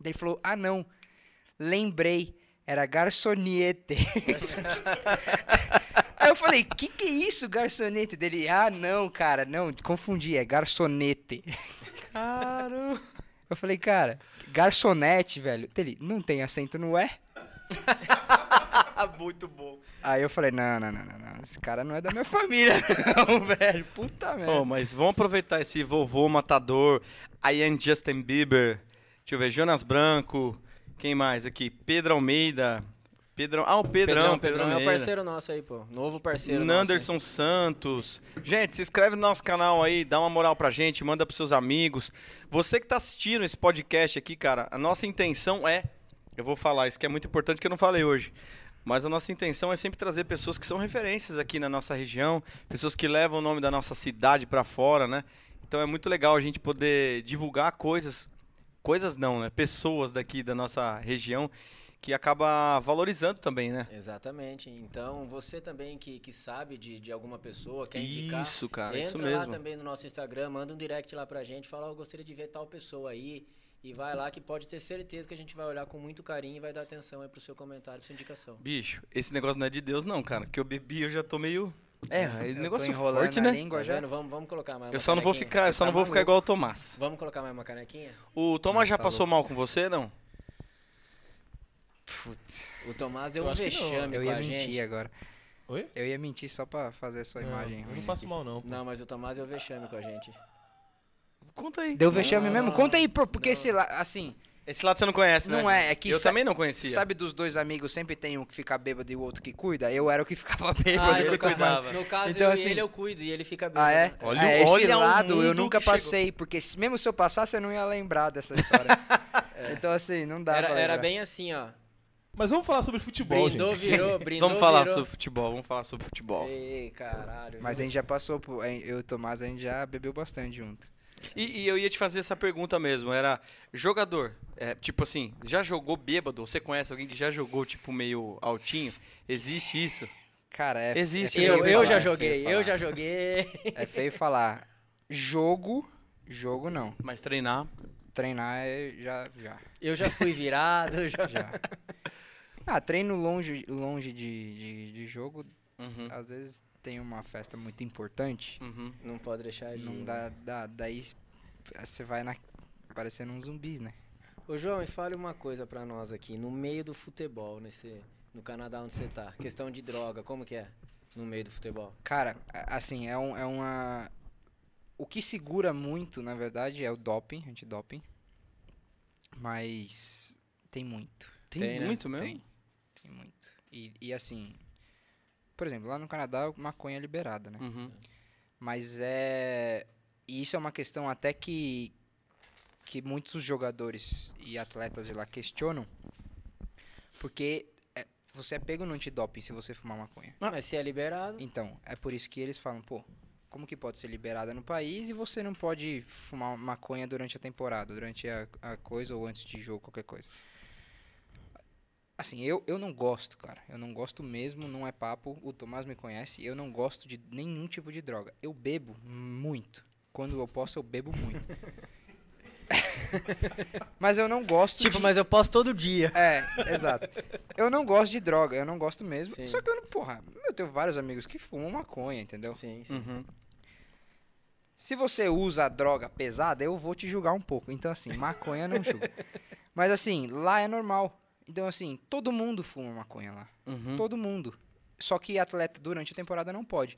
Speaker 3: Daí ele falou: Ah, não. Lembrei. Era garçoniete. Aí eu falei, que que é isso, garçonete? Dele, ah, não, cara, não, confundi, é garçonete.
Speaker 1: Caramba.
Speaker 3: Eu falei, cara, garçonete, velho. Ele, não tem acento no é?
Speaker 1: Ah, Muito bom.
Speaker 3: Aí eu falei, não, não, não, não, não, esse cara não é da minha família, não, velho. Puta merda.
Speaker 1: Oh, mas vamos aproveitar esse vovô matador, Ian Justin Bieber, deixa eu ver, Jonas Branco, quem mais aqui? Pedro Almeida, Pedrão, ah, o Pedrão,
Speaker 2: Pedrão, Pedrão é o
Speaker 1: Almeida.
Speaker 2: parceiro nosso aí, pô. Novo parceiro
Speaker 1: Nanderson Santos. Gente, se inscreve no nosso canal aí, dá uma moral pra gente, manda pros seus amigos. Você que tá assistindo esse podcast aqui, cara, a nossa intenção é. Eu vou falar isso que é muito importante que eu não falei hoje. Mas a nossa intenção é sempre trazer pessoas que são referências aqui na nossa região, pessoas que levam o nome da nossa cidade pra fora, né? Então é muito legal a gente poder divulgar coisas, coisas não, né? Pessoas daqui da nossa região que acaba valorizando também, né?
Speaker 2: nosso. Exatamente. Então, você também que, que sabe de, de alguma pessoa, quer indicar,
Speaker 1: Isso, cara,
Speaker 2: entra
Speaker 1: isso
Speaker 2: lá
Speaker 1: mesmo.
Speaker 2: também no nosso Instagram, manda um direct lá pra gente, fala, "Ó, eu gostaria de ver tal pessoa aí. E vai lá que pode ter certeza que a gente vai olhar com muito carinho e vai dar atenção aí pro seu comentário, pra sua indicação.
Speaker 1: Bicho, esse negócio não é de Deus, não, cara. Que eu bebi, eu já tô meio. É,
Speaker 3: Eu
Speaker 1: esse
Speaker 3: tô
Speaker 1: negócio
Speaker 3: enrolando
Speaker 1: forte,
Speaker 3: a
Speaker 1: né?
Speaker 3: língua
Speaker 2: Tá
Speaker 3: já.
Speaker 2: vendo? Vamos, vamos colocar mais uma
Speaker 1: Eu só não vou
Speaker 2: canequinha.
Speaker 1: ficar, eu
Speaker 2: Você
Speaker 1: só não
Speaker 2: tá
Speaker 1: vou ficar
Speaker 2: maluco.
Speaker 1: igual o Tomás.
Speaker 2: Vamos colocar mais uma canequinha?
Speaker 1: O Tomás
Speaker 3: Não,
Speaker 1: já
Speaker 3: tá
Speaker 1: passou mal com você, não?
Speaker 3: Putz,
Speaker 2: O Tomás deu
Speaker 4: Eu
Speaker 2: um
Speaker 4: acho que não.
Speaker 2: vexame
Speaker 3: eu
Speaker 2: com
Speaker 3: ia
Speaker 2: a
Speaker 3: mentir
Speaker 2: gente.
Speaker 3: agora.
Speaker 4: Oi?
Speaker 3: Eu ia mentir só pra fazer a sua
Speaker 4: Não,
Speaker 3: imagem.
Speaker 4: eu
Speaker 3: ruim
Speaker 4: não passo
Speaker 3: aqui.
Speaker 4: mal, não. pô.
Speaker 2: Não, mas o Tomás deu vexame com a gente.
Speaker 1: Conta aí.
Speaker 3: Deu vexame
Speaker 2: Não,
Speaker 3: mesmo?
Speaker 2: não,
Speaker 3: Conta aí, pô, porque
Speaker 2: não.
Speaker 3: esse lá, assim,
Speaker 1: Esse lado você não conhece, né?
Speaker 3: não é, é que
Speaker 1: eu
Speaker 3: sa-
Speaker 1: também não conhecia.
Speaker 3: sabe dos dois amigos sempre tem um que fica bêbado e o outro que cuida? Eu era o que ficava bêbado.
Speaker 1: Ah, eu
Speaker 2: no
Speaker 1: que
Speaker 2: ca-
Speaker 1: cuidava.
Speaker 2: No caso,
Speaker 3: Então,
Speaker 2: eu e
Speaker 3: assim-
Speaker 2: ele eu cuido e ele fica bem.
Speaker 3: Ah, é?
Speaker 1: Olha
Speaker 3: Ah,
Speaker 1: o-
Speaker 3: é, esse
Speaker 1: olha o
Speaker 3: lado eu
Speaker 1: mundo
Speaker 3: nunca
Speaker 1: que chegou.
Speaker 3: passei, porque se- mesmo se eu passasse, eu não ia lembrar dessa história. Então, assim, não dá
Speaker 2: Era,
Speaker 3: pra
Speaker 2: era
Speaker 3: lembrar.
Speaker 2: bem assim, ó.
Speaker 4: Mas vamos falar sobre futebol,
Speaker 2: Brindou,
Speaker 4: gente.
Speaker 2: virou, brindou,
Speaker 1: Vamos falar
Speaker 2: virou.
Speaker 1: sobre futebol, vamos falar sobre futebol.
Speaker 3: É.
Speaker 2: Ei, caralho.
Speaker 3: Mas a
Speaker 2: viu?
Speaker 3: gente já passou, por, eu e o Tomás, a gente já bebeu bastante junto.
Speaker 1: E, e eu ia te fazer essa pergunta mesmo, era jogador, é, tipo assim, já jogou bêbado? Você conhece alguém que já jogou, tipo, meio altinho? Existe isso?
Speaker 3: Cara, é,
Speaker 1: Existe, né?
Speaker 3: é feio
Speaker 2: eu, eu
Speaker 3: falar,
Speaker 2: já
Speaker 3: é feio
Speaker 2: joguei,
Speaker 3: falar.
Speaker 2: eu já joguei.
Speaker 3: É feio falar. Jogo, jogo não.
Speaker 1: Mas treinar.
Speaker 3: Treinar é já, já,
Speaker 2: Eu já fui virado, eu já.
Speaker 3: já. Ah, treino longe, longe de, de, de jogo,
Speaker 1: Uhum,
Speaker 3: às vezes tem uma festa muito importante,
Speaker 1: uhum.
Speaker 2: Não pode deixar de.
Speaker 3: não dá, dá daí você vai na, parecendo um zumbi, né?
Speaker 2: Ô, João, e fale uma coisa pra nós aqui. No meio do futebol, nesse, no Canadá onde você tá, questão de droga, como que é? No meio do futebol.
Speaker 3: Cara, a- assim, é, um, é uma. O que segura muito, na verdade, é o doping, antidoping. Mas tem muito.
Speaker 1: Tem,
Speaker 2: Tem, né?
Speaker 1: muito mesmo?
Speaker 3: Tem. Tem muito. E, e assim. Por exemplo, lá no Canadá, maconha é liberada, né?
Speaker 1: Uhum.
Speaker 3: Mas é. E isso é uma questão até que. que muitos jogadores e atletas de lá questionam. Porque é- você é pego no antidoping se você fumar maconha.
Speaker 2: Mas se é liberado.
Speaker 3: Então, é por isso que eles falam, pô, como que pode ser liberada no país e você não pode fumar maconha durante a temporada, durante a, a coisa ou antes de jogo, qualquer coisa. Assim, eu, eu não gosto, cara. Eu não gosto mesmo, não é papo. O Tomás me conhece, eu não gosto de nenhum tipo de droga. Eu bebo muito. Quando eu posso, eu bebo muito. Mas eu não gosto
Speaker 2: Tipo,
Speaker 3: de...
Speaker 2: mas eu posso todo dia.
Speaker 3: É, exato. Eu não gosto de droga, eu não gosto mesmo.
Speaker 2: Sim.
Speaker 3: Uhum. Só que eu não, porra, eu tenho vários amigos que fumam maconha, entendeu?
Speaker 2: Sim, sim.
Speaker 1: Uhum.
Speaker 3: Se você usa droga pesada, eu vou te julgar um pouco. Então, assim, maconha não julga. Mas, assim, lá é normal. Então, assim, todo mundo fuma maconha lá.
Speaker 1: Uhum.
Speaker 3: Todo mundo. Só que atleta durante a temporada não pode.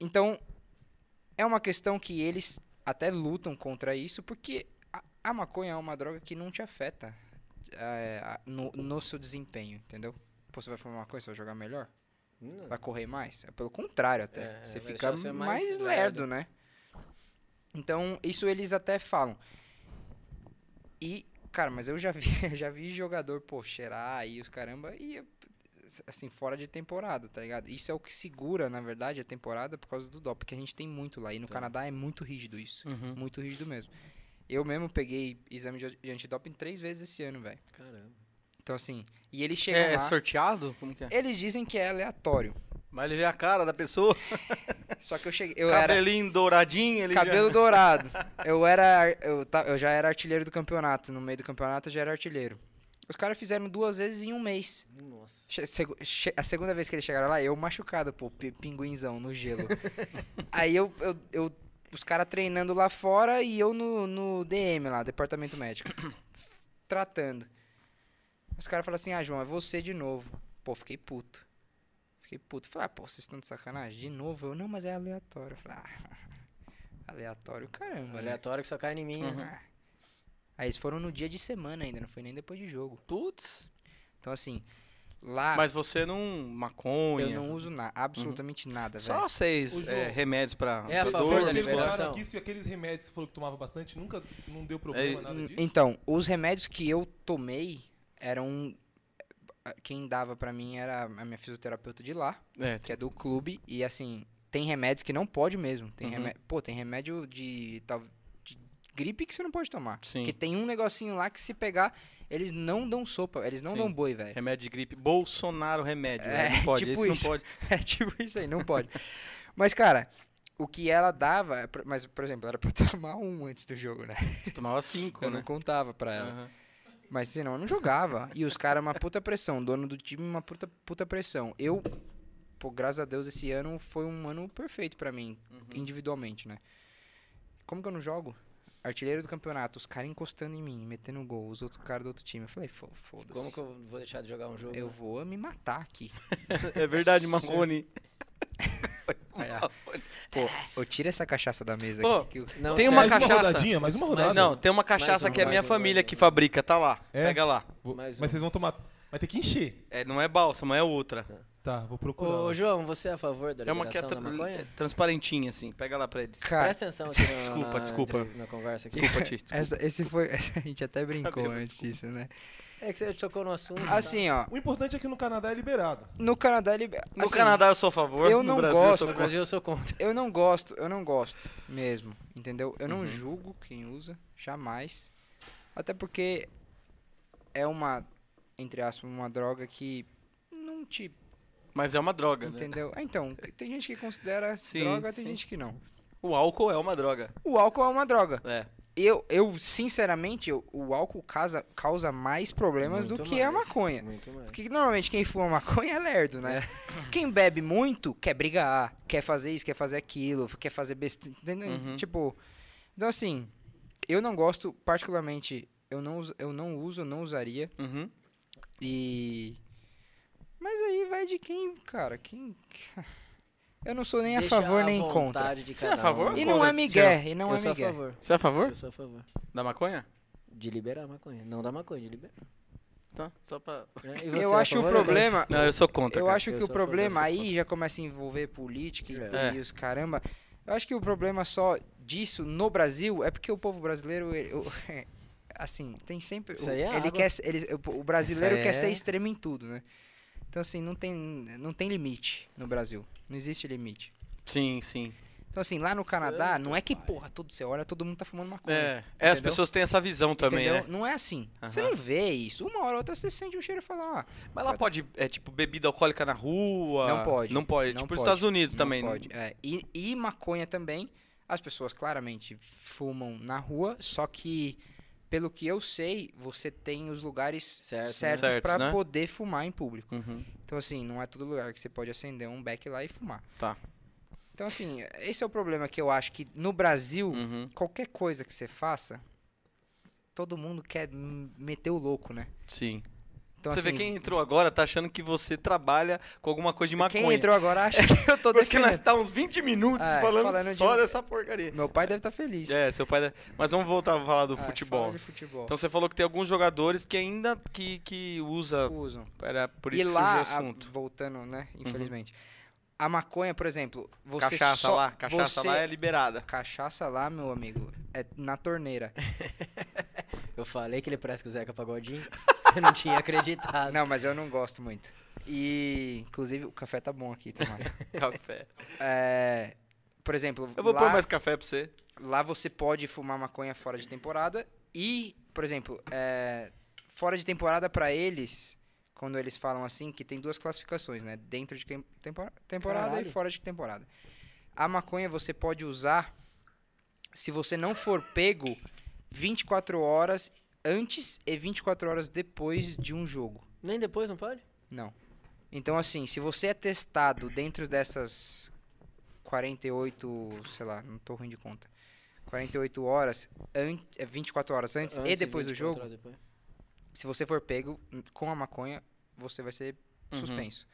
Speaker 3: Então, é uma questão que eles até lutam contra isso, porque a, a maconha é uma droga que não te afeta é, a- no, no seu desempenho, entendeu? Pô, você vai fumar maconha, você vai jogar melhor?
Speaker 2: Não.
Speaker 3: Vai correr mais? É pelo contrário até.
Speaker 2: É, vai
Speaker 3: você fica
Speaker 2: deixar você
Speaker 3: mais,
Speaker 2: mais
Speaker 3: lerdo,
Speaker 2: lerdo.
Speaker 3: né? Então, isso eles até falam. E, cara, mas eu já vi, eu já vi jogador, pô, cheirar e os caramba, e assim, fora de temporada, tá ligado? Isso é o que segura, na verdade, a temporada por causa do doping, porque a gente tem muito lá. E
Speaker 2: Tá.
Speaker 3: no Canadá é muito rígido isso.
Speaker 1: Uhum.
Speaker 3: Muito rígido mesmo. Eu mesmo peguei exame de de antidoping três vezes esse ano, velho.
Speaker 2: Caramba.
Speaker 3: Então, assim, e eles chegam
Speaker 1: É
Speaker 3: lá,
Speaker 1: sorteado? Como que é?
Speaker 3: eles dizem que é aleatório.
Speaker 1: Mas ele vê a cara da pessoa,
Speaker 3: Só que eu cheguei. Eu era
Speaker 1: cabelinho douradinho, ele
Speaker 3: cabelo
Speaker 1: já...
Speaker 3: dourado. Eu era. Eu, ta- eu já era artilheiro do campeonato. No meio do campeonato eu já era artilheiro. Os caras fizeram duas vezes em um mês.
Speaker 2: Nossa.
Speaker 3: Che- segu- che- a segunda vez que eles chegaram lá, eu machucado, pô, pi- pinguinzão no gelo. Aí eu. eu, eu- os caras treinando lá fora e eu no, no DM lá, departamento médico. tratando. Os caras falaram assim: ah, João, é você de novo. Pô, fiquei puto. Fiquei puto. Falei, ah, pô, vocês estão de sacanagem? De novo? Eu, não, mas é aleatório. Eu falei, ah, aleatório, caramba. né?"
Speaker 2: Aleatório que só cai em mim. né?
Speaker 3: Ah. Aí eles foram no dia de semana ainda, não foi nem depois de jogo.
Speaker 1: Putz.
Speaker 3: Então, assim, lá
Speaker 1: Mas você não... Maconha. Uhum.
Speaker 3: eu não uso nada, absolutamente nada, velho.
Speaker 1: Só
Speaker 4: O
Speaker 1: seis
Speaker 4: João-
Speaker 1: é, remédios pra...
Speaker 2: É a
Speaker 1: pra dor,
Speaker 2: favor da
Speaker 1: pra
Speaker 4: Perguntaram
Speaker 2: liberação.
Speaker 4: aqui se aqueles remédios que você falou que tomava bastante nunca não deu problema,
Speaker 1: É,
Speaker 4: nada disso.
Speaker 3: Então, os remédios que eu tomei eram. eh, Quem dava pra mim era a minha fisioterapeuta de lá,
Speaker 1: É,
Speaker 3: que é do clube, e assim, tem remédios que não pode mesmo. Tem
Speaker 1: Uhum.
Speaker 3: remé- Pô, tem remédio de, tal- de gripe que você não pode tomar.
Speaker 1: Sim.
Speaker 3: Que tem um negocinho lá que se pegar, eles não dão sopa, eles não
Speaker 1: Sim.
Speaker 3: dão boi, velho.
Speaker 1: É, remédio de gripe. Bolsonaro remédio. né?
Speaker 3: É,
Speaker 1: não pode,
Speaker 3: tipo
Speaker 1: esse
Speaker 3: isso.
Speaker 1: não pode.
Speaker 3: É tipo isso aí, não pode. Mas, cara, o que ela dava. é pro- Mas, por exemplo, era pra eu tomar um antes do jogo, né?
Speaker 1: Você tomava cinco,
Speaker 3: Eu não
Speaker 1: né?
Speaker 3: contava pra ela.
Speaker 1: Aham.
Speaker 3: Mas senão eu não jogava. E os caras, uma puta pressão. Dono do time, uma puta, puta pressão. Eu, pô, graças a Deus, esse ano foi um ano perfeito pra mim, individualmente, né? Como que eu não jogo? Artilheiro do campeonato, os caras encostando em mim, metendo gol, os outros caras do outro time. Eu falei, fo-
Speaker 2: Como
Speaker 3: foda-se.
Speaker 2: que eu vou deixar de jogar um jogo?
Speaker 3: Eu
Speaker 2: né?
Speaker 3: vou me matar aqui.
Speaker 1: É verdade, Marrone.
Speaker 3: Aí, ó, Pô, eu tiro essa cachaça da mesa
Speaker 1: Pô,
Speaker 3: aqui. que eu-
Speaker 2: Não,
Speaker 1: Tem
Speaker 2: sério,
Speaker 1: uma
Speaker 4: mais
Speaker 1: cachaça.
Speaker 4: uma rodadinha, mais uma rodada.
Speaker 2: Mas-
Speaker 1: Não, tem uma cachaça
Speaker 2: Mais um,
Speaker 1: que é
Speaker 2: mais
Speaker 1: minha
Speaker 2: um,
Speaker 1: família
Speaker 2: mais um.
Speaker 1: que fabrica, tá lá.
Speaker 4: É?
Speaker 1: Pega lá.
Speaker 4: Vou-
Speaker 2: Mais
Speaker 4: mas
Speaker 2: um.
Speaker 4: vocês vão tomar. Vai ter que encher.
Speaker 1: É, não é bálsamo, é outra.
Speaker 4: Tá, vou procurar.
Speaker 2: Ô,
Speaker 4: lá.
Speaker 2: João, você é a favor da
Speaker 1: É uma
Speaker 2: liberação
Speaker 1: que é
Speaker 2: da
Speaker 1: tra-
Speaker 2: maconha?
Speaker 1: transparentinha, assim. Pega lá pra eles.
Speaker 3: Cara,
Speaker 2: Presta atenção aqui na,
Speaker 1: Desculpa,
Speaker 2: na-
Speaker 1: desculpa.
Speaker 2: entre- na conversa aqui.
Speaker 1: Desculpa, Tite. desculpa.
Speaker 3: essa- esse foi. A gente até brincou
Speaker 1: Cabelo,
Speaker 3: antes disso, né?
Speaker 2: É que você tocou no assunto. tá?
Speaker 3: Assim, ó.
Speaker 4: O importante é que no Canadá é liberado.
Speaker 3: No Canadá ele.
Speaker 1: No
Speaker 3: assim,
Speaker 1: Canadá eu sou a favor,
Speaker 3: eu
Speaker 1: no
Speaker 3: não
Speaker 1: Brasil eu
Speaker 3: gosto,
Speaker 1: sou
Speaker 2: No
Speaker 1: contra.
Speaker 2: Brasil eu sou contra.
Speaker 3: Eu não gosto, eu não gosto mesmo, entendeu? Eu não julgo quem usa, jamais. Até porque é uma, entre aspas, uma droga que não te.
Speaker 1: Mas é uma droga, né?
Speaker 3: Entendeu? Ah, então, tem gente que considera
Speaker 1: Sim,
Speaker 3: droga, tem
Speaker 1: sim.
Speaker 3: gente que não.
Speaker 1: O álcool é uma droga.
Speaker 3: O álcool é uma droga.
Speaker 1: É.
Speaker 3: Eu, eu sinceramente, eu- o álcool causa, causa mais problemas do
Speaker 2: Muito
Speaker 3: que a
Speaker 2: mais,
Speaker 3: maconha.
Speaker 2: Muito mais.
Speaker 3: Porque normalmente quem fuma maconha é lerdo, né?
Speaker 2: É.
Speaker 3: Quem bebe muito quer brigar, quer fazer isso, quer fazer aquilo, quer fazer besteira.
Speaker 1: Uhum.
Speaker 3: Tipo. Então, assim, eu não gosto, particularmente, eu não, uso- eu não uso, não usaria.
Speaker 1: Uhum.
Speaker 3: E. Mas aí vai de quem, cara, quem. Eu não sou nem
Speaker 2: Deixa
Speaker 3: é a favor nem contra.
Speaker 2: vontade de
Speaker 1: Você é a
Speaker 2: cada
Speaker 1: favor?
Speaker 2: um.
Speaker 3: E
Speaker 1: Eu
Speaker 3: não
Speaker 1: contra,
Speaker 3: é migué, e não
Speaker 2: eu
Speaker 3: é
Speaker 2: sou a
Speaker 3: migué.
Speaker 2: um favor.
Speaker 1: Você é a favor
Speaker 2: Eu sou a favor.
Speaker 1: da maconha?
Speaker 2: De liberar a maconha. Não da maconha, de liberar. Né?
Speaker 1: Tá, só pra... é
Speaker 2: E você, é
Speaker 3: Eu
Speaker 2: a
Speaker 3: acho o
Speaker 2: favor ou contra?
Speaker 3: problema,
Speaker 1: Não, eu sou contra,
Speaker 3: Eu
Speaker 1: cara.
Speaker 3: acho
Speaker 2: Eu
Speaker 3: que o
Speaker 2: sou a favor
Speaker 3: problema
Speaker 2: dessa
Speaker 3: aí já começa a envolver política e,
Speaker 1: É.
Speaker 3: e os caramba. Eu acho que o problema só disso no Brasil é porque o povo brasileiro, ele- o- assim, tem sempre.
Speaker 2: Isso
Speaker 3: o,
Speaker 2: aí é
Speaker 3: ele
Speaker 2: água.
Speaker 3: quer, ele- o brasileiro
Speaker 1: Isso aí
Speaker 3: quer ser
Speaker 1: é-
Speaker 3: extremo em tudo, né? Então, assim, não tem, não tem limite no Brasil. Não existe limite.
Speaker 1: Sim, sim.
Speaker 3: Então, assim, lá no Canadá,
Speaker 2: Santo
Speaker 3: não é que,
Speaker 2: pai.
Speaker 3: porra, todo, você olha, todo mundo tá fumando maconha.
Speaker 1: É, é as
Speaker 3: Entendeu?
Speaker 1: pessoas têm essa visão também,
Speaker 3: entendeu?
Speaker 1: né?
Speaker 3: Não é assim. Você
Speaker 1: Aham.
Speaker 3: não vê isso. Uma hora ou outra você sente um cheiro e fala, ah,
Speaker 1: Mas lá pode, é tipo, bebida alcoólica na rua...
Speaker 3: Não pode.
Speaker 1: Não pode.
Speaker 3: Não
Speaker 1: tipo,
Speaker 3: pode.
Speaker 1: os Estados Unidos
Speaker 3: Não
Speaker 1: também.
Speaker 3: pode, é. E, e maconha também. As pessoas claramente fumam na rua, só que, pelo que eu sei, você tem os lugares
Speaker 2: Certo, né?
Speaker 3: certos
Speaker 1: Certos,
Speaker 3: para
Speaker 1: né?
Speaker 3: poder fumar em público.
Speaker 1: Uhum.
Speaker 3: Então, assim, não é todo lugar que você pode acender um beck lá e fumar.
Speaker 1: Tá.
Speaker 3: Então, assim, esse é o problema que eu acho que no Brasil,
Speaker 1: Uhum.
Speaker 3: qualquer coisa que você faça, todo mundo quer m- meter o louco, né?
Speaker 1: Sim.
Speaker 3: Então,
Speaker 1: você vê
Speaker 3: assim,
Speaker 1: quem entrou agora tá achando que você trabalha com alguma coisa de maconha.
Speaker 3: quem entrou agora acha que eu tô
Speaker 1: Porque nós
Speaker 3: defendendo.
Speaker 1: tá uns 20 minutos
Speaker 3: Ah,
Speaker 1: falando,
Speaker 3: falando
Speaker 1: só
Speaker 3: de-
Speaker 1: dessa porcaria.
Speaker 3: Meu pai deve estar feliz.
Speaker 1: É, seu pai. deve- Mas vamos voltar a falar do
Speaker 3: Ah,
Speaker 1: futebol.
Speaker 3: fala de futebol.
Speaker 1: Então você falou que tem alguns jogadores que ainda que, que usa
Speaker 3: Usam.
Speaker 1: para por
Speaker 3: e
Speaker 1: isso que
Speaker 3: lá,
Speaker 1: surgiu o
Speaker 3: a-
Speaker 1: assunto. Uhum.
Speaker 3: voltando, né? Infelizmente. A maconha, por exemplo, você
Speaker 1: cachaça
Speaker 3: só...
Speaker 1: lá, cachaça
Speaker 3: você...
Speaker 1: lá é liberada.
Speaker 3: Cachaça lá, meu amigo, é na torneira.
Speaker 2: Eu falei que ele parece com o Zeca Pagodinho. Você não tinha acreditado.
Speaker 3: Não, mas eu não gosto muito. E, inclusive, o café tá bom aqui, Tomás.
Speaker 1: Café.
Speaker 3: É, por exemplo,
Speaker 1: Eu vou
Speaker 3: lá,
Speaker 1: pôr mais café pra você.
Speaker 3: lá você pode fumar maconha fora de temporada e, por exemplo, é, fora de temporada pra eles, quando eles falam assim, que tem duas classificações, né? Dentro de quem- tempora- temporada
Speaker 2: Caralho.
Speaker 3: e fora de temporada. A maconha você pode usar se você não for pego 24 horas antes e 24 horas depois de um jogo.
Speaker 2: Nem depois, não pode?
Speaker 3: Não. Então, assim, se você é testado dentro dessas 48, sei lá, não tô ruim de conta. 48 horas, an é, 24 horas antes, e
Speaker 2: Antes
Speaker 3: depois do
Speaker 2: 24
Speaker 3: jogo,
Speaker 2: horas depois.
Speaker 3: se você for pego n- com a maconha, você vai ser
Speaker 1: Uhum.
Speaker 3: suspenso.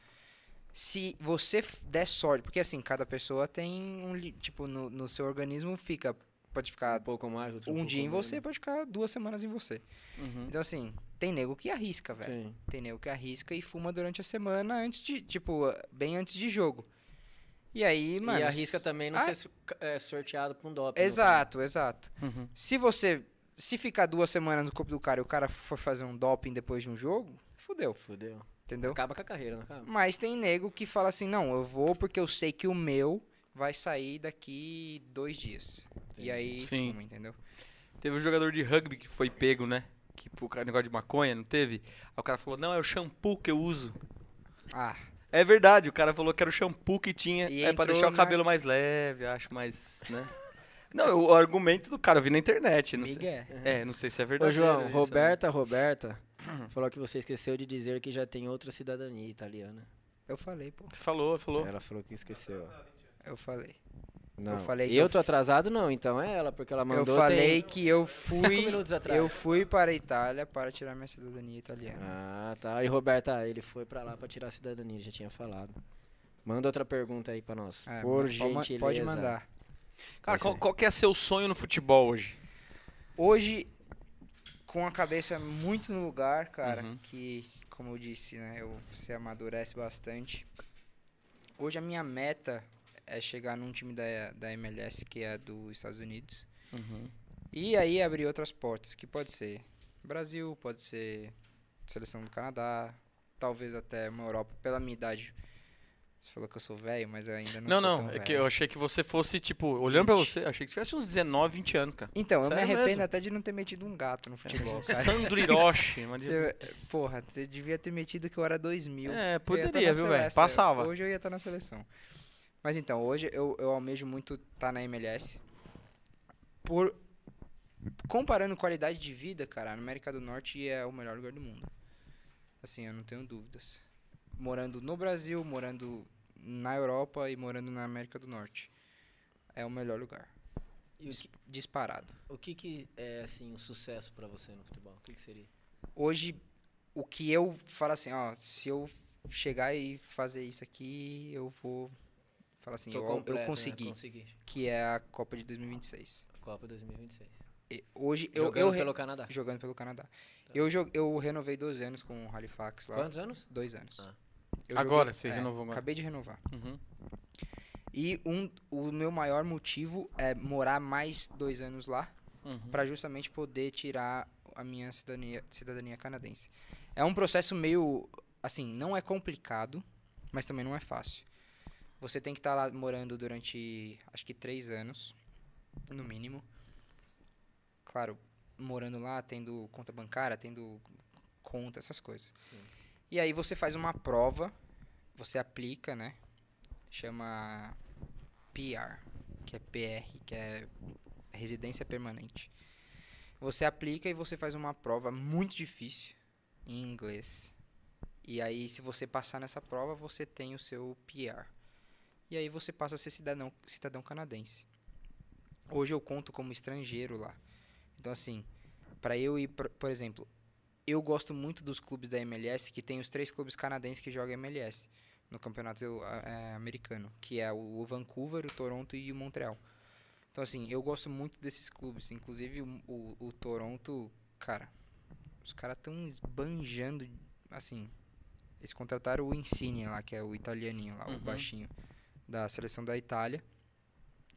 Speaker 3: Se você f- der sorte, porque assim, cada pessoa tem um. li- Tipo, no, no seu organismo fica. Pode
Speaker 2: Um
Speaker 3: ficar
Speaker 2: pouco mais, outro
Speaker 3: um
Speaker 2: pouco
Speaker 3: dia em
Speaker 2: menos.
Speaker 3: você, pode ficar duas semanas em você. Então, assim, tem nego que arrisca, velho
Speaker 2: Sim.
Speaker 3: entendeu? Que arrisca e fuma durante a semana antes de, tipo, bem antes de jogo. E aí, mano.
Speaker 2: e arrisca também não
Speaker 3: Ah.
Speaker 2: ser su- é, sorteado pra um doping. no
Speaker 3: Exato, exato.
Speaker 1: Uhum.
Speaker 3: Se você. Se ficar duas semanas no corpo do cara e o cara for fazer um doping depois de um jogo, fudeu,
Speaker 2: caso. Fudeu.
Speaker 3: entendeu?
Speaker 2: Acaba com a carreira, não acaba?
Speaker 3: Mas tem nego que fala assim, não, eu vou porque eu sei que o meu vai sair daqui dois dias. E aí
Speaker 1: Sim.
Speaker 3: fuma, entendeu?
Speaker 1: Teve um jogador de rugby que foi pego, né? Que por causa do negócio de maconha, não teve? Aí o cara falou: "Não, é o shampoo que eu uso".
Speaker 3: Ah,
Speaker 1: É verdade, o cara falou que era o shampoo que tinha,
Speaker 3: E
Speaker 1: é pra
Speaker 3: entrou
Speaker 1: deixar o
Speaker 3: na-
Speaker 1: cabelo mais leve, acho mais, né? Não, o argumento do cara eu vi na internet, não sei.
Speaker 3: Miguel.
Speaker 2: Uhum.
Speaker 1: É, não sei se é
Speaker 2: Ô,
Speaker 1: verdade.
Speaker 2: João,
Speaker 3: né?
Speaker 2: Roberta, Roberta falou que você esqueceu de dizer que já tem outra cidadania italiana.
Speaker 3: Eu falei, pô.
Speaker 1: Falou, falou.
Speaker 2: Ela falou que esqueceu.
Speaker 3: Eu falei.
Speaker 2: Não. Eu
Speaker 3: falei que
Speaker 2: Eu
Speaker 3: eu
Speaker 2: tô
Speaker 3: f-
Speaker 2: atrasado, não, então é ela, porque ela mandou.
Speaker 3: eu
Speaker 2: tem-
Speaker 3: falei que eu
Speaker 2: cinco
Speaker 3: fui.
Speaker 2: minutos atrás.
Speaker 3: Eu fui para a Itália para tirar minha cidadania italiana.
Speaker 2: Ah, tá. E Roberta, ele foi pra lá pra tirar a cidadania, já tinha falado. Manda outra pergunta aí pra nós.
Speaker 3: É,
Speaker 2: por
Speaker 3: mas pode ma-
Speaker 2: gentileza.
Speaker 3: Pode mandar.
Speaker 1: Cara,
Speaker 2: Pois
Speaker 1: qual,
Speaker 2: é.
Speaker 1: qual que é seu sonho no futebol hoje?
Speaker 3: Hoje, com a cabeça muito no lugar, cara,
Speaker 1: Uhum.
Speaker 3: que, como eu disse, né, eu, você amadurece bastante. Hoje a minha meta é chegar num time da, da MLS, que é dos Estados Unidos. Uhum. E aí abrir outras portas, que pode ser Brasil, pode ser seleção do Canadá, talvez até uma Europa, pela minha idade. Você falou que eu sou velho, mas eu ainda não
Speaker 1: Não,
Speaker 3: sou
Speaker 1: não,
Speaker 3: tão
Speaker 1: é que
Speaker 3: velho.
Speaker 1: eu achei que você fosse, tipo, olhando pra
Speaker 3: 20.
Speaker 1: você, achei que tivesse uns 19, 20 anos, cara.
Speaker 3: Então, eu me
Speaker 1: Sério
Speaker 3: arrependo
Speaker 1: é mesmo?
Speaker 3: até de não ter metido um gato no futebol, cara.
Speaker 1: Sandro Hiroshi, mas-
Speaker 3: Eu- porra, você devia ter metido que eu era 2000.
Speaker 1: É,
Speaker 3: Eu ia tá
Speaker 1: poderia,
Speaker 3: na
Speaker 1: viu,
Speaker 3: seleção,
Speaker 1: velho?
Speaker 3: eu-
Speaker 1: Passava.
Speaker 3: Hoje eu ia estar na seleção. Mas então, hoje eu, eu almejo muito estar na MLS. Por comparando qualidade de vida, cara, a América do Norte é o melhor lugar do mundo. Assim, eu não tenho dúvidas. Morando no Brasil, morando na Europa e morando na América do Norte. É o melhor lugar.
Speaker 2: E o que,
Speaker 3: Disparado.
Speaker 2: o que que é, assim, um sucesso pra você no futebol? O que que seria?
Speaker 3: hoje o que eu falo assim, ó, se eu chegar e fazer isso aqui, eu vou falar assim,
Speaker 2: Tô
Speaker 3: eu,
Speaker 2: completo, né?
Speaker 3: eu consegui,
Speaker 2: Consegui.
Speaker 3: que é a Copa de 2026.
Speaker 2: Copa 2026.
Speaker 3: E hoje eu
Speaker 2: Jogando
Speaker 3: eu re-
Speaker 2: pelo Canadá. Tá.
Speaker 3: jogando pelo Canadá. Eu jo- eu renovei dois anos com o Halifax lá,
Speaker 2: Quantos anos?
Speaker 3: dois anos.
Speaker 2: Ah.
Speaker 3: Eu
Speaker 1: Agora,
Speaker 3: joguei-
Speaker 1: você
Speaker 3: é,
Speaker 1: renovou agora.
Speaker 3: Acabei de renovar.
Speaker 1: Uhum.
Speaker 3: E um o meu maior motivo é morar mais dois anos lá.
Speaker 1: Uhum.
Speaker 3: para justamente poder tirar a minha cidadania, cidadania canadense. É um processo meio assim, não é complicado, mas também não é fácil. Você tem que estar lá morando durante acho que três anos, no mínimo. Claro, morando lá, tendo conta bancária, tendo conta, essas coisas. E aí você faz uma prova, você aplica, né? Chama PR, que é PR, que é residência permanente. Você aplica e você faz uma prova muito difícil em inglês. E aí, se você passar nessa prova, você tem o seu PR. e aí você passa a ser cidadão, cidadão canadense. Hoje eu conto como estrangeiro lá. Então, assim, para eu ir, por, por exemplo, eu gosto muito dos clubes da MLS, que tem os três clubes canadenses que jogam MLS no campeonato ah, eh, americano, que é o Vancouver, o Toronto e o Montreal. Então, assim, eu gosto muito desses clubes. Inclusive, o, o- o Toronto, cara, os caras estão esbanjando, assim... Eles contrataram o Insigne lá, que é o italianinho lá,
Speaker 1: Uhum.
Speaker 3: o baixinho, da seleção da Itália.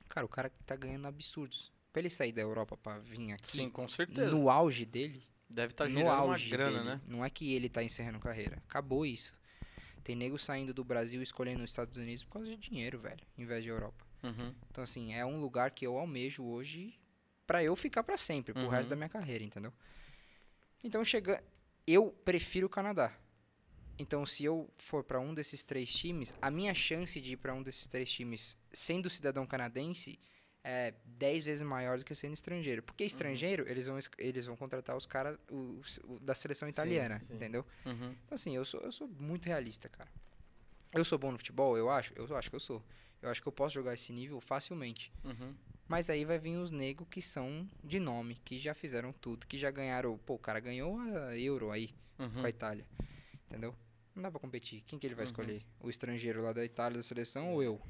Speaker 3: Cara, o cara tá ganhando absurdos. Pra ele sair da Europa pra vir aqui,
Speaker 1: Sim, com certeza.
Speaker 3: no auge dele,
Speaker 1: Deve estar
Speaker 3: no
Speaker 1: girando uma
Speaker 3: auge
Speaker 1: grana,
Speaker 3: dele.
Speaker 1: né?
Speaker 3: Não é que ele tá encerrando carreira. Acabou isso. Tem nego saindo do Brasil e escolhendo os Estados Unidos por causa de dinheiro, velho, em vez de Europa.
Speaker 1: Uhum.
Speaker 3: Então, assim, é um lugar que eu almejo hoje pra eu ficar pra sempre, pro
Speaker 1: Uhum.
Speaker 3: resto da minha carreira, entendeu? Então, chega... Eu prefiro o Canadá. Então, se eu for pra um desses três times, a minha chance de ir pra um desses três times sendo cidadão canadense é 10 vezes maior do que sendo estrangeiro. Porque
Speaker 2: Uhum.
Speaker 3: estrangeiro, eles, vão, es- eles vão contratar os caras os- o da seleção italiana,
Speaker 2: sim.
Speaker 3: entendeu?
Speaker 1: Uhum.
Speaker 3: Então, assim, eu sou, eu sou muito realista, cara. Eu sou bom no futebol, eu acho? Eu acho que eu sou. Eu acho que eu posso jogar esse nível facilmente.
Speaker 1: Uhum.
Speaker 3: Mas aí vai vir os negros que são de nome, que já fizeram tudo, que já ganharam. Pô, o cara ganhou a Euro aí com a
Speaker 1: Uhum.
Speaker 3: Itália. Entendeu? Não dá pra competir. Quem que ele vai
Speaker 1: Uhum.
Speaker 3: escolher? O estrangeiro lá da Itália da seleção ou eu?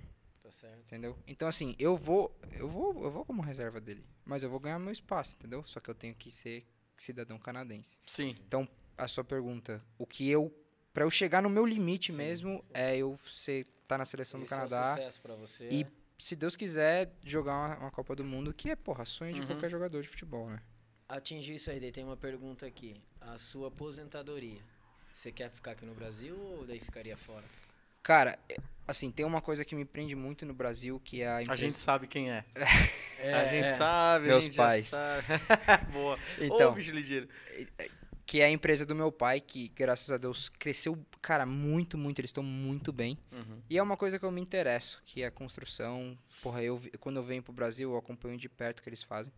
Speaker 2: Tá certo.
Speaker 3: Entendeu? Então assim, eu vou, eu vou, eu vou como reserva dele, mas eu vou ganhar meu espaço, entendeu? Só que eu tenho que ser cidadão canadense
Speaker 1: Sim.
Speaker 3: a sua pergunta, o que eu Pra eu chegar no meu limite
Speaker 2: Sim,
Speaker 3: mesmo
Speaker 2: sim.
Speaker 3: é eu ser tá na seleção
Speaker 2: Esse
Speaker 3: do
Speaker 2: É um
Speaker 3: Canadá
Speaker 2: sucesso pra você.
Speaker 3: e se Deus quiser jogar uma, uma Copa do Mundo, que é porra, sonho de
Speaker 1: Uhum.
Speaker 3: qualquer jogador de futebol, né?
Speaker 2: Atingir isso aí, daí tem uma pergunta aqui. A sua aposentadoria. Você quer ficar aqui no Brasil ou daí ficaria fora?
Speaker 3: Cara, é- assim, tem uma coisa que me prende muito no Brasil, que é a
Speaker 1: A
Speaker 3: empresa-
Speaker 1: gente sabe quem é. a gente sabe,
Speaker 3: é. Meus
Speaker 1: a gente já
Speaker 3: pais.
Speaker 1: sabe. Boa. Ô,
Speaker 3: Então,
Speaker 1: bicho ligeiro.
Speaker 3: que é a empresa do meu pai, que graças a Deus cresceu, cara, muito, muito, eles estão muito bem.
Speaker 1: Uhum.
Speaker 3: E é uma coisa que eu me interesso, que é a construção. Porra, eu, vi- quando eu venho pro Brasil, eu acompanho de perto o que eles fazem.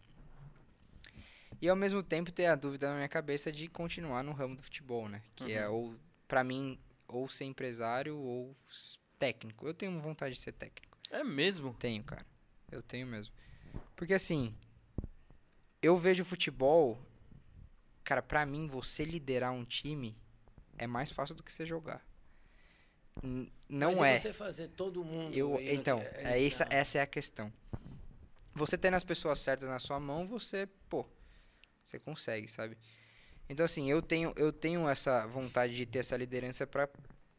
Speaker 3: E ao mesmo tempo ter a dúvida na minha cabeça de continuar no ramo do futebol, né? Que
Speaker 2: Uhum.
Speaker 3: é ou pra mim ou ser empresário ou s- técnico. Eu tenho vontade de ser técnico.
Speaker 1: É mesmo?
Speaker 3: Tenho, cara. Eu tenho mesmo. Porque assim, eu vejo futebol, cara, pra mim você liderar um time é mais fácil do que você jogar. N- não
Speaker 2: Mas e
Speaker 3: é.
Speaker 2: você fazer todo mundo.
Speaker 3: Eu,
Speaker 2: ir no-
Speaker 3: então, é essa,
Speaker 2: então.
Speaker 3: essa é a questão. Você tendo as pessoas certas na sua mão, você, pô, você consegue, sabe? Então, assim, eu tenho, eu tenho essa vontade de ter essa liderança pra,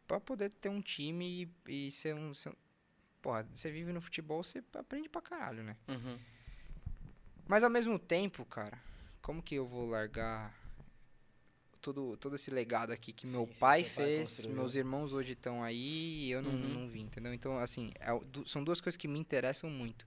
Speaker 3: pra poder ter um time e, e ser um. Ser, um- porra, você vive no futebol, você aprende pra caralho, né?
Speaker 1: Uhum.
Speaker 3: Mas ao mesmo tempo, cara, como que eu vou largar todo, todo esse legado aqui que meu
Speaker 2: Sim, sim,
Speaker 3: pai
Speaker 2: seu pai
Speaker 3: fez,
Speaker 2: construiu.
Speaker 3: meus irmãos hoje estão aí e eu não,
Speaker 1: Uhum.
Speaker 3: não vim, entendeu? Então, assim, é o- du- são duas coisas que me interessam muito.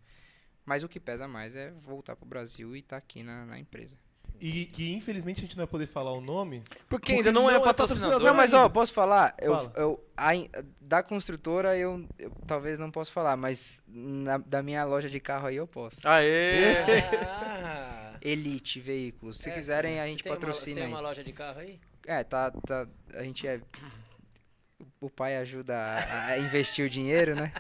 Speaker 3: Mas o que pesa mais é voltar pro Brasil e estar aqui na, na empresa.
Speaker 4: E que infelizmente a gente não vai poder falar o nome.
Speaker 1: Porque ainda não, é patrocinador.
Speaker 3: Não, mas ó,
Speaker 4: ainda.
Speaker 3: posso falar? Eu,
Speaker 4: Fala.
Speaker 3: eu- a in- da construtora eu, eu talvez não posso falar, mas na- da minha loja de carro aí eu posso.
Speaker 1: Aê!
Speaker 2: Ah,
Speaker 3: Elite Veículos. Se
Speaker 2: é,
Speaker 3: quiserem,
Speaker 2: sim.
Speaker 3: a
Speaker 2: Você
Speaker 3: gente
Speaker 2: tem uma- você
Speaker 3: patrocina
Speaker 2: tem
Speaker 3: aí.
Speaker 2: uma loja de carro aí?
Speaker 3: É, tá, tá. A gente é. O pai ajuda a, a investir o dinheiro, né?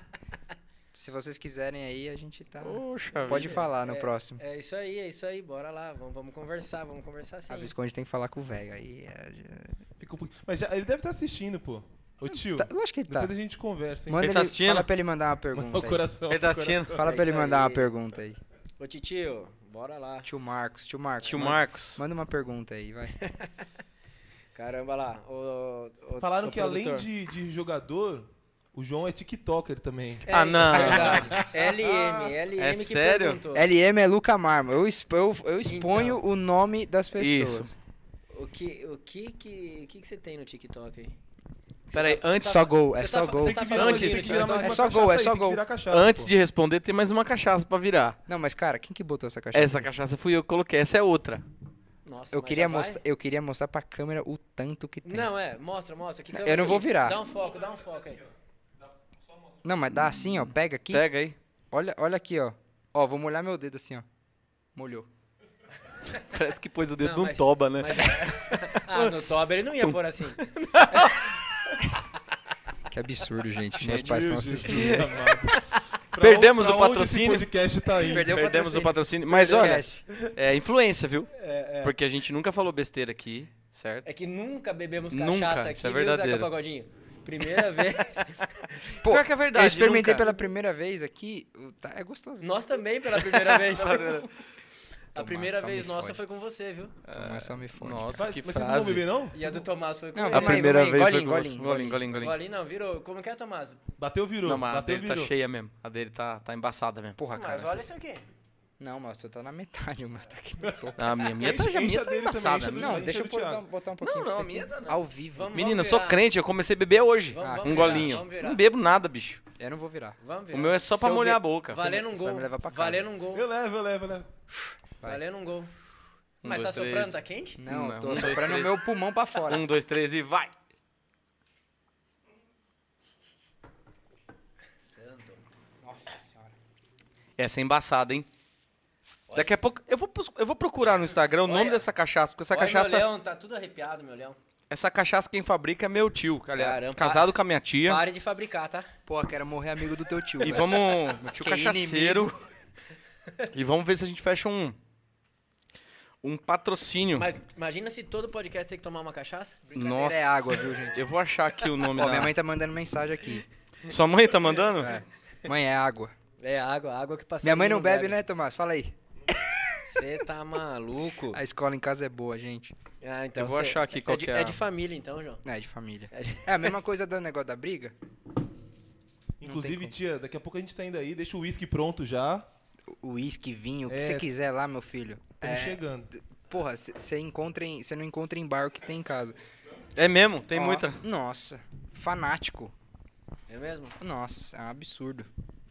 Speaker 3: Se vocês quiserem aí, a gente tá.
Speaker 1: Poxa
Speaker 3: Pode
Speaker 1: vida.
Speaker 3: falar no próximo.
Speaker 2: É isso aí, é isso aí. Bora lá, vamos, vamos conversar, vamos conversar sim.
Speaker 3: A Visconde tem que falar com o velho. Aí. é, já-
Speaker 4: Fica um pouquinho- Mas já, ele deve estar assistindo, pô. Ô tio,
Speaker 3: Tá, lógico que ele tá.
Speaker 4: depois a gente conversa, hein?
Speaker 3: Manda
Speaker 1: Ele tá
Speaker 3: ele-
Speaker 1: assistindo?
Speaker 3: fala pra ele mandar uma pergunta.
Speaker 4: o
Speaker 3: Aí.
Speaker 4: coração.
Speaker 1: Ele tá
Speaker 4: o Então, coração.
Speaker 1: assistindo?
Speaker 3: Fala
Speaker 2: É
Speaker 3: pra ele
Speaker 2: isso
Speaker 3: mandar
Speaker 2: aí.
Speaker 3: uma pergunta aí.
Speaker 2: Ô titio, bora lá.
Speaker 3: Tio Marcos, tio Marcos.
Speaker 1: Tio
Speaker 3: manda-
Speaker 1: Marcos.
Speaker 3: Manda uma pergunta aí, vai.
Speaker 2: Caramba lá. Ô, ô,
Speaker 4: Falaram
Speaker 2: ô,
Speaker 4: que é além
Speaker 2: produtor.
Speaker 4: de, de jogador, o João é TikToker também.
Speaker 2: É,
Speaker 1: Ah, não.
Speaker 2: verdade. É
Speaker 4: Ah.
Speaker 2: LM, LM
Speaker 1: É
Speaker 2: que
Speaker 1: sério?
Speaker 2: perguntou.
Speaker 3: LM é Luca Marmo. Eu, expo- eu, eu exponho o nome das
Speaker 1: Isso.
Speaker 3: pessoas. É-
Speaker 2: O que, o que que, o que que você tem no TikTok aí?
Speaker 1: Peraí, antes,
Speaker 3: Só gol, é
Speaker 2: Você
Speaker 3: só
Speaker 2: tá-
Speaker 3: gol.
Speaker 2: você
Speaker 4: Tem
Speaker 2: tá
Speaker 4: que virar,
Speaker 2: falando
Speaker 1: antes-
Speaker 2: disso,
Speaker 4: tem que virar
Speaker 2: então?
Speaker 4: mais
Speaker 3: É
Speaker 4: uma
Speaker 3: só
Speaker 4: cachaça
Speaker 3: gol, é
Speaker 4: aí,
Speaker 3: só
Speaker 4: tem que
Speaker 3: gol.
Speaker 4: virar cachaça,
Speaker 1: antes
Speaker 4: pô.
Speaker 1: de responder, tem mais uma cachaça pra virar.
Speaker 3: Não, mas cara, quem que botou essa cachaça?
Speaker 1: Essa cachaça fui eu que coloquei, essa é outra.
Speaker 2: Nossa,
Speaker 3: Eu
Speaker 2: mas
Speaker 3: queria,
Speaker 2: já vai?
Speaker 3: mostra, eu queria mostrar pra câmera o tanto que tem. Não,
Speaker 2: Não, é, mostra, mostra. Que
Speaker 3: Eu
Speaker 2: câmera
Speaker 3: não
Speaker 2: que-
Speaker 3: vou virar.
Speaker 2: Dá um foco, dá um foco aí.
Speaker 3: mas dá assim, ó. Pega aqui.
Speaker 1: Pega aí.
Speaker 3: Olha, olha aqui, ó. Ó, vou molhar meu dedo assim, ó. Molhou.
Speaker 1: Parece que pôs o dedo
Speaker 2: Não,
Speaker 1: num
Speaker 2: mas- é,
Speaker 1: toba, né?
Speaker 2: mas- ah, no Toba ele não ia pôr assim.
Speaker 3: Quer Que absurdo, gente. Meus
Speaker 1: Gente,
Speaker 3: pais estão
Speaker 4: Meu
Speaker 3: assistindo.
Speaker 4: Jesus amado. Pra
Speaker 1: um Perdemos
Speaker 4: onde-
Speaker 1: o
Speaker 4: pra onde
Speaker 1: patrocínio?
Speaker 4: Esse podcast tá indo.
Speaker 3: Perdeu o
Speaker 1: Perdemos o
Speaker 3: patrocínio.
Speaker 1: patrocínio. Mas olha,
Speaker 3: Esquece.
Speaker 1: é influência, viu?
Speaker 4: É,
Speaker 1: Porque a gente nunca falou besteira aqui, certo?
Speaker 2: É que nunca bebemos cachaça
Speaker 1: Nunca,
Speaker 2: aqui,
Speaker 1: isso é
Speaker 2: viu, Zeca
Speaker 1: verdadeiro.
Speaker 2: Pagodinho? Primeira vez.
Speaker 3: Pô,
Speaker 1: Pior que é verdade,
Speaker 3: eu experimentei
Speaker 1: nunca.
Speaker 3: pela primeira vez aqui. o- tá- É gostoso.
Speaker 2: Nós também, pela primeira vez. a
Speaker 3: Tomás,
Speaker 2: primeira
Speaker 3: só
Speaker 2: vez
Speaker 3: me
Speaker 2: nossa
Speaker 3: fode.
Speaker 2: foi com você, viu?
Speaker 3: Não é só me fode.
Speaker 1: Nossa,
Speaker 4: Mas,
Speaker 1: que
Speaker 4: mas vocês não vão
Speaker 1: frase.
Speaker 4: beber, não?
Speaker 2: E a do Tomás foi com
Speaker 3: Não,
Speaker 2: ele.
Speaker 3: vamos
Speaker 1: a
Speaker 3: aí,
Speaker 1: primeira
Speaker 3: vamos aí.
Speaker 1: vez
Speaker 3: Golim,
Speaker 1: foi com
Speaker 3: golim,
Speaker 1: você. golim, golim, golim.
Speaker 2: Golim não, virou. Como que é, Tomás?
Speaker 4: Bateu, virou.
Speaker 1: Não, mas a
Speaker 4: bateu,
Speaker 1: dele tá
Speaker 4: virou.
Speaker 1: cheia mesmo. A dele tá, tá embaçada mesmo.
Speaker 3: Porra, cara.
Speaker 2: Mas olha
Speaker 3: vocês-
Speaker 2: isso aqui.
Speaker 3: Não, mas tu tá na metade, o meu tá aqui no topo.
Speaker 1: A minha, minha
Speaker 4: Enche-
Speaker 1: tá, já,
Speaker 4: enche
Speaker 1: minha
Speaker 4: a
Speaker 1: tá
Speaker 4: dele também,
Speaker 1: embaçada.
Speaker 4: enche a do-
Speaker 3: Não,
Speaker 4: enche
Speaker 3: deixa
Speaker 4: do
Speaker 3: eu pôr-
Speaker 4: Thiago.
Speaker 3: dar- botar um pouquinho
Speaker 2: Não,
Speaker 3: pra
Speaker 2: não,
Speaker 3: você
Speaker 2: a minha
Speaker 3: aqui.
Speaker 2: tá não.
Speaker 3: Ao vivo.
Speaker 2: Vamos-
Speaker 1: Menina, eu sou
Speaker 2: virar.
Speaker 1: crente, eu comecei a beber hoje.
Speaker 2: Vamos-
Speaker 3: Ah,
Speaker 2: vamos
Speaker 1: um
Speaker 2: virar,
Speaker 1: golinho.
Speaker 2: vamos virar.
Speaker 1: Não bebo nada, bicho.
Speaker 3: Eu não vou virar.
Speaker 2: Vamos virar.
Speaker 1: O meu é só
Speaker 3: Se
Speaker 1: pra
Speaker 3: eu
Speaker 1: molhar
Speaker 3: vi-
Speaker 1: a boca. né?
Speaker 2: Valendo um
Speaker 3: você vai
Speaker 2: gol.
Speaker 3: me levar pra casa.
Speaker 2: Valendo um gol.
Speaker 4: Eu levo, eu levo, eu levo.
Speaker 3: Vai.
Speaker 2: Valendo um gol.
Speaker 1: Um,
Speaker 2: Mas tá
Speaker 1: dois, três.
Speaker 2: soprando, tá quente?
Speaker 3: Não,
Speaker 1: Não,
Speaker 3: tô
Speaker 1: um, dois,
Speaker 3: soprando o
Speaker 1: três.
Speaker 3: meu pulmão pra fora.
Speaker 1: Um, dois, três e vai.
Speaker 2: Santo.
Speaker 3: Nossa senhora.
Speaker 1: Essa é embaçada, hein? Daqui a pouco. Eu vou, pus- eu vou procurar no Instagram o nome
Speaker 2: Olha.
Speaker 1: dessa cachaça, porque essa
Speaker 2: Olha,
Speaker 1: cachaça.
Speaker 2: Meu leão, tá tudo arrepiado, meu leão.
Speaker 1: Essa cachaça quem fabrica é meu tio, aliás,
Speaker 2: Caramba.
Speaker 1: casado com a minha tia.
Speaker 2: Pare de fabricar, tá?
Speaker 3: Pô, quero morrer amigo do teu tio.
Speaker 1: E
Speaker 3: velho.
Speaker 1: vamos. Meu tio
Speaker 3: Que
Speaker 1: cachaceiro. E vamos ver se a gente fecha um. Um patrocínio.
Speaker 2: Mas imagina se todo podcast tem que tomar uma cachaça?
Speaker 3: Brincadeira
Speaker 1: Nossa.
Speaker 3: É água, viu, gente?
Speaker 1: Eu vou achar aqui o nome
Speaker 3: Ó,
Speaker 1: da.
Speaker 3: minha mãe tá mandando mensagem aqui.
Speaker 1: Sua mãe tá mandando?
Speaker 3: Mãe, é água.
Speaker 2: É água, água que passa.
Speaker 3: Minha mãe não bebe, né, Tomás? Fala aí.
Speaker 2: Você tá maluco.
Speaker 3: A escola em casa é boa, gente.
Speaker 2: Ah, então
Speaker 1: Eu vou
Speaker 2: cê-
Speaker 1: achar aqui
Speaker 2: é
Speaker 1: qual
Speaker 2: de,
Speaker 1: que é.
Speaker 2: É de família, então, João.
Speaker 3: É, de família.
Speaker 2: É de-
Speaker 3: É a mesma coisa do negócio da briga?
Speaker 4: Inclusive,
Speaker 3: como.
Speaker 4: tia, daqui a pouco a gente tá indo aí, deixa o uísque pronto já.
Speaker 3: O uísque, vinho, o que
Speaker 4: É.
Speaker 3: você quiser lá, meu filho.
Speaker 4: Estamos
Speaker 3: É,
Speaker 4: chegando.
Speaker 3: porra, você encontra em- cê não encontra em bar o que tem em casa.
Speaker 1: É mesmo, tem
Speaker 3: Ó,
Speaker 1: muita.
Speaker 3: Nossa, fanático.
Speaker 2: É mesmo?
Speaker 3: Nossa, é um absurdo.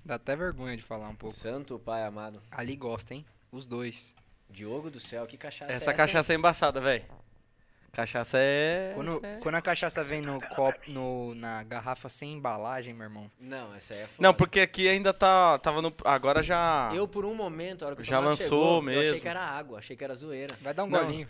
Speaker 3: Dá até vergonha de falar um pouco.
Speaker 2: Santo Pai amado.
Speaker 3: Ali gosta, hein? Os dois.
Speaker 2: Diogo do céu, que cachaça é
Speaker 1: Essa cachaça é embaçada, velho. Cachaça é.
Speaker 3: Quando,
Speaker 1: é-
Speaker 3: quando a cachaça vem no copo, no, na garrafa sem embalagem, meu irmão.
Speaker 2: hein? Não, essa aí é foda.
Speaker 1: Não, porque aqui ainda tá. Tava no. Agora já.
Speaker 2: Eu, por um momento, a hora que o
Speaker 1: Já
Speaker 2: Tomás
Speaker 1: lançou
Speaker 2: chegou, Eu achei
Speaker 1: mesmo.
Speaker 2: que era água, achei que era zoeira.
Speaker 3: Vai dar um
Speaker 1: Não.
Speaker 3: golinho.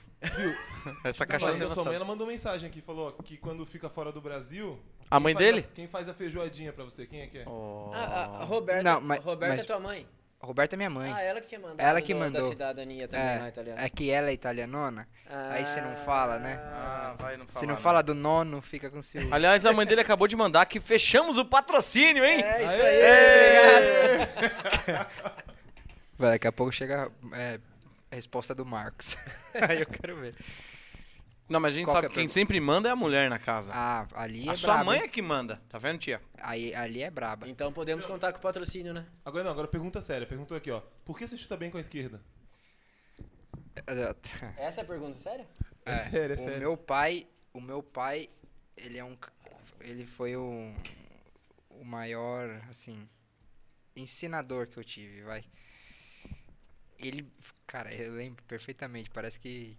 Speaker 1: Essa cachaça
Speaker 4: Falando
Speaker 1: é
Speaker 4: da sua mãe,
Speaker 1: embaçada.
Speaker 4: ela mandou mensagem aqui, falou ó, que quando fica fora do Brasil...
Speaker 1: A
Speaker 4: quem
Speaker 1: mãe
Speaker 4: faz
Speaker 1: dele?
Speaker 4: quem faz a feijoadinha pra você? Quem é que é?
Speaker 1: Ó.
Speaker 2: Ah, a, a Roberta,
Speaker 3: Oh. Não, mas-
Speaker 2: Roberta
Speaker 3: mas-
Speaker 2: é tua mãe?
Speaker 3: Roberta é minha mãe.
Speaker 2: Ah, ela que tinha mandado.
Speaker 3: Ela que
Speaker 2: do- Da
Speaker 3: mandou.
Speaker 2: cidadania também, lá,
Speaker 3: É,
Speaker 2: italiana.
Speaker 3: é que ela é italianona, aí você não fala, né?
Speaker 1: Ah, vai, não fala.
Speaker 3: Se não fala do nono, fica com ciúme.
Speaker 1: Aliás, a mãe dele acabou de mandar que fechamos o patrocínio, hein?
Speaker 2: É isso aí.
Speaker 1: Aê!
Speaker 3: Vai, daqui a pouco chega é, a resposta do Marcos. aí eu quero ver.
Speaker 1: Não, mas a gente
Speaker 3: Qual que
Speaker 1: sabe
Speaker 3: é a
Speaker 1: que quem
Speaker 3: pergunta?
Speaker 1: sempre manda é a mulher na casa.
Speaker 3: Ah, ali é
Speaker 1: a sua
Speaker 3: braba,
Speaker 1: mãe
Speaker 3: hein?
Speaker 1: é que manda, tá vendo, tia?
Speaker 3: Aí, ali é braba.
Speaker 2: Então podemos contar com o patrocínio, né?
Speaker 4: Agora não, agora pergunta séria. Perguntou aqui, ó. Por que você chuta bem com a esquerda?
Speaker 2: Essa é a pergunta séria?
Speaker 4: É sério, é
Speaker 3: o
Speaker 4: sério.
Speaker 3: meu pai, o meu pai, ele é um c- ele foi o o maior, assim, ensinador que eu tive, vai. Ele, cara, eu lembro perfeitamente, parece que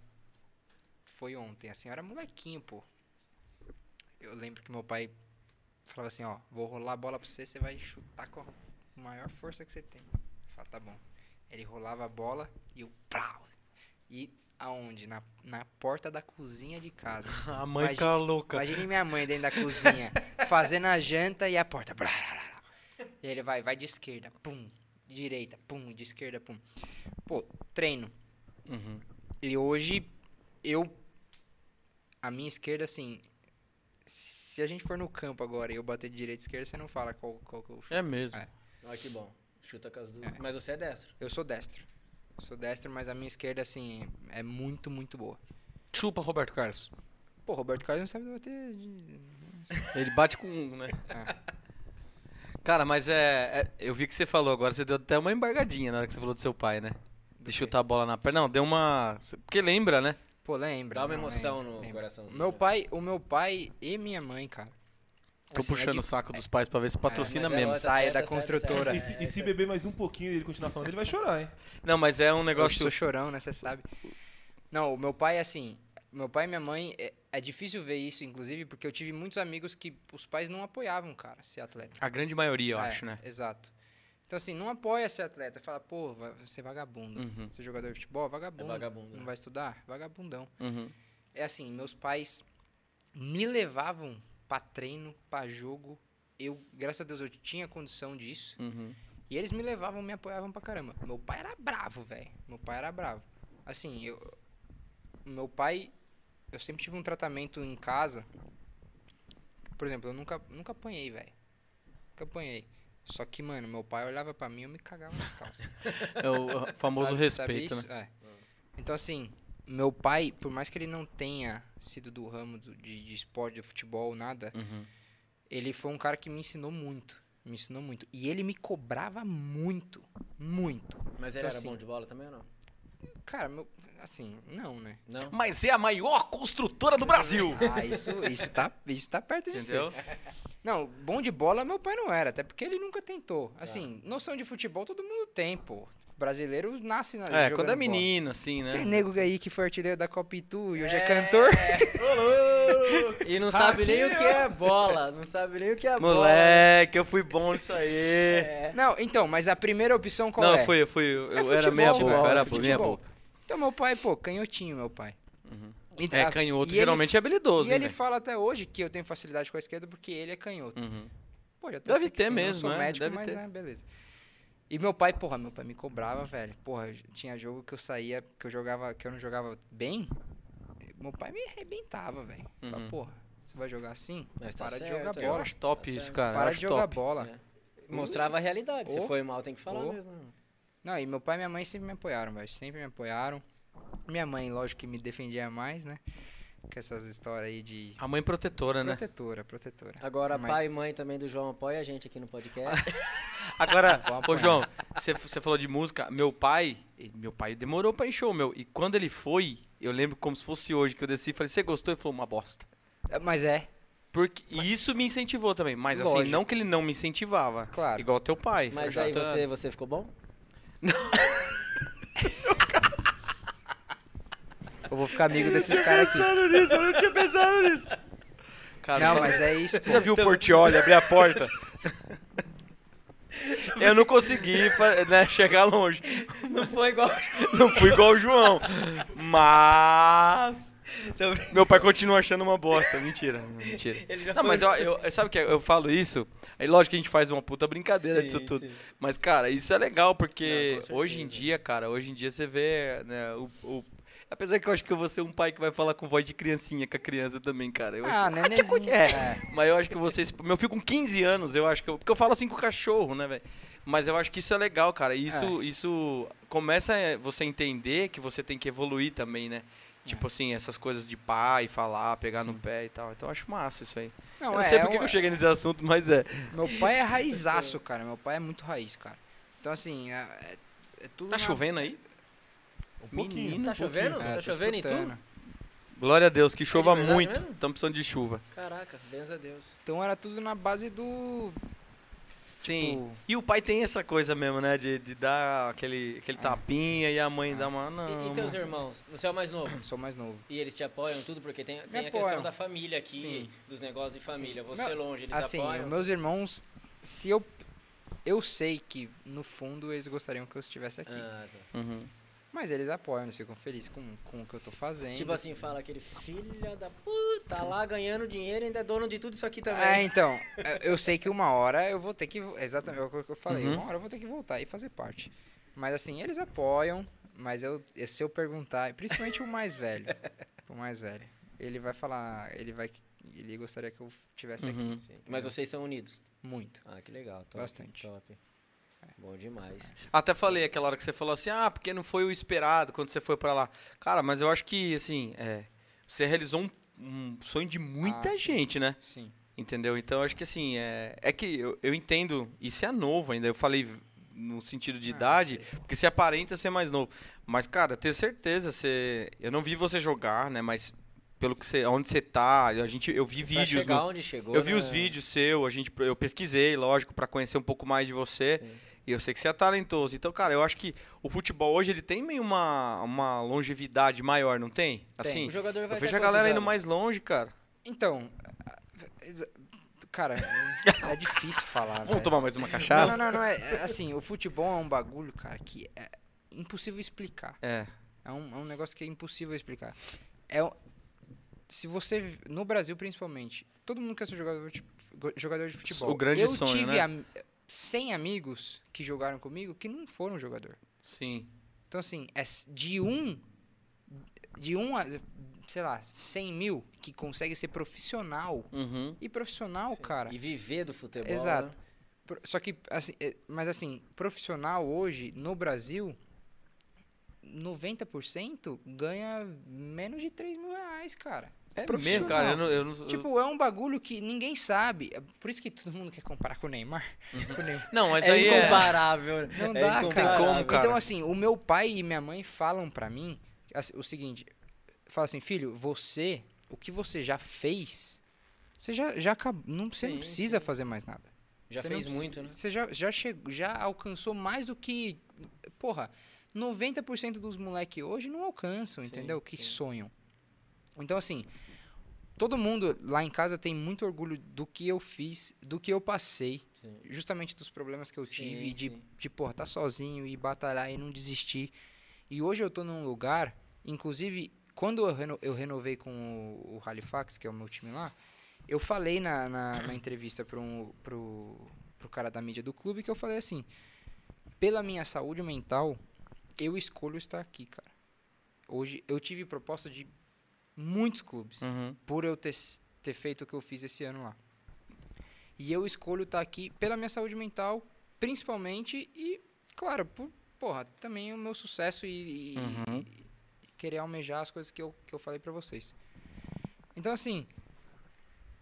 Speaker 3: foi ontem, assim, eu era molequinho, pô. Eu lembro que meu pai falava assim, ó, vou rolar a bola pra você, você vai chutar com a maior força que você tem. Eu falava, tá bom. Ele rolava a bola e o prau. E aonde? Na, na porta da cozinha de casa.
Speaker 1: A
Speaker 3: mãe fica
Speaker 1: louca.
Speaker 3: Imagine minha mãe dentro da cozinha, fazendo a janta e a porta. brá, brá, brá. E ele vai, vai de esquerda, pum, direita, pum, de esquerda, pum. Pô, treino.
Speaker 1: Uhum.
Speaker 3: E hoje eu a minha esquerda assim, se a gente for no campo agora e eu bater de direita e esquerda, você não fala qual, qual que eu chuto.
Speaker 1: É mesmo.
Speaker 3: É.
Speaker 2: Olha que bom. Chuta com as duas. Mas você é destro.
Speaker 3: Eu sou destro. Eu Sou destro, mas a minha esquerda assim é muito, muito boa.
Speaker 1: Chupa, Roberto Carlos.
Speaker 3: Pô, Roberto Carlos não sabe bater de...
Speaker 1: Ele bate com um, né? Cara, mas é, é- Eu vi que você falou agora, você deu até uma embargadinha na hora que você falou do seu pai, né? De
Speaker 3: quê?
Speaker 1: chutar a bola na perna. Não, deu uma. Porque lembra, né?
Speaker 3: Pô, lembra.
Speaker 2: Dá uma
Speaker 3: não,
Speaker 2: emoção
Speaker 3: lembra,
Speaker 2: no
Speaker 3: lembra.
Speaker 2: coraçãozinho,
Speaker 3: Meu
Speaker 2: né?
Speaker 3: pai, o meu pai e minha mãe, cara.
Speaker 1: Tô
Speaker 3: Assim, é
Speaker 1: puxando o
Speaker 3: dif-
Speaker 1: saco dos pais pra ver se patrocina
Speaker 3: mas é
Speaker 2: tá
Speaker 1: mesmo.
Speaker 3: ótimo. Saia da construtora.
Speaker 2: É.
Speaker 4: E se, e se beber mais um pouquinho e ele continuar falando, ele vai chorar, hein?
Speaker 1: Não, mas é um
Speaker 3: Eu
Speaker 1: negócio.
Speaker 3: sou chorão, né? Você sabe. Não, o meu pai, assim, meu pai e minha mãe, é, é difícil ver isso, inclusive, porque eu tive muitos amigos que os pais não apoiavam, cara, ser atleta.
Speaker 1: A grande maioria, eu
Speaker 3: É,
Speaker 1: acho, né?
Speaker 3: Exato. Então, assim, não apoia ser atleta. Fala, pô, vai ser vagabundo.
Speaker 1: Uhum.
Speaker 3: Ser jogador de futebol, vagabundo.
Speaker 2: vagabundo, né?
Speaker 3: Não vai estudar? Vagabundão.
Speaker 1: Uhum.
Speaker 3: É assim, meus pais me levavam pra treino, pra jogo, eu, graças a Deus, eu tinha condição disso.
Speaker 1: Uhum.
Speaker 3: E eles me levavam, me apoiavam pra caramba. Meu pai era bravo, velho. Meu pai era bravo. Assim, eu. Meu pai. Eu sempre tive um tratamento em casa. Por exemplo, eu nunca, nunca apanhei, velho. Nunca apanhei. Só que, mano, meu pai olhava pra mim e eu me cagava nas calças.
Speaker 1: É o o famoso
Speaker 3: Sabe- sabe
Speaker 1: respeito,
Speaker 3: isso?
Speaker 1: né?
Speaker 3: É. Então, assim, meu pai, por mais que ele não tenha sido do ramo do- de, de esporte, de futebol, nada,
Speaker 1: Uhum.
Speaker 3: ele foi um cara que me ensinou muito. Me ensinou muito. E ele me cobrava muito. Muito.
Speaker 2: Mas ele
Speaker 3: Então,
Speaker 2: era
Speaker 3: assim,
Speaker 2: bom de bola também ou não?
Speaker 3: Cara, meu. Assim, não, né?
Speaker 2: Não?
Speaker 1: Mas é a maior construtora do Brasil.
Speaker 3: Ah, isso, isso, tá, isso tá perto de ser.
Speaker 1: Entendeu?
Speaker 3: Não, bom de bola meu pai não era, até porque ele nunca tentou.
Speaker 1: É.
Speaker 3: Assim, noção de futebol todo mundo tem, pô. Brasileiro nasce na
Speaker 1: É,
Speaker 3: jogando
Speaker 1: quando é
Speaker 3: bola. é
Speaker 1: menino, assim, né?
Speaker 3: Tem nego aí que foi artilheiro da Copa Itu e hoje é
Speaker 2: É.
Speaker 3: cantor.
Speaker 2: E não sabe nem o que é bola. Não sabe nem o que é bola.
Speaker 1: Moleque, eu fui bom nisso aí.
Speaker 2: É.
Speaker 3: Não, então, mas a primeira opção qual
Speaker 1: Não,
Speaker 3: é?
Speaker 1: eu fui, eu fui. Eu
Speaker 3: É
Speaker 1: era
Speaker 3: futebol,
Speaker 1: meia
Speaker 3: futebol,
Speaker 1: boca, eu era
Speaker 3: futebol.
Speaker 1: meia boca.
Speaker 3: Então meu pai, pô, canhotinho meu pai.
Speaker 2: Uhum.
Speaker 3: Então,
Speaker 1: É,
Speaker 3: a-
Speaker 1: canhoto
Speaker 3: e ele-
Speaker 1: geralmente é habilidoso,
Speaker 3: E
Speaker 1: hein,
Speaker 3: ele
Speaker 1: velho?
Speaker 3: fala até hoje que eu tenho facilidade com a esquerda porque ele é canhoto.
Speaker 1: Uhum.
Speaker 3: Pô, já até
Speaker 1: Deve
Speaker 3: sei que
Speaker 1: ter
Speaker 3: sim, eu não
Speaker 1: mesmo,
Speaker 3: sou
Speaker 1: é,
Speaker 3: médico,
Speaker 1: deve
Speaker 3: mas
Speaker 1: ter.
Speaker 3: é, beleza. E meu pai, porra, meu pai me cobrava, velho. Porra, tinha jogo que eu saía, que eu jogava, que eu não jogava bem. Meu pai me arrebentava, velho. Falava,
Speaker 1: Uhum.
Speaker 3: porra, você vai jogar assim?
Speaker 2: Mas tá
Speaker 3: Para de
Speaker 2: certo,
Speaker 3: jogar
Speaker 2: eu
Speaker 1: Eu
Speaker 3: bola.
Speaker 1: acho top
Speaker 2: Tá
Speaker 1: isso,
Speaker 2: certo.
Speaker 1: cara. eu
Speaker 3: Para
Speaker 1: acho
Speaker 3: de jogar
Speaker 1: top.
Speaker 3: bola.
Speaker 2: É. Mostrava a realidade. Se
Speaker 3: Oh.
Speaker 2: foi mal, tem que falar
Speaker 3: Oh.
Speaker 2: mesmo. né?
Speaker 3: Não, e meu pai e minha mãe sempre me apoiaram, velho. Sempre me apoiaram. Minha mãe, lógico que me defendia mais, né? Com essas histórias aí de.
Speaker 1: A mãe protetora, né?
Speaker 3: Protetora, protetora.
Speaker 2: Agora,
Speaker 3: Mas-
Speaker 2: pai e mãe também do João apoia a gente aqui no podcast.
Speaker 1: Agora,
Speaker 3: Vou
Speaker 1: ô
Speaker 3: apanhar.
Speaker 1: João, você você falou de música. Meu pai, ele- meu pai demorou pra encher o meu. E quando ele foi, eu lembro como se fosse hoje que eu desci e falei, você gostou? Ele falou, uma bosta.
Speaker 3: É, Mas é,
Speaker 1: Porque, e isso me incentivou também. Mas assim,
Speaker 3: Lógico.
Speaker 1: não que ele não me incentivava.
Speaker 3: Claro.
Speaker 1: Igual teu pai.
Speaker 2: Mas
Speaker 1: Foi
Speaker 2: aí
Speaker 1: tratando.
Speaker 2: você, você ficou bom?
Speaker 3: eu vou ficar amigo desses caras aqui.
Speaker 1: Eu não tinha pensado nisso. Cara,
Speaker 3: Não, mas é isso.
Speaker 1: Você já viu o Portioli abrir a porta? Eu não consegui fa- né, chegar longe.
Speaker 2: Não foi igual.
Speaker 1: Não fui igual o João. Mas.
Speaker 2: Também.
Speaker 1: Meu pai continua achando uma bosta. Mentira, mentira.
Speaker 2: Ele já
Speaker 1: Não,
Speaker 2: foi
Speaker 1: mas eu,
Speaker 2: igual-
Speaker 1: eu- sabe o que é? eu falo isso? Aí lógico que a gente faz uma puta brincadeira
Speaker 2: Sim,
Speaker 1: disso tudo.
Speaker 2: sim.
Speaker 1: Mas, cara, isso é legal,
Speaker 2: Não,
Speaker 1: porque
Speaker 2: com certeza.
Speaker 1: hoje em dia, cara, hoje em dia você vê, né, o. o- Apesar que eu acho que eu vou ser um pai que vai falar com voz de criancinha com a criança também, cara. Eu
Speaker 3: Ah, nenenzinho.
Speaker 1: é, mas eu acho que vocês. Meu filho com 15 anos, eu acho que. Eu, porque eu falo assim com o cachorro, né, velho? Mas eu acho que isso é legal, cara. E Isso, isso começa é, você entender que você tem que evoluir também, né?
Speaker 3: É.
Speaker 1: Tipo assim, essas coisas de pai, falar, pegar no pé e tal. Então eu acho massa isso aí. eu
Speaker 3: Não,
Speaker 1: não
Speaker 3: é,
Speaker 1: sei por que
Speaker 3: um-
Speaker 1: que eu cheguei nesse assunto, mas é.
Speaker 3: Meu pai é raizaço, cara. Meu pai é muito raiz, cara. Então, assim, é, é- é tudo.
Speaker 1: Tá
Speaker 3: na-
Speaker 1: chovendo aí?
Speaker 4: Um pouquinho.
Speaker 1: Menino,
Speaker 2: Tá
Speaker 4: um pouquinho
Speaker 2: chovendo?
Speaker 4: só.
Speaker 2: Tá
Speaker 3: É, tô
Speaker 2: chovendo em tu?
Speaker 3: escutando.
Speaker 1: Glória a Deus, que chova
Speaker 2: verdade
Speaker 1: muito.
Speaker 2: mesmo?
Speaker 1: Estamos precisando de chuva.
Speaker 2: Caraca, benza a Deus.
Speaker 3: Então era tudo na base do.
Speaker 1: Sim. Tipo, E o pai tem essa coisa mesmo, né? De, de dar aquele, aquele tapinha e a mãe dá uma. Não,
Speaker 2: E, e teus irmãos? Você é o mais novo?
Speaker 3: Sou mais novo.
Speaker 2: E eles te apoiam tudo? Porque tem, tem a
Speaker 3: apoiam.
Speaker 2: questão da família aqui,
Speaker 3: Sim.
Speaker 2: dos negócios de família. Você
Speaker 3: Não,
Speaker 2: longe, eles
Speaker 3: Assim,
Speaker 2: apoiam.
Speaker 3: meus irmãos, se eu. Eu sei que, no fundo, eles gostariam que eu estivesse aqui.
Speaker 2: Ah, tá.
Speaker 1: Uhum.
Speaker 3: Mas eles apoiam, eles ficam felizes com, com o que eu tô fazendo.
Speaker 2: Tipo assim, fala aquele filha da puta tá lá ganhando dinheiro e ainda é dono de tudo isso aqui também.
Speaker 3: É, então, eu- eu sei que uma hora eu vou ter que. vo- Exatamente, é o que eu falei.
Speaker 1: Uhum.
Speaker 3: Uma hora eu vou ter que voltar e fazer parte. Mas assim, eles apoiam, mas eu, e se eu perguntar, principalmente o mais velho. O mais velho. Ele vai falar, ele vai. Ele gostaria que eu estivesse
Speaker 1: Uhum.
Speaker 3: aqui.
Speaker 2: Sim, Mas vocês são unidos.
Speaker 3: Muito.
Speaker 2: Ah, que legal. Top,
Speaker 3: Bastante.
Speaker 2: Top. Bom demais.
Speaker 1: Até falei aquela hora que você falou assim, ah, porque não foi o esperado quando você foi pra lá. Cara, mas eu acho que, assim, é, você realizou um, um sonho de muita
Speaker 3: Ah, sim.
Speaker 1: gente, né?
Speaker 3: Sim.
Speaker 1: Entendeu? Então, eu acho que, assim, é, é que eu, eu entendo, isso é novo ainda, eu falei no sentido de
Speaker 3: Ah,
Speaker 1: idade,
Speaker 3: sei.
Speaker 1: porque você aparenta ser mais novo. Mas, cara, ter certeza, você... Eu não vi você jogar, né, mas pelo que você... Onde você tá, a gente, eu vi
Speaker 2: pra
Speaker 1: vídeos
Speaker 2: chegar
Speaker 1: no
Speaker 2: onde chegou,
Speaker 1: eu vi
Speaker 2: né?
Speaker 1: os vídeos seu, a gente, eu pesquisei, lógico, pra conhecer um pouco mais de você.
Speaker 2: Sim.
Speaker 1: E eu sei que você é talentoso. Então, cara, eu acho que o futebol hoje ele tem meio uma, uma longevidade maior, não tem? Assim,
Speaker 2: O jogador vai
Speaker 1: eu vejo
Speaker 2: até
Speaker 1: a galera
Speaker 2: quantos
Speaker 1: indo
Speaker 2: anos?
Speaker 1: mais longe, cara.
Speaker 3: Então. a- a- exa- Cara, é difícil
Speaker 2: Ah,
Speaker 3: falar.
Speaker 1: Vamos
Speaker 2: é.
Speaker 3: velho.
Speaker 1: tomar mais uma
Speaker 3: Não,
Speaker 1: cachaça?
Speaker 3: não, não, não. É, é assim, o futebol é um bagulho, cara, que é impossível explicar.
Speaker 1: É.
Speaker 3: É um, é um negócio que é impossível explicar. É, o- se você. vi- No Brasil, principalmente, Todo mundo quer ser jogador de, go- jogador de futebol.
Speaker 1: O grande
Speaker 3: eu
Speaker 1: sonho,
Speaker 3: tive
Speaker 1: né?
Speaker 3: am- 100 amigos que jogaram comigo que não foram jogador.
Speaker 1: Sim.
Speaker 3: Então, assim, é s- de um, de um a, sei lá, 100 mil que consegue ser profissional.
Speaker 1: Uhum.
Speaker 3: E profissional, cara...
Speaker 2: E viver do futebol.
Speaker 3: Exato.
Speaker 2: né?
Speaker 3: Pro- Só que, assim, é- mas assim, profissional hoje, no Brasil, 90% ganha menos de 3 mil reais, cara.
Speaker 1: É mesmo,
Speaker 3: Profissional.
Speaker 1: cara. Eu não, eu não, eu-
Speaker 3: Tipo, é um bagulho que ninguém sabe. É Por isso que todo mundo quer comparar com o Neymar. Com o Neymar.
Speaker 1: não mas
Speaker 2: é
Speaker 1: aí é...
Speaker 2: incomparável. né?
Speaker 3: Não
Speaker 2: é
Speaker 3: dá, cara.
Speaker 2: incomparável.
Speaker 1: Tem como, cara.
Speaker 3: Então, assim, o meu pai e minha mãe falam pra mim assim, o seguinte: fala assim, filho, você, o que você já fez, você já, já acabou. Não, você não
Speaker 2: Sim,
Speaker 3: precisa fazer mais nada.
Speaker 2: Já
Speaker 3: Você
Speaker 2: fez
Speaker 3: não-
Speaker 2: muito, né?
Speaker 3: Você já, já, chegou, já alcançou mais do que. Porra, 90% dos moleques hoje não alcançam,
Speaker 2: Sim,
Speaker 3: entendeu? Que
Speaker 2: sim.
Speaker 3: sonham. Então, assim, todo mundo lá em casa tem muito orgulho do que eu fiz, do que eu passei,
Speaker 2: Sim.
Speaker 3: justamente dos problemas que eu
Speaker 2: Sim,
Speaker 3: tive, e de,
Speaker 2: sim.
Speaker 3: de, porra, tá sozinho e batalhar e não desistir. E hoje eu tô num lugar, inclusive, quando eu, reno- eu renovei com o, o Halifax, que é o meu time lá, eu falei na, na, na entrevista para um, pro, pro cara da mídia do clube que eu falei assim: pela minha saúde mental, eu escolho estar aqui, cara. Hoje eu tive proposta de muitos clubes
Speaker 1: Uhum.
Speaker 3: por eu ter, s- ter feito o que eu fiz esse ano lá. E eu escolho estar aqui pela minha saúde mental, principalmente, e, claro, por, porra, também o meu sucesso e, e- e querer almejar as coisas que eu, que eu falei pra vocês. Então, assim,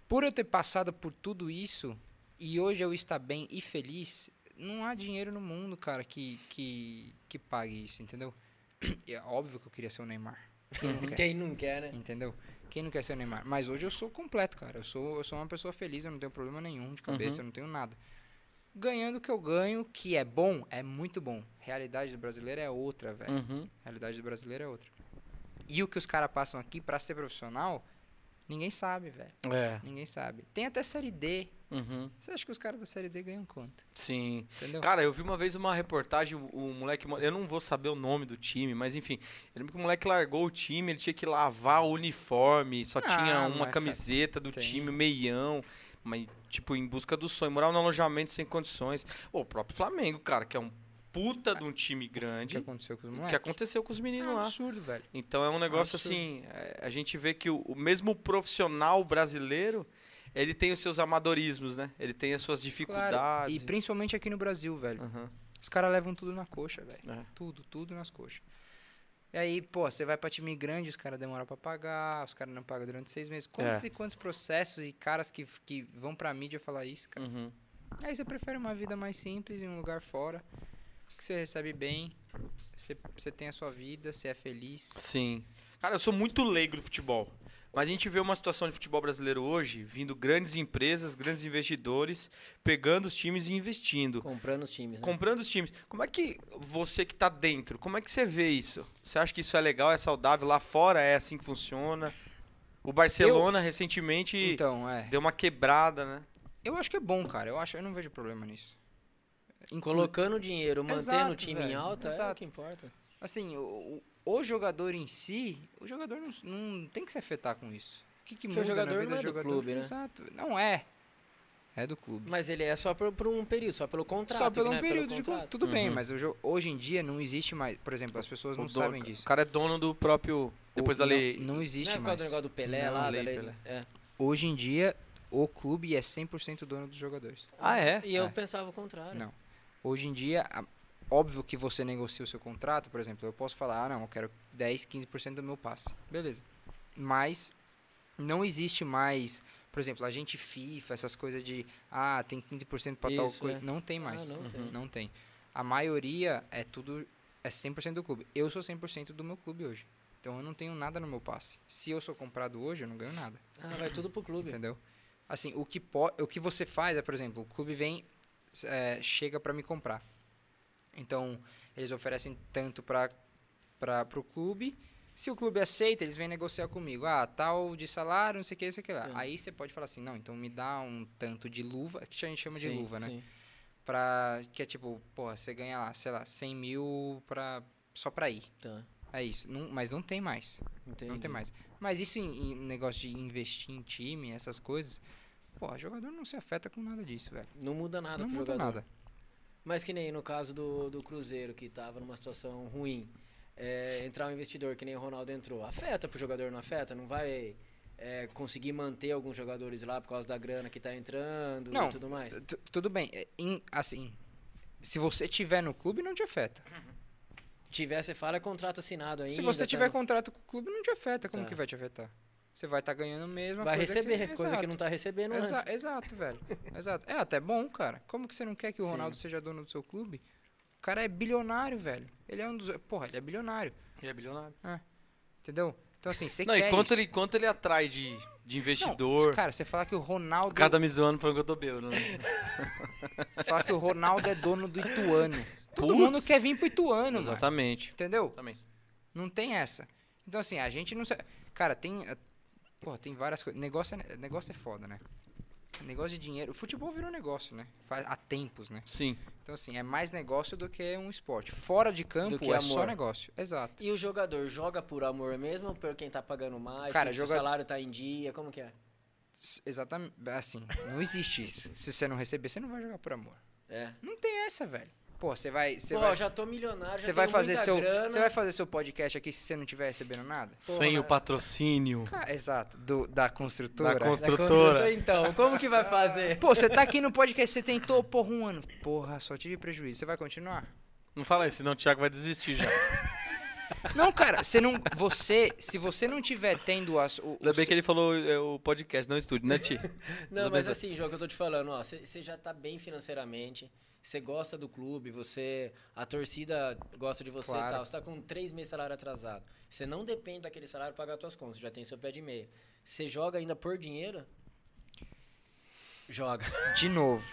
Speaker 3: por eu ter passado por tudo isso, e hoje eu estar bem e feliz, não há dinheiro no mundo, cara, que, que, que pague isso, entendeu? E É óbvio que eu queria ser o Neymar. Quem não quer?
Speaker 2: Quem não quer, né?
Speaker 3: Entendeu? Quem não quer ser o Neymar? Mas hoje eu sou completo, cara. Eu sou, eu sou uma pessoa feliz, eu não tenho problema nenhum de cabeça,
Speaker 1: Uhum.
Speaker 3: eu não tenho nada. Ganhando o que eu ganho, que é bom, é muito bom. Realidade do brasileiro é outra, velho.
Speaker 1: Uhum.
Speaker 3: Realidade do brasileiro é outra. E o que os caras passam aqui pra ser profissional, ninguém sabe, velho.
Speaker 1: É.
Speaker 3: Ninguém sabe. Tem até série D.
Speaker 1: Uhum.
Speaker 3: Você acha que os caras da série D ganham quanto?
Speaker 1: Sim.
Speaker 3: Entendeu?
Speaker 1: Cara, eu vi uma vez uma reportagem, o, o moleque, eu não vou saber o nome do time, mas enfim, eu lembro que o moleque largou o time, ele tinha que lavar o uniforme, só
Speaker 3: Ah,
Speaker 1: tinha
Speaker 3: mas
Speaker 1: uma
Speaker 3: fa-
Speaker 1: camiseta do
Speaker 3: tem.
Speaker 1: time, o meião, mas tipo, em busca do sonho, morar no alojamento sem condições. Ô, o próprio Flamengo, cara, que é um puta de um time
Speaker 3: o que
Speaker 1: grande,
Speaker 3: aconteceu com os
Speaker 1: o que
Speaker 3: moleques?
Speaker 1: aconteceu com os
Speaker 3: É
Speaker 1: meninos
Speaker 3: um
Speaker 1: lá.
Speaker 3: absurdo, velho.
Speaker 1: Então é um negócio
Speaker 3: Absurdo.
Speaker 1: assim, é, a gente vê que o, o mesmo profissional brasileiro, ele tem os seus amadorismos, né? Ele tem as suas dificuldades.
Speaker 3: Claro. E principalmente aqui no Brasil, velho.
Speaker 1: Aham.
Speaker 3: Os caras levam tudo na coxa, velho.
Speaker 1: É.
Speaker 3: Tudo, tudo nas coxas. E aí, pô, você vai pra time grande, os caras demoram pra pagar, os caras não pagam durante seis meses. Quantos e quantos processos e caras que, que vão pra mídia falar isso, cara?
Speaker 1: Uhum.
Speaker 3: Aí você prefere uma vida mais simples, em um lugar fora, que você recebe bem, você, você tem a sua vida, você é feliz.
Speaker 1: Sim. Cara, eu sou muito leigo do futebol. Mas a gente vê uma situação de futebol brasileiro hoje, vindo grandes empresas, grandes investidores, pegando os times e
Speaker 3: Uhum.
Speaker 1: investindo.
Speaker 2: Comprando os times, né?
Speaker 1: Comprando os times. Como é que você que tá dentro, como é que você vê isso? Você acha que isso é legal, é saudável? Lá fora é assim que funciona? O Barcelona recentemente
Speaker 3: Então, é.
Speaker 1: deu uma quebrada, né?
Speaker 3: Eu acho que é bom, cara. Eu acho, eu não vejo problema nisso. Inclu-
Speaker 2: Colocando o dinheiro, mantendo
Speaker 3: Exato,
Speaker 2: o time em
Speaker 3: velho,
Speaker 2: alta, é o
Speaker 3: exato.
Speaker 2: que importa.
Speaker 3: Assim, o, o, o jogador em si, o jogador não, não tem que se afetar com isso. O que,
Speaker 2: Porque
Speaker 3: que muda
Speaker 2: o jogador
Speaker 3: na vida
Speaker 2: não é do
Speaker 3: jogador?
Speaker 2: clube, né?
Speaker 3: Exato. Não é. É do clube.
Speaker 2: Mas ele é só por, por um período, só pelo contrato.
Speaker 3: Só pelo
Speaker 2: né?
Speaker 3: um período de
Speaker 2: contrato.
Speaker 3: clube. Tudo bem, mas o jo- hoje em dia não existe mais. Por exemplo, as pessoas não
Speaker 1: o dono-
Speaker 3: sabem disso.
Speaker 1: O cara é dono do próprio. Depois
Speaker 3: O-
Speaker 1: da lei.
Speaker 3: Não, não
Speaker 2: Não
Speaker 3: existe
Speaker 2: é por causa
Speaker 3: mais.
Speaker 2: do negócio do Pelé
Speaker 1: Não,
Speaker 2: lá,
Speaker 1: lei
Speaker 2: da lei-
Speaker 1: Pelé.
Speaker 2: é.
Speaker 3: Hoje em dia, o clube é 100% dono dos jogadores.
Speaker 1: Ah, é?
Speaker 2: E eu
Speaker 3: É.
Speaker 2: pensava o contrário.
Speaker 3: Não. Hoje em dia, a- óbvio que você negocia o seu contrato, por exemplo, eu posso falar, ah, não, eu quero 10, 15% do meu passe. Beleza. Mas não existe mais, por exemplo, a gente FIFA, essas coisas de, ah, tem 15% para tal
Speaker 2: Isso,
Speaker 3: coisa.
Speaker 2: é.
Speaker 3: Não tem
Speaker 2: Ah,
Speaker 3: mais.
Speaker 2: não
Speaker 3: não,
Speaker 2: tem.
Speaker 3: tem. A maioria é tudo é 100% do clube. Eu sou 100% do meu clube hoje. Então eu não tenho nada no meu passe. Se eu sou comprado hoje, eu não ganho nada.
Speaker 2: Ah, vai tudo pro clube.
Speaker 3: Entendeu? Assim, o que, po o que você faz é, por exemplo, o clube vem, s- é, chega pra me comprar. Então, eles oferecem tanto pra, pra, pro clube. Se o clube aceita, eles vêm negociar comigo. Ah, tal de salário, não sei o que, não sei o que lá.
Speaker 2: Sim.
Speaker 3: Aí você pode falar assim, não, então me dá um tanto de luva, que a gente chama de
Speaker 2: Sim,
Speaker 3: luva, né?
Speaker 2: sim.
Speaker 3: Pra, que é tipo, porra, você ganha lá, sei lá, 100 mil pra, só pra ir.
Speaker 2: Tá.
Speaker 3: É isso. Não- mas não tem mais.
Speaker 2: Entendi.
Speaker 3: Não tem mais. Mas isso em, em negócio de investir em time, essas coisas. Pô, jogador não se afeta com nada disso, velho.
Speaker 2: Não muda nada
Speaker 3: Não
Speaker 2: pro
Speaker 3: muda
Speaker 2: jogador.
Speaker 3: nada.
Speaker 2: Mas que nem no caso do, do Cruzeiro, que tava numa situação ruim. é, entrar um investidor que nem o Ronaldo entrou, afeta pro jogador, não afeta? Não vai é, conseguir manter alguns jogadores lá por causa da grana que tá entrando
Speaker 3: Não,
Speaker 2: e tudo mais?
Speaker 3: Tu- Tudo bem. é, em- assim, se você tiver no clube, não te afeta.
Speaker 2: Tiver, você fala, é contrato assinado ainda.
Speaker 3: Se você
Speaker 2: tá
Speaker 3: tiver
Speaker 2: no-
Speaker 3: contrato com o clube, não te afeta. Como
Speaker 2: Tá.
Speaker 3: que vai te afetar? Você vai estar ganhando mesmo. a
Speaker 2: Vai
Speaker 3: coisa é
Speaker 2: receber,
Speaker 3: que...
Speaker 2: coisa que
Speaker 3: Exato.
Speaker 2: não tá recebendo antes.
Speaker 3: Exa- exato, velho. Exato. É até bom, cara. Como que você não quer que o
Speaker 2: Sim.
Speaker 3: Ronaldo seja dono do seu clube? O cara é bilionário, velho. Ele é um dos. Porra, ele é bilionário.
Speaker 1: Ele é bilionário.
Speaker 3: Entendeu? Então, assim, você
Speaker 1: Não,
Speaker 3: quer.
Speaker 1: e quanto
Speaker 3: isso.
Speaker 1: ele, quanto ele atrai de, de
Speaker 3: Não,
Speaker 1: investidor.
Speaker 3: cara, você falar que o
Speaker 1: O
Speaker 3: Ronaldo.
Speaker 1: cara tá me zoando falando que eu tô bêbado. né?
Speaker 3: Você falar que o Ronaldo é dono do Ituano. Todo mundo quer vir pro Ituano, velho.
Speaker 1: Exatamente.
Speaker 3: Entendeu?
Speaker 1: Exatamente.
Speaker 3: Não tem essa. Então, assim, a gente não sabe. Cara, tem. eh, Porra, tem várias coisas. Negócio é, negócio é foda, né? Negócio de dinheiro. O futebol virou negócio, né? Faz, há tempos, né?
Speaker 1: Sim.
Speaker 3: Então, assim, é mais negócio do que um esporte. Fora de campo
Speaker 2: que
Speaker 3: é
Speaker 2: amor.
Speaker 3: só negócio. Exato.
Speaker 2: E o jogador joga por amor mesmo ou por quem tá pagando mais?
Speaker 3: Cara,
Speaker 2: se
Speaker 3: joga-
Speaker 2: o salário tá em dia, como que é?
Speaker 3: S- Exatamente. Assim, não existe isso. Se você não receber, você não vai jogar por amor.
Speaker 2: É.
Speaker 3: Não tem essa, velho. Pô, você vai. Você
Speaker 2: Pô,
Speaker 3: vai,
Speaker 2: já tô milionário,
Speaker 3: você
Speaker 2: já
Speaker 3: vai
Speaker 2: tenho
Speaker 3: fazer
Speaker 2: muita
Speaker 3: seu.
Speaker 2: grana.
Speaker 3: Você vai fazer seu podcast aqui se você não tiver recebendo nada?
Speaker 1: Sem o patrocínio
Speaker 3: Cara, exato. Do, da
Speaker 1: da
Speaker 3: construtora.
Speaker 1: construtora.
Speaker 2: Tá Então, como que vai fazer?
Speaker 3: Pô, você tá aqui no podcast, você tentou, porra, um ano. Porra, só tive prejuízo. Você vai continuar?
Speaker 1: Não fala isso, senão o Thiago vai desistir já.
Speaker 3: Não, cara, você não. Você, se você não tiver tendo as. O, o
Speaker 1: Ainda bem
Speaker 3: se-
Speaker 1: que ele falou é, o podcast, não o estúdio, né, Ti?
Speaker 2: Não,
Speaker 1: Tudo
Speaker 2: mas
Speaker 1: bem,
Speaker 2: assim, João, que eu tô te falando, ó, você já tá bem financeiramente, você gosta do clube, você. A torcida gosta de você
Speaker 3: Claro.
Speaker 2: e tal. Você tá com três meses de salário atrasado. Você não depende daquele salário pra pagar suas contas, você já tem seu pé de meia. Você joga ainda por dinheiro? Joga.
Speaker 3: De novo.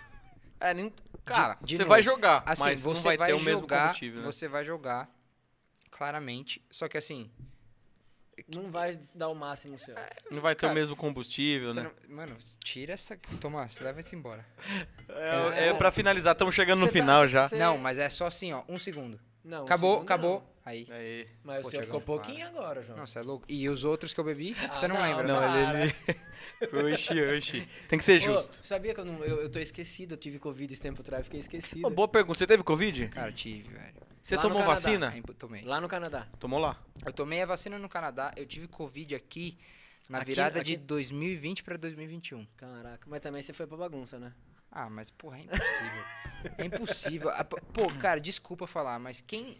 Speaker 1: É, nem... cara,
Speaker 3: de
Speaker 1: você
Speaker 3: novo.
Speaker 1: vai jogar,
Speaker 3: Assim,
Speaker 1: mas
Speaker 3: você
Speaker 1: não vai, ter o mesmo
Speaker 3: jogar,
Speaker 1: combustível, né?
Speaker 3: Você vai jogar, claramente. Só que assim.
Speaker 2: Não vai dar o máximo seu.
Speaker 1: Não vai ter
Speaker 3: cara,
Speaker 1: o mesmo combustível,
Speaker 3: você
Speaker 1: né?
Speaker 3: não- mano, tira essa. Tomás, leva isso embora.
Speaker 1: É, é pra finalizar, estamos chegando no
Speaker 2: Cê tá-
Speaker 1: final já.
Speaker 2: cê-
Speaker 3: Não, mas é só assim, ó. Um segundo.
Speaker 2: Não,
Speaker 3: acabou,
Speaker 2: segundo não.
Speaker 3: acabou. Aí.
Speaker 1: Aí.
Speaker 2: Mas
Speaker 3: Pô,
Speaker 2: o senhor ficou
Speaker 3: Thiagão,
Speaker 2: pouquinho agora, João.
Speaker 3: Não, você é louco. E os outros que eu bebi? Você não,
Speaker 2: não,
Speaker 3: lembra,
Speaker 1: Não,
Speaker 3: né?
Speaker 2: Para.
Speaker 1: ele... ele... oxi, oxi. Tem que
Speaker 3: é
Speaker 1: ser
Speaker 2: Ô,
Speaker 1: justo.
Speaker 2: sabia que eu, não, eu, eu tô esquecido, eu tive Covid esse tempo atrás, fiquei esquecido.
Speaker 1: Uma boa pergunta, você teve Covid?
Speaker 3: Cara, tive, velho.
Speaker 1: Você
Speaker 2: Lá no
Speaker 1: tomou
Speaker 2: Canadá.
Speaker 1: vacina?
Speaker 3: Aí, pô, tomei.
Speaker 2: Lá no Canadá.
Speaker 1: Tomou lá.
Speaker 3: Eu tomei a vacina no Canadá, eu tive Covid aqui na
Speaker 2: Aqui-
Speaker 3: virada de
Speaker 2: aqui-
Speaker 3: 2020 pra 2021.
Speaker 2: Caraca, mas também você foi pra bagunça, né?
Speaker 3: Ah, mas porra, é impossível. é impossível. Ah, p- Pô, cara, desculpa falar, mas quem.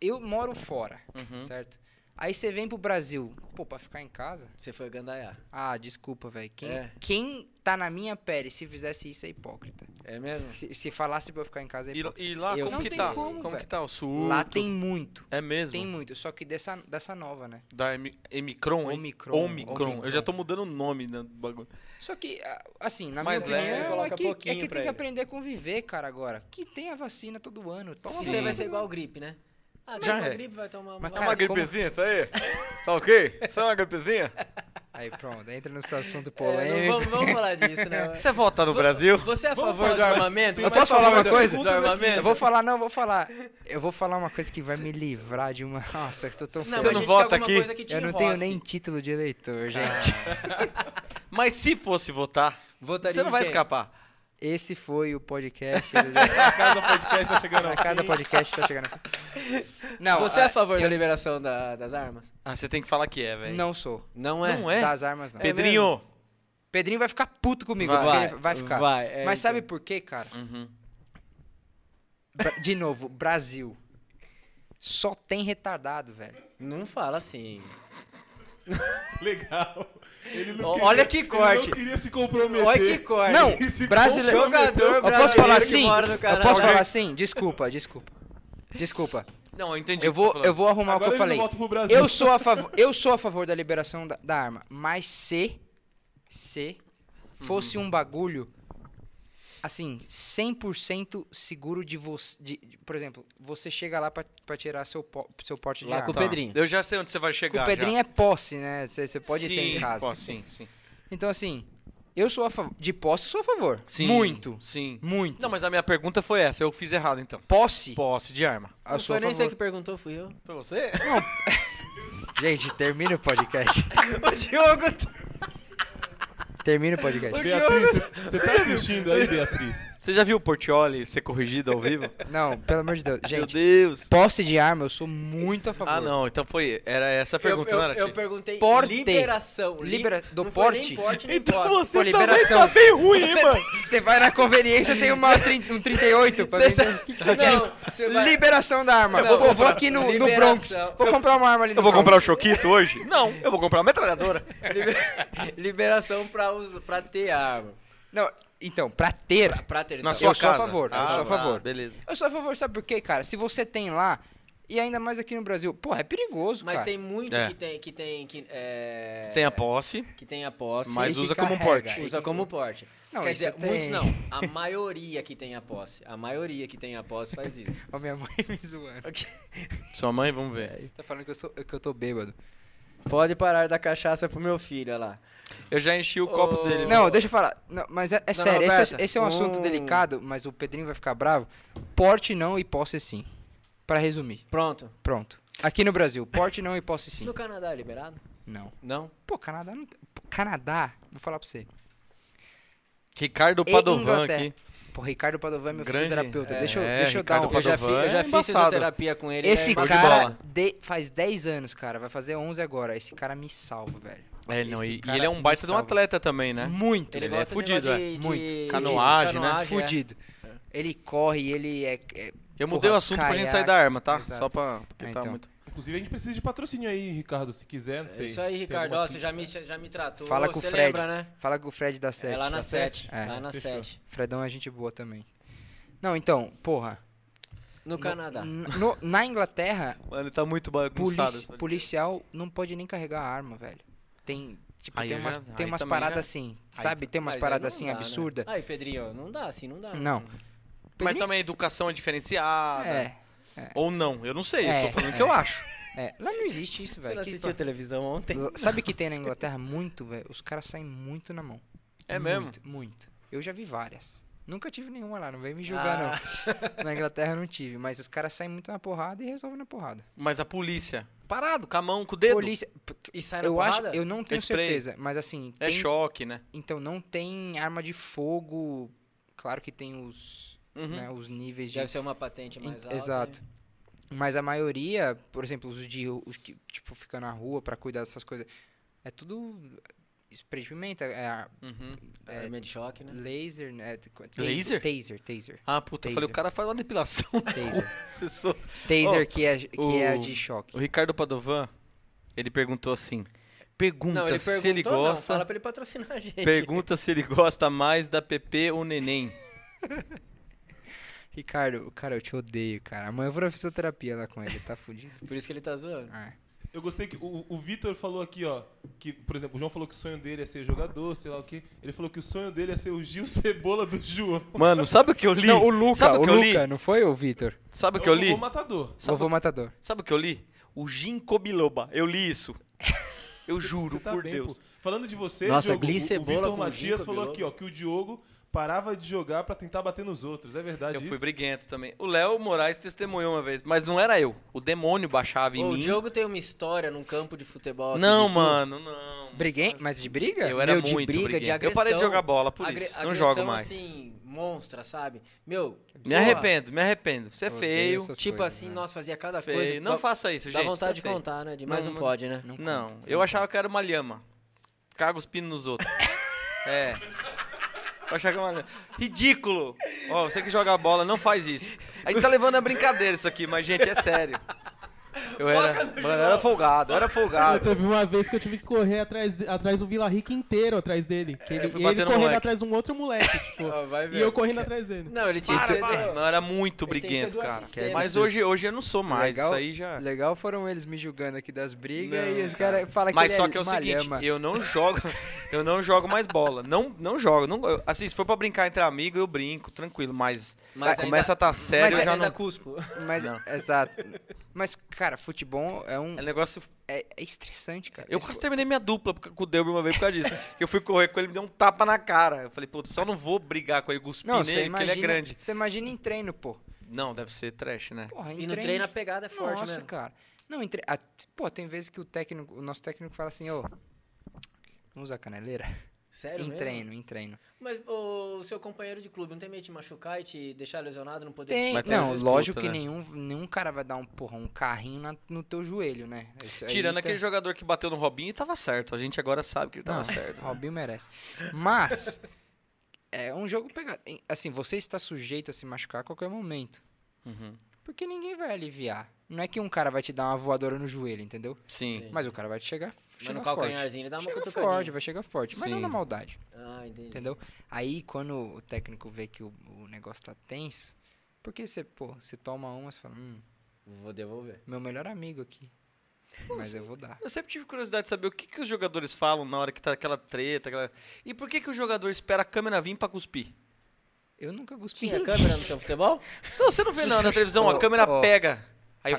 Speaker 3: Eu moro fora, certo? Aí você vem pro Brasil, pô, pra ficar em casa?
Speaker 2: Você foi gandaiar.
Speaker 3: Ah, desculpa, velho. Quem,
Speaker 2: É.
Speaker 3: quem tá na minha pele se fizesse isso é hipócrita.
Speaker 2: É mesmo?
Speaker 3: Se, se falasse pra eu ficar em casa é
Speaker 1: E,
Speaker 3: hipócrita.
Speaker 1: e lá,
Speaker 2: Eu
Speaker 1: como
Speaker 2: não
Speaker 1: que
Speaker 2: tem
Speaker 1: tá?
Speaker 3: como,
Speaker 1: como
Speaker 3: velho.
Speaker 1: que tá o surto?
Speaker 3: Lá tem muito.
Speaker 1: É mesmo?
Speaker 3: Tem muito, só que dessa, dessa nova, né?
Speaker 1: Da M Omicron? é isso?
Speaker 3: Omicron,
Speaker 1: Omicron.
Speaker 3: Omicron.
Speaker 1: Eu já tô mudando o nome né, do bagulho.
Speaker 3: Só que, a- assim, na
Speaker 1: Mais
Speaker 3: minha
Speaker 1: leve.
Speaker 3: opinião, é
Speaker 2: Coloca
Speaker 3: que, é
Speaker 2: pouquinho
Speaker 3: que
Speaker 2: pra
Speaker 3: tem
Speaker 2: ele.
Speaker 3: que aprender a conviver, cara, agora. Que tem a vacina todo ano. Toma
Speaker 2: Se
Speaker 3: a
Speaker 2: você
Speaker 3: vacina.
Speaker 2: vai ser igual gripe, né? Ah,
Speaker 1: Já
Speaker 2: já
Speaker 1: é.
Speaker 2: gripe, vai tomar
Speaker 3: Mas,
Speaker 2: vai-
Speaker 3: cara, como-
Speaker 1: isso aí? Tá ok? Só uma gripezinha?
Speaker 3: Aí, pronto, entra nesse assunto
Speaker 2: É, não
Speaker 3: polêmico.
Speaker 2: vamos, vamos falar disso, né?
Speaker 1: Você vota no
Speaker 2: Vou-
Speaker 1: Brasil?
Speaker 2: Você é a
Speaker 4: Vamos
Speaker 2: favor
Speaker 4: falar
Speaker 2: do
Speaker 4: de-
Speaker 2: armamento?
Speaker 4: tem
Speaker 2: Você
Speaker 3: mais
Speaker 2: é a favor
Speaker 3: falar uma
Speaker 2: do-
Speaker 3: coisa?
Speaker 2: Do armamento?
Speaker 3: Eu vou falar, não, eu vou falar. Eu vou falar uma coisa que vai me livrar de uma. Nossa, eu tô tão
Speaker 1: Você
Speaker 2: mas
Speaker 3: feliz.
Speaker 2: a
Speaker 1: não
Speaker 2: gente
Speaker 1: vota
Speaker 2: quer alguma
Speaker 1: aqui?
Speaker 2: coisa que te
Speaker 3: Eu não tenho
Speaker 2: enrosque.
Speaker 3: nem título de eleitor, gente.
Speaker 1: Mas se fosse votar,
Speaker 2: Votaria
Speaker 1: você não
Speaker 2: em
Speaker 1: vai
Speaker 2: quem?
Speaker 1: escapar.
Speaker 3: Esse foi o podcast. do-
Speaker 4: A casa podcast tá chegando
Speaker 3: A
Speaker 4: ao
Speaker 3: casa
Speaker 4: fim.
Speaker 3: podcast tá chegando. Não,
Speaker 2: Você é a
Speaker 3: ah,
Speaker 2: favor da liberação da- das armas?
Speaker 1: Ah, você tem que falar que é, velho.
Speaker 3: não sou.
Speaker 2: Não é?
Speaker 1: Não é?
Speaker 3: Das armas, não.
Speaker 1: Pedrinho.
Speaker 3: Pedrinho vai ficar puto comigo.
Speaker 1: Vai.
Speaker 3: porque ele vai ficar.
Speaker 2: Vai, é,
Speaker 3: Mas sabe
Speaker 2: então.
Speaker 3: por quê, cara?
Speaker 1: Uhum.
Speaker 3: Bra- De novo, Brasil. Só tem retardado, velho.
Speaker 2: Não fala assim.
Speaker 4: Legal. Ele não
Speaker 2: Ó,
Speaker 4: queria-
Speaker 2: olha que
Speaker 4: ele
Speaker 2: corte.
Speaker 4: não queria se comprometer.
Speaker 2: Olha que corte.
Speaker 3: Não,
Speaker 4: Ele se
Speaker 3: brasileiro.
Speaker 4: comprometeu.
Speaker 2: um Jogador
Speaker 3: Eu posso falar
Speaker 2: brasileiro que
Speaker 3: assim?
Speaker 2: mora no
Speaker 3: Eu
Speaker 2: Canadá.
Speaker 3: posso falar assim? Desculpa, desculpa. Desculpa.
Speaker 1: Não, eu entendi.
Speaker 3: Eu
Speaker 1: o que você
Speaker 3: vou,
Speaker 1: tá falando.
Speaker 3: eu vou arrumar o que
Speaker 4: Agora
Speaker 3: eu
Speaker 4: ele
Speaker 3: falei.
Speaker 4: não volta pro Brasil.
Speaker 2: um
Speaker 3: Eu sou a favor, eu sou a favor da liberação da, da arma, mas se se
Speaker 2: Uhum.
Speaker 3: fosse um bagulho assim, 100% seguro de você, de, de- por exemplo, você chega lá pra pra tirar seu po- seu porte de
Speaker 2: Lá
Speaker 3: arma.
Speaker 2: com o Pedrinho.
Speaker 1: Tá. Eu já sei onde você vai
Speaker 3: Com
Speaker 1: chegar.
Speaker 3: o Pedrinho é posse, né? Você você pode
Speaker 1: sim,
Speaker 3: ter em casa.
Speaker 1: Pô, sim, sim.
Speaker 3: Então, assim, Eu sou a favor. De posse, eu sou a favor.
Speaker 1: Sim,
Speaker 3: Muito.
Speaker 1: Sim.
Speaker 3: Muito.
Speaker 1: Não, mas a minha pergunta foi essa. Eu fiz errado, então.
Speaker 3: Posse,
Speaker 1: Posse de arma.
Speaker 3: eu
Speaker 2: Não
Speaker 3: sou
Speaker 2: foi
Speaker 3: a
Speaker 2: nem você que
Speaker 3: favor.
Speaker 2: perguntou, fui eu.
Speaker 1: Pra você?
Speaker 3: Gente, termina o podcast.
Speaker 1: o Diogo...
Speaker 3: termina o podcast.
Speaker 4: Beatriz, você- você tá assistindo aí, Beatriz?
Speaker 1: Você já viu o Portioli ser corrigido ao vivo?
Speaker 3: Não, pelo amor de Deus.
Speaker 1: Meu
Speaker 3: Gente,
Speaker 1: Deus.
Speaker 3: posse de arma, eu sou muito a favor.
Speaker 1: Ah, não. Então foi... Era essa a pergunta,
Speaker 2: eu,
Speaker 1: não
Speaker 2: eu,
Speaker 1: era,
Speaker 2: eu
Speaker 1: Ti?
Speaker 2: perguntei
Speaker 3: Porte.
Speaker 2: liberação. li-
Speaker 3: Libera- do
Speaker 2: não foi nem
Speaker 3: porte?
Speaker 2: porte nem
Speaker 1: Então
Speaker 2: posse.
Speaker 1: você
Speaker 3: Pô,
Speaker 1: também
Speaker 3: liberação.
Speaker 1: tá bem ruim, hein, mano?
Speaker 3: Você vai na conveniência, eu tenho uma, trin- um 38 pra
Speaker 2: Você
Speaker 3: mim.
Speaker 2: tá- Não, você vai-
Speaker 3: Liberação da arma.
Speaker 2: Eu vou
Speaker 3: Pô, vou,
Speaker 2: comprar-
Speaker 3: aqui no, no
Speaker 2: Liberação.
Speaker 3: Bronx. Vou
Speaker 2: Eu-
Speaker 3: comprar uma arma ali no
Speaker 1: Eu vou comprar o
Speaker 3: Bronx.
Speaker 1: Choquito hoje? Não, eu vou comprar uma metralhadora.
Speaker 2: liber- liberação pra, us- pra ter arma.
Speaker 3: Não, então, pra ter.
Speaker 2: Pra ter
Speaker 1: Na
Speaker 2: então.
Speaker 1: sua
Speaker 3: Eu sou a
Speaker 1: casa.
Speaker 3: favor, eu
Speaker 1: Ah,
Speaker 3: sou a favor.
Speaker 1: beleza.
Speaker 3: Eu sou a favor, sabe por quê, cara? Se você tem lá, e ainda mais aqui no Brasil, porra, é perigoso,
Speaker 2: Mas
Speaker 3: cara.
Speaker 2: tem muito
Speaker 1: É.
Speaker 2: que tem que tem que é,
Speaker 1: Tem a posse.
Speaker 2: que tem a posse,
Speaker 1: Mas
Speaker 3: Ele
Speaker 1: usa
Speaker 3: que
Speaker 1: como um
Speaker 3: carrega,
Speaker 1: porte.
Speaker 3: ele
Speaker 2: usa
Speaker 3: que-
Speaker 2: como porte.
Speaker 3: Não,
Speaker 2: Quer
Speaker 3: isso
Speaker 2: dizer,
Speaker 3: tem-
Speaker 2: muitos não. A maioria que tem a posse, a maioria que tem a posse faz isso.
Speaker 3: Ó, minha mãe me zoando.
Speaker 1: Sua mãe, vamos ver.
Speaker 3: Tá falando que eu, sou, que eu tô bêbado.
Speaker 2: Pode parar da cachaça pro meu filho, olha lá.
Speaker 1: Eu já enchi o copo
Speaker 2: Ô,
Speaker 1: dele.
Speaker 3: Não, deixa eu falar. Não, mas é, é
Speaker 2: Dona
Speaker 3: sério, esse,
Speaker 2: Roberta,
Speaker 3: é- esse é um assunto
Speaker 2: um-
Speaker 3: delicado, mas o Pedrinho vai ficar bravo. Porte não e posse sim. Pra resumir,
Speaker 2: Pronto.
Speaker 3: pronto. Aqui no Brasil, porte não e posse sim.
Speaker 2: No Canadá é liberado?
Speaker 3: Não.
Speaker 2: Não.
Speaker 3: Pô, Canadá não tem... Pô, Canadá, vou falar pra você.
Speaker 1: Ricardo
Speaker 3: E
Speaker 1: Padovan
Speaker 3: Inglaterra.
Speaker 1: aqui.
Speaker 3: Pô, Ricardo Padovan é meu
Speaker 1: Grande-
Speaker 3: fisioterapeuta.
Speaker 1: é,
Speaker 3: deixa eu,
Speaker 1: é,
Speaker 3: deixa eu dar
Speaker 1: Ricardo
Speaker 3: um...
Speaker 2: Eu já, fi,
Speaker 1: Padovan
Speaker 2: eu já
Speaker 1: é
Speaker 2: fiz
Speaker 1: embaçado.
Speaker 2: fisioterapia com ele.
Speaker 3: Esse
Speaker 2: é
Speaker 1: show de
Speaker 3: cara
Speaker 1: bola.
Speaker 3: de- faz 10 anos, cara. Vai fazer 11 agora. Esse cara me salva, velho.
Speaker 1: É, não,
Speaker 3: Esse
Speaker 1: e, e
Speaker 3: cara
Speaker 1: ele é um baita
Speaker 3: me
Speaker 1: de um
Speaker 3: salva.
Speaker 1: atleta também, né?
Speaker 3: Muito.
Speaker 1: Ele
Speaker 2: Ele
Speaker 1: é
Speaker 2: gosta de
Speaker 1: fudido,
Speaker 2: negócio
Speaker 1: é.
Speaker 2: de,
Speaker 3: Muito.
Speaker 2: de-
Speaker 1: Canoagem, né?
Speaker 2: canoagem, é.
Speaker 3: Fudido. Ele corre, ele é... é-
Speaker 1: Eu mudei
Speaker 3: Porra,
Speaker 1: o assunto pra gente
Speaker 3: caiaque,
Speaker 1: sair da arma, tá?
Speaker 3: exato.
Speaker 1: Só pra. Porque
Speaker 3: Ah,
Speaker 1: tá
Speaker 3: então.
Speaker 1: muito.
Speaker 4: Inclusive, a gente precisa de patrocínio aí, Ricardo, se quiser, não
Speaker 2: É
Speaker 4: sei.
Speaker 2: Isso aí,
Speaker 4: Tem
Speaker 2: Ricardo,
Speaker 4: alguma
Speaker 2: ó, você já me, já me tratou.
Speaker 3: Fala
Speaker 2: Ô,
Speaker 3: com o
Speaker 2: você
Speaker 3: Fred.
Speaker 2: lembra, né?
Speaker 3: Fala com o Fred da 7.
Speaker 2: é lá na
Speaker 4: na
Speaker 2: 7.
Speaker 4: sete?
Speaker 3: É.
Speaker 2: Lá na
Speaker 4: Fechou.
Speaker 2: 7.
Speaker 3: Fredão é gente boa também. Não, então, porra.
Speaker 2: No Canadá.
Speaker 3: n- no- na Inglaterra,
Speaker 1: Mano, tá muito bagunçado.
Speaker 3: polici- policial não pode nem carregar a arma, velho. Tem, tipo,
Speaker 1: Aí
Speaker 3: tem
Speaker 1: eu
Speaker 3: umas,
Speaker 1: já-
Speaker 3: tem
Speaker 1: aí
Speaker 3: umas
Speaker 1: também
Speaker 3: paradas
Speaker 1: já-
Speaker 3: assim,
Speaker 1: aí
Speaker 3: sabe? Tem
Speaker 2: Mas
Speaker 3: umas
Speaker 2: aí
Speaker 3: paradas
Speaker 2: não
Speaker 3: assim
Speaker 2: dá, né?
Speaker 3: absurdas.
Speaker 2: Aí, Pedrinho, não dá assim, não dá.
Speaker 3: Não.
Speaker 1: Mas
Speaker 3: Pedrinho-
Speaker 1: também a educação é diferenciada.
Speaker 3: É,
Speaker 1: Ou não, eu não sei. eu
Speaker 3: É,
Speaker 1: tô falando o
Speaker 3: é.
Speaker 1: que eu acho.
Speaker 3: é. Lá não existe isso,
Speaker 2: Você
Speaker 3: velho.
Speaker 2: não
Speaker 3: Que-
Speaker 2: assistiu televisão ontem?
Speaker 3: Lá- Sabe que tem na Inglaterra muito, velho? Os caras saem muito na mão.
Speaker 1: É
Speaker 3: muito,
Speaker 1: mesmo?
Speaker 3: Muito. Eu já vi várias. Nunca tive nenhuma lá, não vem me julgar,
Speaker 2: Ah.
Speaker 3: não. Na Inglaterra eu não tive, mas os caras saem muito na porrada e resolvem na porrada.
Speaker 1: Mas a polícia. Parado, com a mão, com o dedo.
Speaker 3: Polícia. p- t-
Speaker 2: E sai É na
Speaker 3: Eu acho,
Speaker 2: porrada?
Speaker 3: eu não tenho
Speaker 1: Spray.
Speaker 3: certeza, mas assim,
Speaker 1: É
Speaker 3: tem-
Speaker 1: choque, né?
Speaker 3: então não tem arma de fogo. Claro que tem os,
Speaker 1: Uhum.
Speaker 3: né, os níveis de
Speaker 2: Deve ser uma patente mais
Speaker 3: Ent-
Speaker 2: alta.
Speaker 3: exato. Mas a maioria, por exemplo, os de os que tipo fica na rua pra cuidar dessas coisas, é tudo spray de pimenta, é a-
Speaker 1: Uhum.
Speaker 2: É. Arma de choque, né?
Speaker 3: laser, né? t- co-
Speaker 1: Laser?
Speaker 3: Taser, taser,
Speaker 1: Ah, puta, eu falei,
Speaker 3: Taser.
Speaker 1: o cara faz uma depilação.
Speaker 3: taser.
Speaker 1: Cessou.
Speaker 3: taser que é que é a
Speaker 1: o-
Speaker 3: de choque.
Speaker 1: O Ricardo Padovan, ele perguntou assim: pergunta
Speaker 2: Não, ele perguntou,
Speaker 1: se ele
Speaker 2: não,
Speaker 1: gosta.
Speaker 2: fala pra ele patrocinar a gente.
Speaker 1: pergunta se ele gosta mais da PP ou Neném.
Speaker 3: Ricardo, cara, eu te odeio, cara. Amanhã eu vou na fisioterapia lá com ele, tá fudido.
Speaker 2: Por isso que ele tá zoando.
Speaker 3: Ah,
Speaker 4: Eu gostei que o, o Vitor falou aqui, ó, que, por exemplo, o João falou que o sonho dele é ser jogador, sei lá o quê. Ele falou que o sonho dele é ser o Gil Cebola do João.
Speaker 1: Mano, sabe o que eu li?
Speaker 3: Não, o Luca,
Speaker 1: sabe o
Speaker 3: o
Speaker 1: que eu li?
Speaker 3: Luca, não foi o Vitor?
Speaker 1: Sabe o
Speaker 4: É
Speaker 1: que eu
Speaker 4: o
Speaker 1: li?
Speaker 4: vovô matador.
Speaker 1: Sabe,
Speaker 3: Vovô Matador.
Speaker 1: sabe o que eu li? O Ginkgo biloba. Eu li isso. Eu juro,
Speaker 4: Você tá
Speaker 1: por
Speaker 4: bem,
Speaker 1: Deus.
Speaker 4: pô. Falando de você,
Speaker 2: Nossa,
Speaker 4: Diogo,
Speaker 2: Glee
Speaker 4: o- o,
Speaker 2: Cebola
Speaker 4: Vitor
Speaker 2: com
Speaker 4: Matias
Speaker 2: Ginkgo
Speaker 4: falou
Speaker 2: biloba.
Speaker 4: aqui, ó, que o Diogo parava de jogar pra tentar bater nos outros. É verdade
Speaker 1: Eu
Speaker 4: isso?
Speaker 1: fui briguento também. O Léo Moraes testemunhou uma vez, mas não era eu. O demônio baixava em
Speaker 2: Ô, o
Speaker 1: mim.
Speaker 2: Diogo tem uma história num campo de futebol. aqui
Speaker 1: Não,
Speaker 2: de Itu.
Speaker 1: mano, não.
Speaker 3: Briguei, mas de briga?
Speaker 1: Eu era
Speaker 2: Meu, de
Speaker 1: muito
Speaker 2: briga, de
Speaker 1: briguento. Eu parei de
Speaker 2: agressão.
Speaker 1: jogar bola por
Speaker 2: Agre-
Speaker 1: isso. Não
Speaker 2: agressão,
Speaker 1: jogo mais.
Speaker 2: assim, monstra, sabe? Meu,
Speaker 1: Me
Speaker 2: porra,
Speaker 1: arrependo, me arrependo. Você é
Speaker 3: Odeio
Speaker 1: feio.
Speaker 3: essas
Speaker 2: Tipo
Speaker 3: coisas,
Speaker 2: assim,
Speaker 3: né?
Speaker 2: nós fazia cada
Speaker 1: feio.
Speaker 2: coisa.
Speaker 1: não
Speaker 2: dá-
Speaker 1: faça isso, gente.
Speaker 2: Dá vontade de
Speaker 1: isso é feio.
Speaker 2: contar, né? Demais
Speaker 1: Não,
Speaker 2: não,
Speaker 1: não-
Speaker 2: pode, né?
Speaker 3: Não
Speaker 1: Não,
Speaker 3: conta,
Speaker 1: eu
Speaker 3: não
Speaker 1: achava que era uma lhama. Caga os pinos nos outros. é. Eu achava que era uma lhama. Ridículo! Ó, você que joga bola, não faz isso. A gente tá levando a brincadeira isso aqui, mas, gente, é sério. Eu era, mano, eu era folgado, eu era
Speaker 5: Cara,
Speaker 1: folgado.
Speaker 5: teve uma vez que eu tive que correr atrás, de- atrás do Vila Rica inteiro atrás dele. Que ele,
Speaker 1: eu fui
Speaker 5: e ele
Speaker 1: batendo
Speaker 5: correndo
Speaker 1: moleque.
Speaker 5: atrás de um outro moleque, tipo.
Speaker 2: Ah, vai
Speaker 5: e eu correndo atrás dele.
Speaker 2: Não, ele tinha que
Speaker 1: Para,
Speaker 2: ser...
Speaker 1: para. Não, eu era muito
Speaker 2: é Ele tem que ser
Speaker 1: briguento,
Speaker 2: do
Speaker 1: cara.
Speaker 2: UFC,
Speaker 1: Mas
Speaker 3: né?
Speaker 1: hoje, hoje eu não sou mais.
Speaker 3: Legal.
Speaker 1: Isso aí já.
Speaker 3: Legal foram eles me julgando aqui das brigas
Speaker 1: Não,
Speaker 3: e os caras falam que
Speaker 1: Mas
Speaker 3: ele
Speaker 1: só que é o
Speaker 3: uma
Speaker 1: seguinte,
Speaker 3: lhama.
Speaker 1: eu não jogo, eu não jogo mais bola. Não, não jogo. Não, eu- assim, se for pra brincar entre amigos, eu brinco, tranquilo. Mas,
Speaker 2: Mas
Speaker 1: começa
Speaker 2: ainda-
Speaker 1: a tá sério,
Speaker 2: Mas
Speaker 1: eu já
Speaker 2: ainda
Speaker 1: não.
Speaker 2: é cuspo.
Speaker 3: Mas,
Speaker 1: Não.
Speaker 3: exato. Mas, cara, futebol é um.
Speaker 1: É um negócio.
Speaker 3: É, é estressante, cara.
Speaker 1: Eu quase terminei minha dupla por- com o Delber uma vez por causa disso. Eu fui correr com ele, me deu um tapa na cara. Eu falei, putz, só não vou brigar com ele, cuspir
Speaker 3: tipo, Não,
Speaker 1: nele,
Speaker 3: você
Speaker 1: porque ele
Speaker 3: imagina,
Speaker 1: é grande.
Speaker 3: Você imagina em treino, pô.
Speaker 1: Não, deve ser trash, né?
Speaker 3: Porra, em
Speaker 2: E no treino a pegada é forte
Speaker 3: Nossa,
Speaker 2: mesmo.
Speaker 3: cara. Não, entre... a- Pô, tem vezes que o técnico, o nosso técnico fala assim, ô, não usa caneleira.
Speaker 2: Sério
Speaker 3: em
Speaker 2: É mesmo?
Speaker 3: treino, em treino.
Speaker 2: Mas ô, o seu companheiro de clube não tem medo de te machucar e te deixar lesionado, não poder...
Speaker 3: Tem,
Speaker 1: Mas tem
Speaker 3: não,
Speaker 1: as disputas,
Speaker 3: lógico que
Speaker 1: né?
Speaker 3: nenhum, nenhum cara vai dar um porra, um carrinho na- no teu joelho, né? Isso aí
Speaker 1: Tirando
Speaker 3: tá-
Speaker 1: aquele jogador que bateu no Robinho e tava certo. A gente agora sabe que ele tava
Speaker 3: Não,
Speaker 1: certo.
Speaker 3: Robinho merece. Mas é um jogo pegado. Em- Assim, você está sujeito a se machucar a qualquer momento,
Speaker 1: Uhum.
Speaker 3: porque ninguém vai aliviar. Não é que um cara vai te dar uma voadora no joelho, entendeu?
Speaker 1: Sim.
Speaker 3: Mas o cara vai te chegar,
Speaker 2: Mas
Speaker 3: chegar
Speaker 2: no
Speaker 3: forte.
Speaker 2: calcanharzinho ele dá uma
Speaker 3: Chega
Speaker 2: cutucadinha.
Speaker 3: forte, vai chegar forte, mas não
Speaker 1: Sim.
Speaker 3: na maldade,
Speaker 2: Ah, entendi.
Speaker 3: entendeu? Aí quando o técnico vê que o, o negócio tá tenso, porque você, pô, você toma uma, você fala, hum,
Speaker 2: Vou devolver.
Speaker 3: meu melhor amigo aqui. Mas eu vou dar.
Speaker 1: Eu sempre tive curiosidade de saber o que, que os jogadores falam na hora que tá aquela treta. aquela- E por que, que o jogador espera a câmera vir pra cuspir?
Speaker 3: Eu nunca cuspi.
Speaker 2: Tinha câmera no seu futebol?
Speaker 1: Então você não vê na, na televisão, a
Speaker 3: Ô,
Speaker 1: câmera
Speaker 3: ô.
Speaker 1: pega. Aí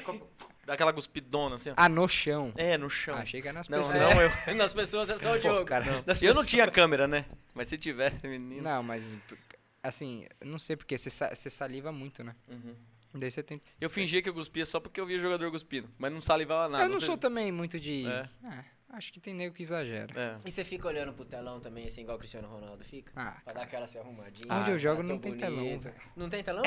Speaker 1: dá aquela cuspidona assim. ó.
Speaker 3: Ah, no chão.
Speaker 1: É, no chão.
Speaker 3: Achei que era nas
Speaker 1: Não,
Speaker 3: pessoas.
Speaker 1: não, eu.
Speaker 2: Nas pessoas é só o
Speaker 3: Pô,
Speaker 2: jogo.
Speaker 3: cara.
Speaker 2: Nas
Speaker 1: Eu não
Speaker 2: pessoas-
Speaker 1: tinha câmera, né? Mas se tivesse, menino.
Speaker 3: Não, mas por- assim, eu não sei porque você sa- você saliva muito, né?
Speaker 1: Uhum.
Speaker 3: Daí você tem.
Speaker 1: Eu fingia que eu cuspia só porque eu via jogador cuspindo. Mas não salivava nada.
Speaker 3: eu não
Speaker 1: sei-
Speaker 3: sou também muito de.
Speaker 1: É.
Speaker 3: Ah, acho que tem nego que exagera.
Speaker 1: É.
Speaker 2: E você fica olhando pro telão também, assim, igual o Cristiano Ronaldo fica?
Speaker 3: Ah,
Speaker 2: Pra dar aquela se arrumadinha.
Speaker 3: Onde eu
Speaker 2: tá
Speaker 3: jogo
Speaker 2: tão
Speaker 3: não tem telão,
Speaker 2: bonito.
Speaker 3: velho.
Speaker 2: Não tem telão?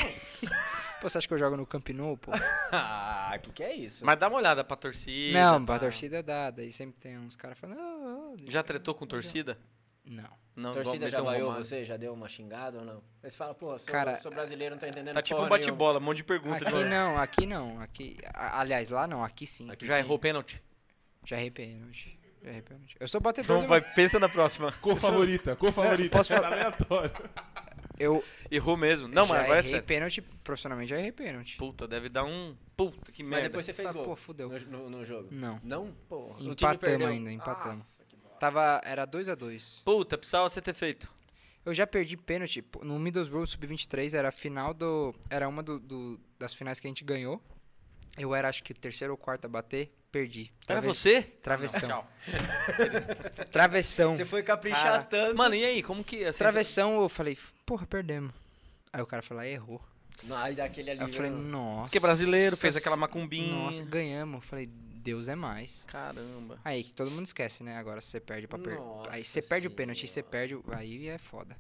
Speaker 3: Pô, você acha que eu jogo no Camp Nou, pô?
Speaker 2: ah, que que é isso?
Speaker 1: Mas dá uma olhada pra torcida. tá?
Speaker 3: não, pra torcida dá. Daí sempre tem uns caras falando. "Ah, ah",
Speaker 1: Já tretou com torcida?
Speaker 3: Não.
Speaker 1: Não, vamos
Speaker 2: Torcida
Speaker 1: meter
Speaker 2: já
Speaker 1: um
Speaker 2: vaiou
Speaker 1: romance.
Speaker 2: você? Já deu uma xingada ou não? Aí você fala, pô, sou,
Speaker 3: Cara,
Speaker 2: sou brasileiro, não tô entendendo
Speaker 1: Tá tipo
Speaker 2: porra
Speaker 1: um bate-bola, um monte de pergunta. de
Speaker 3: Aqui
Speaker 1: novo.
Speaker 3: não, aqui não. Aqui. a- Aliás, lá não, aqui sim.
Speaker 2: Aqui.
Speaker 1: Já errou pênalti?
Speaker 3: Já errei pênalti. Já errei pênalti. Eu sou batedor.
Speaker 1: Então
Speaker 3: de-
Speaker 1: vai, pensa na próxima.
Speaker 4: Cor favorita, cor favorita.
Speaker 3: posso falar-
Speaker 4: Aleatório.
Speaker 3: Eu
Speaker 1: Errou mesmo. Não, mas
Speaker 3: já
Speaker 1: agora é
Speaker 3: errei
Speaker 1: sério.
Speaker 3: pênalti, profissionalmente já errei pênalti.
Speaker 1: Puta, deve dar um... Puta, que
Speaker 2: nenhuma.
Speaker 1: merda.
Speaker 2: Mas depois você fez
Speaker 3: Ah,
Speaker 2: gol.
Speaker 3: pô, fudeu.
Speaker 2: No, no- no jogo.
Speaker 3: Não.
Speaker 2: Não? Pô, o time
Speaker 3: Empatamos
Speaker 2: perdeu.
Speaker 3: ainda, empatamos. Tava. Era 2 a 2
Speaker 1: Puta, precisava você ter feito.
Speaker 3: Eu já perdi pênalti pô, no Middlesbrough Sub-23, era a final do. Era uma do- do- das finais que a gente ganhou. Eu era, acho que, o terceiro ou quarto a bater, perdi.
Speaker 1: Era
Speaker 3: Trave-
Speaker 1: você?
Speaker 3: Travessão.
Speaker 1: Não, tchau.
Speaker 3: Travessão.
Speaker 2: Você foi caprichar
Speaker 3: Cara,
Speaker 2: tanto.
Speaker 1: Mano, e aí? Como que... Assim,
Speaker 3: Travessão, eu falei, porra, perdemos. Aí o cara falou, "Ah, errou.
Speaker 2: Não, aí dá aquele
Speaker 3: Aí eu
Speaker 2: alívio.
Speaker 3: falei, "Hum."
Speaker 2: né?
Speaker 3: nossa.
Speaker 1: Porque brasileiro, fez aquela macumbinha.
Speaker 3: Nossa, ganhamos. Eu Falei, Deus é mais.
Speaker 1: Caramba.
Speaker 3: Aí que todo mundo esquece, né? Agora se você perde pra perder.
Speaker 2: Nossa
Speaker 3: Aí você perde o pênalti, você
Speaker 2: Senhora.
Speaker 3: perde. o- Aí é foda.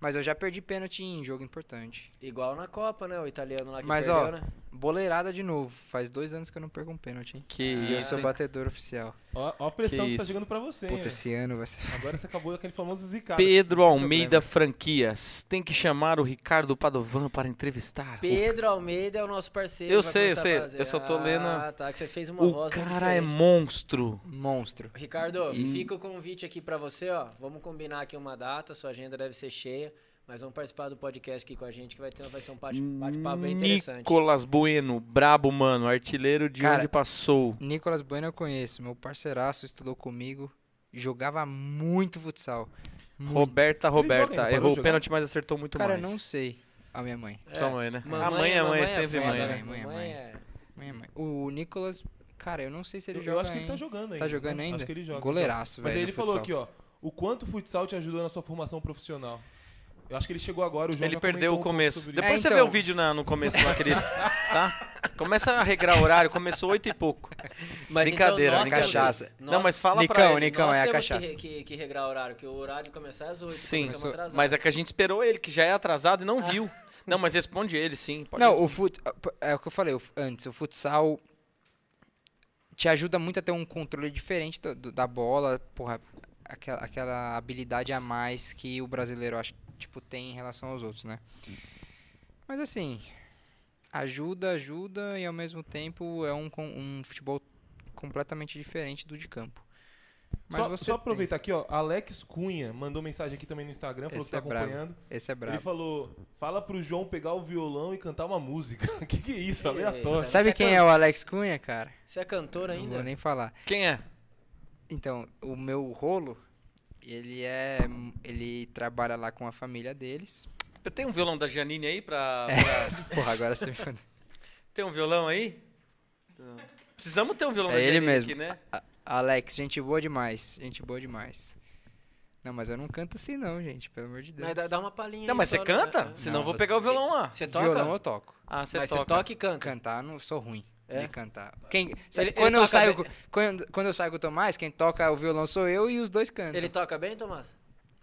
Speaker 3: Mas eu já perdi pênalti em jogo importante.
Speaker 2: Igual na Copa, né? O italiano lá que
Speaker 3: Mas,
Speaker 2: perdeu,
Speaker 3: ó,
Speaker 2: né?
Speaker 3: Boleirada de novo. Faz dois anos que eu não perco um pênalti, hein?
Speaker 1: Que
Speaker 3: E eu
Speaker 1: Ah, isso,
Speaker 3: sou
Speaker 1: hein?
Speaker 3: batedor oficial.
Speaker 4: Ó, ó a pressão
Speaker 1: Que
Speaker 4: que, tá
Speaker 1: isso.
Speaker 4: chegando pra você, hein?
Speaker 3: Puta, esse ano vai ser.
Speaker 4: Agora você acabou aquele famoso zicado.
Speaker 1: Pedro Almeida Franquias. Tem que chamar o Ricardo Padovan para entrevistar.
Speaker 2: Pedro Almeida é o nosso parceiro.
Speaker 1: Eu
Speaker 2: vai
Speaker 1: sei, eu
Speaker 2: começar a
Speaker 1: sei.
Speaker 2: fazer.
Speaker 1: Eu só tô lendo a-
Speaker 2: Ah, tá. Que você fez uma
Speaker 1: O
Speaker 2: voz meio
Speaker 1: cara é
Speaker 2: diferente.
Speaker 1: monstro.
Speaker 3: Monstro.
Speaker 2: Ricardo,
Speaker 3: Isso.
Speaker 2: fica o convite aqui pra você, ó. Vamos combinar aqui uma data, sua agenda deve ser cheia, mas vamos participar do podcast aqui com a gente, que vai, ter, vai ser um bate- bate-papo bem interessante.
Speaker 1: Hum, Nicolas Bueno, brabo, mano. Artilheiro de
Speaker 3: Cara-
Speaker 1: onde passou.
Speaker 3: Nicolas Bueno eu conheço. Meu parceiraço estudou comigo. Jogava muito futsal. Muito.
Speaker 1: Roberta,
Speaker 4: joga ainda,
Speaker 1: Roberta.
Speaker 4: parou de
Speaker 1: Errou o
Speaker 4: jogar?
Speaker 1: pênalti, mas acertou muito
Speaker 3: Cara, eu
Speaker 1: mais.
Speaker 3: não sei. A minha mãe.
Speaker 1: Sua mãe, né?
Speaker 2: Mamãe
Speaker 1: a mãe é mãe, sempre
Speaker 2: foda,
Speaker 1: mãe, né?
Speaker 2: né?
Speaker 3: Mãe é
Speaker 2: Mamãe
Speaker 3: mãe.
Speaker 2: é-
Speaker 3: Minha mãe. O Nicolas, cara, eu não sei se ele
Speaker 4: Eu, eu
Speaker 3: joga.
Speaker 4: acho que ele tá
Speaker 3: ainda.
Speaker 4: jogando ainda.
Speaker 3: Tá jogando ainda?
Speaker 4: Acho que ele joga.
Speaker 3: Goleiraço,
Speaker 4: Mas aí
Speaker 3: velho.
Speaker 4: ele
Speaker 3: no
Speaker 4: falou aqui,
Speaker 3: futsal.
Speaker 4: ó. O quanto o futsal te ajudou na sua formação profissional? Eu acho que ele chegou agora, o jogo
Speaker 1: Ele perdeu o começo.
Speaker 4: Depois...
Speaker 1: Depois
Speaker 3: É,
Speaker 1: você vê
Speaker 3: então.
Speaker 1: o vídeo na- no começo lá, querido. Tá? Começa a regrar o horário, começou oito e pouco.
Speaker 2: Mas
Speaker 1: Brincadeira,
Speaker 2: então nós temos-
Speaker 3: cachaça.
Speaker 2: nós-
Speaker 1: não, mas fala pra
Speaker 3: Nicão,
Speaker 1: ele.
Speaker 3: Nicão,
Speaker 2: nós
Speaker 3: é a
Speaker 2: temos que
Speaker 3: cachaça.
Speaker 2: re- Que, que regrar o horário, que o horário começa às 8
Speaker 1: Sim,
Speaker 2: começamos Ah. atrasados.
Speaker 1: mas é que a gente esperou ele, que já é atrasado e não viu. Não, mas responde ele, sim. pode
Speaker 3: Não, o fut... é o que eu falei o fu- antes. O futsal te ajuda muito a ter um controle diferente do- do- da bola, porra, aquela, aquela habilidade a mais que o brasileiro acho que, tipo tem em relação aos outros, né? Mas assim, ajuda, ajuda e ao mesmo tempo é um, com- um futebol completamente diferente do de campo. Mas
Speaker 4: só,
Speaker 3: você
Speaker 4: só
Speaker 3: tem-
Speaker 4: aproveitar aqui, ó. Alex Cunha mandou mensagem aqui também no Instagram, falou
Speaker 3: Esse
Speaker 4: que tá
Speaker 3: é brabo.
Speaker 4: acompanhando.
Speaker 3: Esse é brabo.
Speaker 4: Ele falou: fala pro João pegar o violão e cantar uma música. que que é isso?
Speaker 2: Eita.
Speaker 4: Aleatório.
Speaker 3: Sabe
Speaker 2: Você é
Speaker 3: quem é o Alex Cunha, cara?
Speaker 2: Você é cantor
Speaker 3: Não vou
Speaker 2: ainda?
Speaker 3: nem falar.
Speaker 1: ser. Quem é?
Speaker 3: Então, o meu rolo, ele é. Ele trabalha lá com a família deles.
Speaker 1: Tem um violão da Giannini
Speaker 3: É.
Speaker 1: aí pra. pra-
Speaker 3: Porra, agora você me mandou.
Speaker 1: Tem um violão aí? Precisamos ter um violão
Speaker 3: É ele mesmo.
Speaker 1: aqui, né?
Speaker 3: Alex, gente boa demais. Gente boa demais. Não, mas eu não canto assim não, gente. Pelo amor de Deus.
Speaker 2: Mas dá, dá uma palhinha
Speaker 1: Não,
Speaker 2: aí
Speaker 1: mas
Speaker 2: só,
Speaker 1: você
Speaker 2: né?
Speaker 1: canta?
Speaker 2: É.
Speaker 1: Senão eu vou
Speaker 3: eu-
Speaker 1: pegar o violão lá.
Speaker 2: Você toca?
Speaker 3: Violão eu toco.
Speaker 1: Ah, você
Speaker 2: é mas
Speaker 1: toca.
Speaker 2: você toca e canta.
Speaker 3: Cantar, não sou ruim
Speaker 2: É?
Speaker 3: de cantar. Quem,
Speaker 2: Ele- ele
Speaker 3: quando,
Speaker 2: toca
Speaker 3: eu saio,
Speaker 2: bem.
Speaker 3: com- quando, quando eu saio com o Tomás, quem toca o violão sou eu e os dois cantam.
Speaker 2: Ele toca bem, Tomás?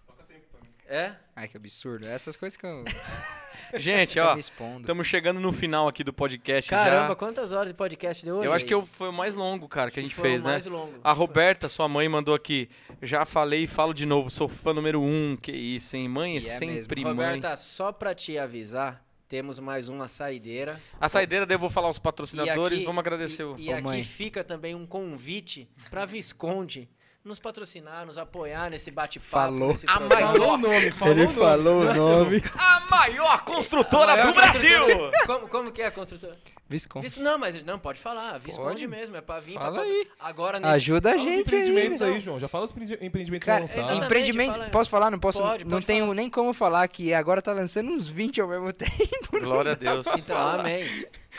Speaker 2: Toca sempre É?
Speaker 3: Ai, que absurdo. Essas coisas que eu
Speaker 1: Gente,
Speaker 3: tô
Speaker 1: ó,
Speaker 3: me expondo.
Speaker 1: estamos chegando no final aqui do podcast
Speaker 2: Caramba,
Speaker 1: já.
Speaker 2: quantas horas de podcast deu hoje?
Speaker 1: Eu acho que eu-
Speaker 3: isso.
Speaker 1: foi o mais longo, cara, que a gente
Speaker 2: Foi o
Speaker 1: fez, né?
Speaker 2: mais longo.
Speaker 1: A Roberta, sua mãe, mandou aqui. Já falei e falo de novo, sou fã número um. Que isso, hein? Mãe é
Speaker 3: E é
Speaker 1: sempre mãe.
Speaker 2: Roberta, só pra te avisar, temos mais uma saideira.
Speaker 1: A saideira, daí eu vou falar os
Speaker 2: E
Speaker 1: patrocinadores,
Speaker 2: aqui-
Speaker 1: vamos agradecer o.
Speaker 2: E, e
Speaker 3: Ô,
Speaker 2: aqui
Speaker 3: mãe.
Speaker 2: fica também um convite pra Visconde nos patrocinar, nos apoiar nesse bate-papo.
Speaker 3: Falou.
Speaker 2: nesse
Speaker 1: A
Speaker 2: programa.
Speaker 1: maior
Speaker 4: Falou o nome, falou o nome.
Speaker 3: o nome.
Speaker 1: A maior construtora
Speaker 2: A maior
Speaker 1: do Brasil!
Speaker 2: Como, como que é a construtora?
Speaker 3: Visconde.
Speaker 2: Vis- Não, mas não, pode falar. Visconde
Speaker 3: Pode.
Speaker 2: mesmo, é pra vir.
Speaker 3: Fala
Speaker 2: pra...
Speaker 3: aí.
Speaker 2: Agora nesse... Então,
Speaker 3: Ajuda a
Speaker 4: Fala os
Speaker 3: gente aí.
Speaker 4: empreendimentos aí, João. Já fala os empreendi- empreendimentos
Speaker 3: Cara,
Speaker 4: que vão
Speaker 2: exatamente,
Speaker 4: lançar.
Speaker 3: Empreendimento,
Speaker 2: fala aí.
Speaker 3: posso falar? Não posso?
Speaker 2: Pode,
Speaker 3: não
Speaker 2: pode
Speaker 3: tenho
Speaker 2: falar.
Speaker 3: nem como falar que agora tá lançando uns 20 ao mesmo tempo.
Speaker 1: Glória a Deus.
Speaker 2: Então, amém.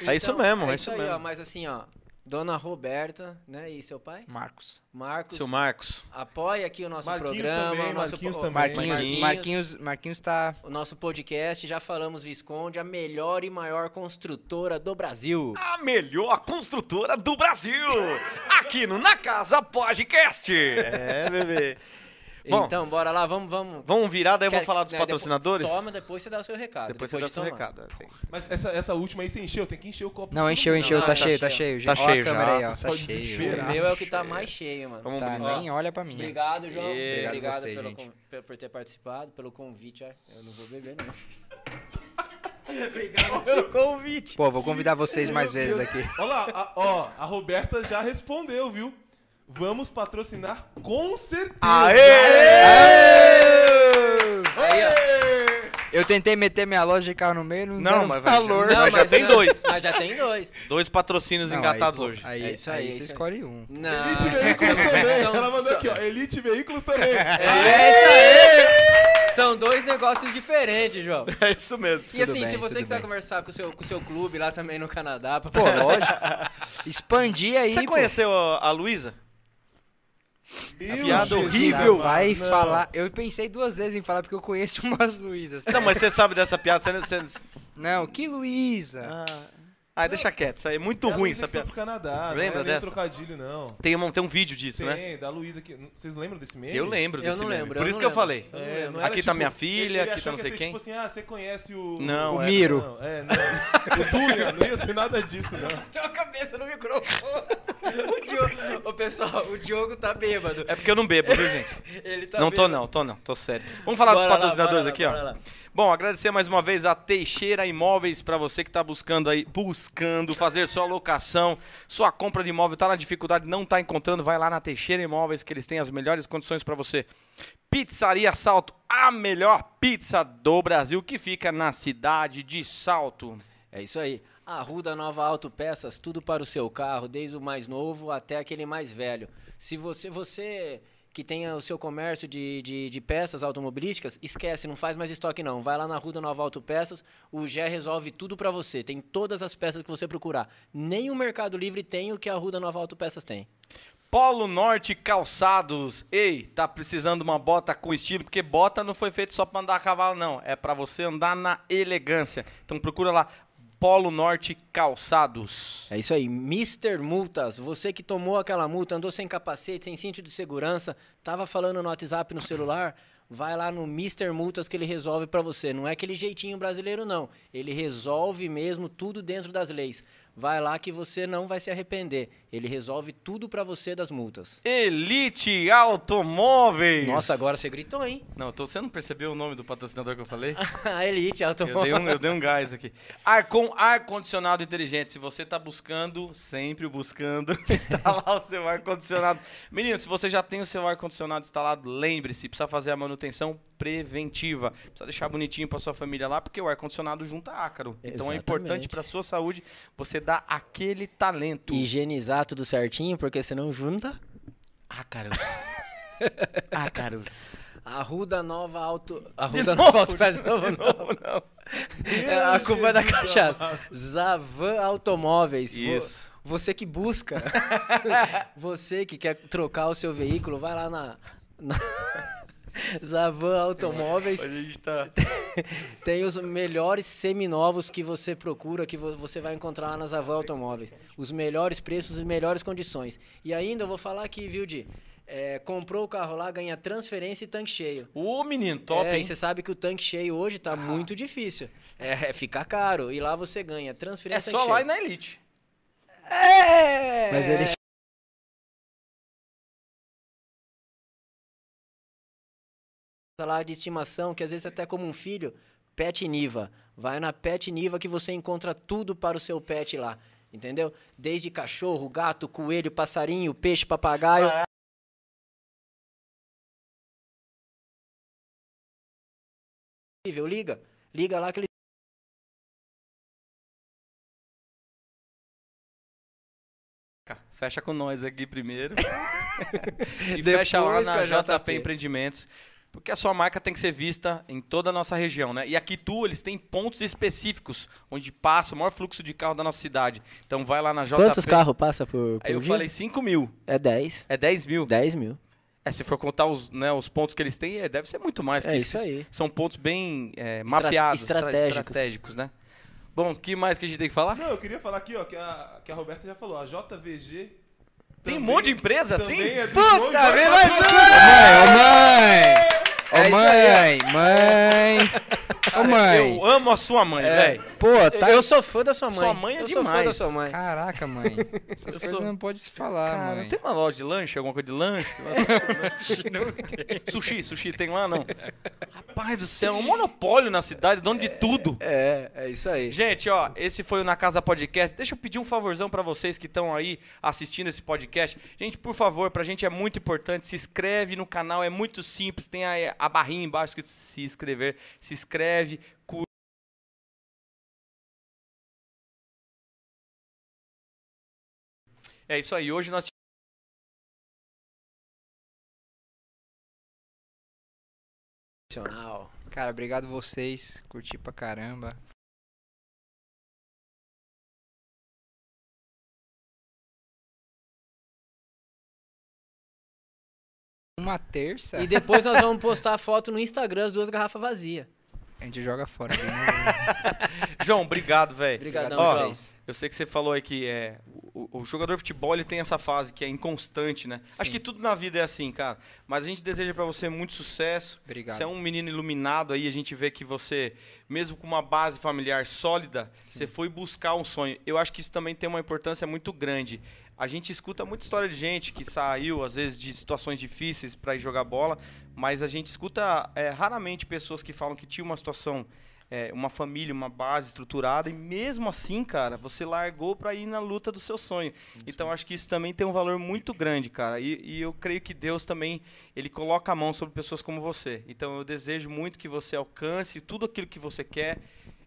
Speaker 1: É isso
Speaker 2: Então,
Speaker 1: mesmo, é isso
Speaker 2: aí,
Speaker 1: mesmo.
Speaker 2: ó, mas assim, ó, Dona Roberta, né, e seu pai?
Speaker 3: Marcos.
Speaker 2: Marcos,
Speaker 1: Seu Marcos.
Speaker 2: apoia aqui o nosso
Speaker 4: Marquinhos
Speaker 2: programa,
Speaker 4: também,
Speaker 2: o nosso
Speaker 4: Marquinhos
Speaker 2: po-
Speaker 4: também.
Speaker 3: Marquinhos,
Speaker 2: Marquinhos.
Speaker 3: Marquinhos, Marquinhos tá.
Speaker 2: o nosso podcast, já falamos Visconde, a melhor e maior construtora do Brasil.
Speaker 1: A melhor construtora do Brasil! Aqui no Na Casa Podcast! É, bebê. Bom,
Speaker 2: então, bora lá, vamos, vamos.
Speaker 1: vamos virar, daí eu vou
Speaker 2: Quer-
Speaker 1: falar dos
Speaker 2: né, depois-
Speaker 1: patrocinadores?
Speaker 2: Toma, depois você dá o seu recado.
Speaker 1: Depois você dá
Speaker 2: de
Speaker 1: seu
Speaker 2: tomar.
Speaker 1: recado.
Speaker 4: Mas essa, essa última aí você encheu, tem que encher o copo.
Speaker 3: Não, encheu, encheu,
Speaker 2: Não,
Speaker 3: tá,
Speaker 2: tá
Speaker 3: cheio, tá
Speaker 2: cheio.
Speaker 3: cheio.
Speaker 1: Tá
Speaker 3: Ó
Speaker 1: cheio
Speaker 3: a câmera
Speaker 1: já,
Speaker 3: aí, ó.
Speaker 4: pessoal
Speaker 3: Tá cheio.
Speaker 2: O
Speaker 4: desesperado.
Speaker 2: meu é o que tá mais cheio, mano.
Speaker 1: Vamos
Speaker 3: Tá,
Speaker 1: brindar.
Speaker 3: nem olha pra mim.
Speaker 2: Obrigado, João.
Speaker 1: Obrigado
Speaker 2: Obrigado
Speaker 3: você,
Speaker 2: pelo
Speaker 3: gente.
Speaker 2: con- pe- por ter participado, pelo convite. Ah, Eu não vou beber, não.
Speaker 3: Pô, vou convidar vocês mais vezes aqui.
Speaker 4: Olha lá, a- ó, a Roberta já respondeu, viu? Vamos patrocinar com certeza.
Speaker 3: Eu tentei meter minha loja de carro no meio, não,
Speaker 1: Não,
Speaker 3: deu
Speaker 1: mas vai-
Speaker 3: valor.
Speaker 1: Não, mas já tem dois.
Speaker 2: Mas já tem dois.
Speaker 1: Dois patrocínios
Speaker 3: Não, aí,
Speaker 1: engatados
Speaker 3: pô,
Speaker 1: hoje.
Speaker 3: Aí,
Speaker 2: É
Speaker 3: isso
Speaker 2: isso
Speaker 3: aí,
Speaker 2: aí, é
Speaker 3: você
Speaker 2: isso aí.
Speaker 3: escolhe um.
Speaker 2: Não. é,
Speaker 4: Elite Veículos também.
Speaker 2: São-
Speaker 4: Ela mandou
Speaker 2: são-
Speaker 4: aqui, ó. Elite Veículos também.
Speaker 2: É São dois negócios diferentes, João.
Speaker 1: É isso mesmo.
Speaker 2: E
Speaker 3: Tudo
Speaker 2: assim,
Speaker 3: bem,
Speaker 2: se você
Speaker 3: tudo
Speaker 2: quiser
Speaker 3: bem.
Speaker 2: conversar com o seu, com o seu clube lá também no Canadá, pra
Speaker 3: Pô, lógico. Expandir aí.
Speaker 1: Você
Speaker 3: pô.
Speaker 1: conheceu a, a Luísa?
Speaker 4: Meu
Speaker 1: piada
Speaker 4: Jesus
Speaker 1: horrível.
Speaker 4: amado,
Speaker 3: Vai
Speaker 4: não.
Speaker 3: falar. Eu pensei duas vezes em falar porque eu conheço umas Luísas.
Speaker 1: Não, mas você sabe dessa piada. Você, não- você, não-
Speaker 3: Não, que Luísa.
Speaker 1: ah, ah, deixa quieto. Isso aí é muito
Speaker 4: É a
Speaker 1: ruim
Speaker 4: Luísa
Speaker 1: essa
Speaker 4: que foi
Speaker 1: piada.
Speaker 4: pro Canadá. não
Speaker 1: Lembra
Speaker 4: é nem
Speaker 1: dessa?
Speaker 4: trocadilho, não.
Speaker 1: Tem um, tem um vídeo disso, né?
Speaker 4: Tem, da Luísa que. Vocês lembram desse meme?
Speaker 1: Eu lembro
Speaker 2: Eu
Speaker 1: desse
Speaker 2: não
Speaker 1: meme.
Speaker 2: lembro,
Speaker 1: Por
Speaker 2: eu
Speaker 1: isso
Speaker 2: não
Speaker 1: que eu
Speaker 2: lembro.
Speaker 1: falei.
Speaker 2: Eu não
Speaker 4: É,
Speaker 2: lembro.
Speaker 4: não era,
Speaker 1: Aqui tá minha filha,
Speaker 4: ele- ele
Speaker 1: aqui tá
Speaker 4: achou
Speaker 1: não
Speaker 4: que ia
Speaker 1: sei
Speaker 4: ser,
Speaker 1: quem.
Speaker 4: Tipo assim, ah, você conhece o.
Speaker 1: Não,
Speaker 4: o
Speaker 1: é.
Speaker 3: Miro.
Speaker 4: Não, é, não. o Dunga, não ia ser nada disso, não.
Speaker 2: Bateu a cabeça no microfone. O Diogo, ô, pessoal, o Diogo tá bêbado.
Speaker 1: É porque eu não bebo, viu, gente?
Speaker 2: Ele tá
Speaker 1: não tô
Speaker 2: bêbado.
Speaker 1: não, tô não, tô sério. Vamos falar
Speaker 2: Bora
Speaker 1: dos
Speaker 2: lá,
Speaker 1: patrocinadores
Speaker 2: bora lá,
Speaker 1: aqui, ó.
Speaker 2: bora lá.
Speaker 1: Bom, agradecer mais uma vez a Teixeira Imóveis pra você que tá buscando aí, buscando fazer sua locação, sua compra de imóvel, tá na dificuldade, não tá encontrando, vai lá na Teixeira Imóveis que eles têm as melhores condições pra você. Pizzaria Salto, a melhor pizza do Brasil que fica na cidade de Salto.
Speaker 2: É isso aí. Arruda Nova Autopeças, tudo para o seu carro, desde o mais novo até aquele mais velho. Se você, você que tenha o seu comércio de, de, de peças automobilísticas, esquece, não faz mais estoque não. Vai lá na Arruda Nova Autopeças, o Gé resolve tudo para você. Tem todas as peças que você procurar. Nem o Mercado Livre tem o que a Arruda Nova Autopeças tem.
Speaker 1: Polo Norte Calçados. Ei, tá precisando de uma bota com estilo, porque bota não foi feito só pra andar a cavalo, não. É pra você andar na elegância. Então procura lá, Polo Norte Calçados.
Speaker 2: É isso aí, Mr. Multas, você que tomou aquela multa, andou sem capacete, sem cinto de segurança, tava falando no WhatsApp no celular, vai lá no Mr. Multas que ele resolve pra você. Não é aquele jeitinho brasileiro não, ele resolve mesmo tudo dentro das leis. Vai lá que você não vai se arrepender. Ele resolve tudo pra você das multas.
Speaker 1: Elite Automóveis.
Speaker 2: Nossa, agora você gritou, hein?
Speaker 1: Não, eu tô- você não percebeu o nome do patrocinador que eu falei?
Speaker 2: A Elite
Speaker 1: Eu dei,
Speaker 2: Automóvel.
Speaker 1: um, eu dei um gás aqui. Arcon ar-condicionado inteligente. Se você tá buscando, sempre buscando instalar o seu ar-condicionado. Menino, se você já tem o seu ar-condicionado instalado, lembre-se, precisa fazer a manutenção preventiva. Precisa deixar bonitinho pra sua família lá, porque o ar-condicionado junta ácaro. Então é importante
Speaker 2: Exatamente.
Speaker 1: pra sua saúde você dar aquele talento.
Speaker 2: Higienizar tudo certinho, porque senão junta...
Speaker 1: Ácaros. Ácaros.
Speaker 3: Ah,
Speaker 2: Arruda Nova Auto...
Speaker 1: De
Speaker 2: Arruda
Speaker 1: novo,
Speaker 2: Nova Auto...
Speaker 1: de novo, não.
Speaker 2: a culpa é da
Speaker 4: Jesus
Speaker 2: cachaça. Zavan Automóveis. Vo-
Speaker 1: Isso.
Speaker 2: Você que busca. você que quer trocar o seu veículo, vai lá na. na... Zavan Automóveis.
Speaker 1: a gente tá.
Speaker 2: Tem os melhores seminovos que você procura, que vo- você vai encontrar lá na Zavan Automóveis. Os melhores preços e melhores condições. E ainda eu vou falar aqui, viu, Di? É, comprou o carro lá, ganha transferência e tanque cheio.
Speaker 1: Ô, menino, top,
Speaker 2: é,
Speaker 1: hein?
Speaker 2: E você sabe que o tanque cheio hoje tá muito difícil. É, é, fica caro. E lá você ganha
Speaker 1: É
Speaker 2: transferência e
Speaker 1: só
Speaker 2: tanque
Speaker 1: lá e
Speaker 2: cheio.
Speaker 1: na Elite.
Speaker 2: É! Mas ele lá de estimação, que às vezes até como um filho, Pet Niva. Vai na Pet Niva que você encontra tudo para o seu pet lá. Entendeu? Desde cachorro, gato, coelho, passarinho, peixe, papagaio.
Speaker 1: Ah.
Speaker 2: Liga, liga lá que ele
Speaker 1: Fecha com nós aqui primeiro. e
Speaker 2: Depois
Speaker 1: fecha lá
Speaker 2: com
Speaker 1: na
Speaker 2: a
Speaker 1: JP,
Speaker 2: JP.
Speaker 1: Empreendimentos. Porque a sua marca tem que ser vista em toda a nossa região, né? E aqui tu, eles têm pontos específicos onde passa o maior fluxo de carro da nossa cidade. Então vai lá na JP.
Speaker 2: Quantos carros passa por, por
Speaker 1: Aí eu
Speaker 2: dia?
Speaker 1: falei 5 mil.
Speaker 2: É 10.
Speaker 1: É 10 mil.
Speaker 2: 10 mil.
Speaker 1: É, se for contar os, né, os pontos que eles têm, é, deve ser muito mais
Speaker 2: É
Speaker 1: que
Speaker 2: isso
Speaker 1: esses-
Speaker 2: aí.
Speaker 1: São pontos bem é, mapeados, tra-
Speaker 2: estratégicos.
Speaker 1: estratégicos, né? Bom, o que mais que a gente tem que falar?
Speaker 4: Não, eu queria falar aqui, ó, que a, que a Roberta já falou, a JVG.
Speaker 1: Tem um
Speaker 4: também-
Speaker 1: monte de empresa assim?
Speaker 4: também é do
Speaker 1: Puta,
Speaker 4: João e
Speaker 1: vem
Speaker 4: vai
Speaker 1: mais
Speaker 4: pra
Speaker 1: um!
Speaker 4: tudo.
Speaker 3: Ô,
Speaker 1: É isso
Speaker 3: mãe! Ô, mãe! Mãe! Ô, mãe!
Speaker 1: Eu amo a sua mãe,
Speaker 2: É.
Speaker 1: velho.
Speaker 3: Pô, tá...
Speaker 2: Eu sou fã da sua mãe.
Speaker 1: Sua mãe é
Speaker 2: eu sou fã
Speaker 1: demais.
Speaker 2: da sua mãe.
Speaker 3: Caraca, mãe. Essas
Speaker 1: Eu
Speaker 3: coisas
Speaker 1: sou-
Speaker 3: não pode se falar,
Speaker 1: Cara,
Speaker 3: mãe.
Speaker 1: tem uma loja de lanche? Alguma coisa de lanche? sushi, sushi tem lá não? Rapaz do céu, é um monopólio na cidade, dono de tudo.
Speaker 2: É, é isso aí.
Speaker 1: Gente, ó, esse foi o Na Casa Podcast. Deixa eu pedir um favorzão pra vocês que estão aí assistindo esse podcast. Gente, por favor, pra gente é muito importante, se inscreve no canal, é muito simples, tem a, a barrinha embaixo escrito se inscrever. Se inscreve, curte. É isso aí, hoje nós
Speaker 2: Profissional.
Speaker 3: Cara, obrigado vocês. Curti pra caramba. Uma terça,
Speaker 2: E depois nós vamos postar a foto no Instagram, as duas garrafas vazias.
Speaker 3: a gente joga fora. viu?
Speaker 1: João, obrigado, velho.
Speaker 2: Obrigadão,
Speaker 1: Ó,
Speaker 2: João.
Speaker 1: Eu sei que você falou aí que é, o, o jogador de futebol ele tem essa fase que é inconstante, né? Acho
Speaker 3: Sim.
Speaker 1: que tudo na vida é assim, cara. Mas a gente deseja pra você muito sucesso.
Speaker 3: Obrigado.
Speaker 1: Você é um menino iluminado aí, a gente vê que você, mesmo com uma base familiar sólida, você foi buscar um sonho. Eu acho que isso também tem uma importância muito grande. A gente escuta muita história de gente que saiu, às vezes, de situações difíceis pra ir jogar bola, mas a gente escuta é, raramente pessoas que falam que tinha uma situação, é, uma família, uma base estruturada, e mesmo assim, cara, você largou pra ir na luta do seu sonho. Então acho que isso também tem um valor muito grande, cara. E, e eu creio que Deus também ele coloca a mão sobre pessoas como você. Então eu desejo muito que você alcance tudo aquilo que você quer.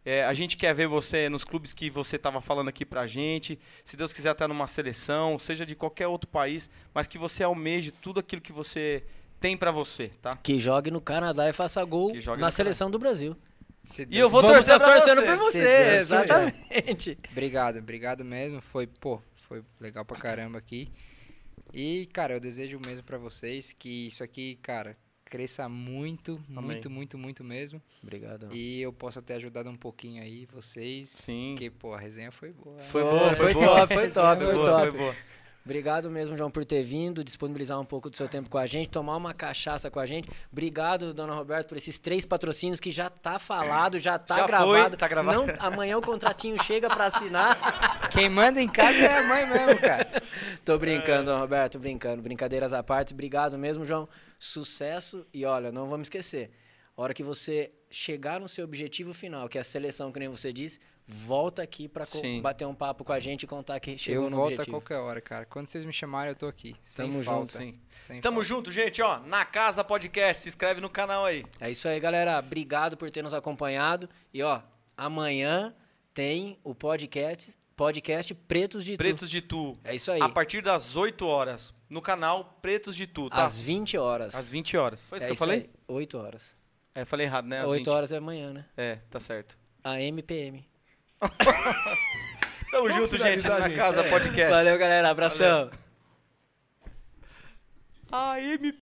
Speaker 1: É, a gente quer ver você nos clubes que você estava falando aqui pra gente. Se Deus quiser estar numa seleção, seja de qualquer outro país, mas que você almeje tudo aquilo que você tem pra você, tá?
Speaker 2: Que jogue no Canadá e faça gol
Speaker 1: Que jogue
Speaker 2: na
Speaker 1: no
Speaker 2: seleção do Brasil.
Speaker 3: Se
Speaker 1: E eu
Speaker 3: Deus
Speaker 1: vou
Speaker 2: Vamos
Speaker 1: torcer
Speaker 2: tá
Speaker 1: pra
Speaker 2: torcendo
Speaker 1: você.
Speaker 2: por
Speaker 1: Se
Speaker 2: você,
Speaker 3: Deus quiser.
Speaker 2: É, exatamente.
Speaker 3: Obrigado, obrigado mesmo. Foi, pô, foi legal pra caramba aqui. E, cara, eu desejo mesmo pra vocês que isso aqui, cara, cresça muito,
Speaker 1: Amém.
Speaker 3: muito, muito, muito mesmo.
Speaker 2: Obrigado.
Speaker 3: E eu possa ter ajudado um pouquinho aí vocês.
Speaker 1: Sim.
Speaker 3: Porque, pô, a resenha foi boa.
Speaker 2: Foi boa, foi top, foi top, foi
Speaker 1: boa,
Speaker 2: top.
Speaker 1: Foi boa.
Speaker 2: Obrigado mesmo, João, por ter vindo, disponibilizar um pouco do seu tempo com a gente, tomar uma cachaça com a gente. Obrigado, dona Roberta, por esses três patrocínios que já tá falado, já tá
Speaker 1: Já foi,
Speaker 2: gravado.
Speaker 1: tá gravado.
Speaker 2: Não, amanhã o contratinho chega pra assinar.
Speaker 3: Quem manda em casa é a mãe mesmo, cara.
Speaker 1: É.
Speaker 2: Tô brincando, Dona Roberto, brincando. Brincadeiras à parte. Obrigado mesmo, João. Sucesso e olha, não vamos esquecer. A hora que você chegar no seu objetivo final, que é a seleção, que nem você disse, volta aqui pra co-
Speaker 1: Sim.
Speaker 2: bater um papo com a gente e contar que chegou
Speaker 3: Eu
Speaker 2: no
Speaker 3: volto a
Speaker 2: objetivo.
Speaker 3: qualquer hora, cara. Quando vocês me chamarem, eu tô aqui. Sem
Speaker 2: Tamo junto,
Speaker 3: falta.
Speaker 1: sim.
Speaker 3: Sem
Speaker 1: Tamo
Speaker 3: falta.
Speaker 1: junto, gente, ó. Na Casa Podcast, se inscreve no canal aí.
Speaker 2: É isso aí, galera. Obrigado por ter nos acompanhado. E ó, amanhã tem o podcast, podcast Pretos de Tu.
Speaker 1: Pretos de Tu.
Speaker 2: É isso aí.
Speaker 1: A partir das 8 horas, no canal Pretos de Tu, tá?
Speaker 2: Às 20 horas.
Speaker 1: Às 20 horas. Foi isso
Speaker 2: é
Speaker 1: que eu falei?
Speaker 2: Aí. 8 horas.
Speaker 1: É, eu falei errado, né? Às
Speaker 2: 8
Speaker 1: 20.
Speaker 2: horas é amanhã, né?
Speaker 1: É, tá certo.
Speaker 2: a MPM.
Speaker 1: Tamo
Speaker 4: Vamos
Speaker 1: junto, gente,
Speaker 4: finalizar,
Speaker 1: na
Speaker 4: gente. É.
Speaker 1: casa podcast.
Speaker 2: Valeu, galera. Abração.
Speaker 1: A MP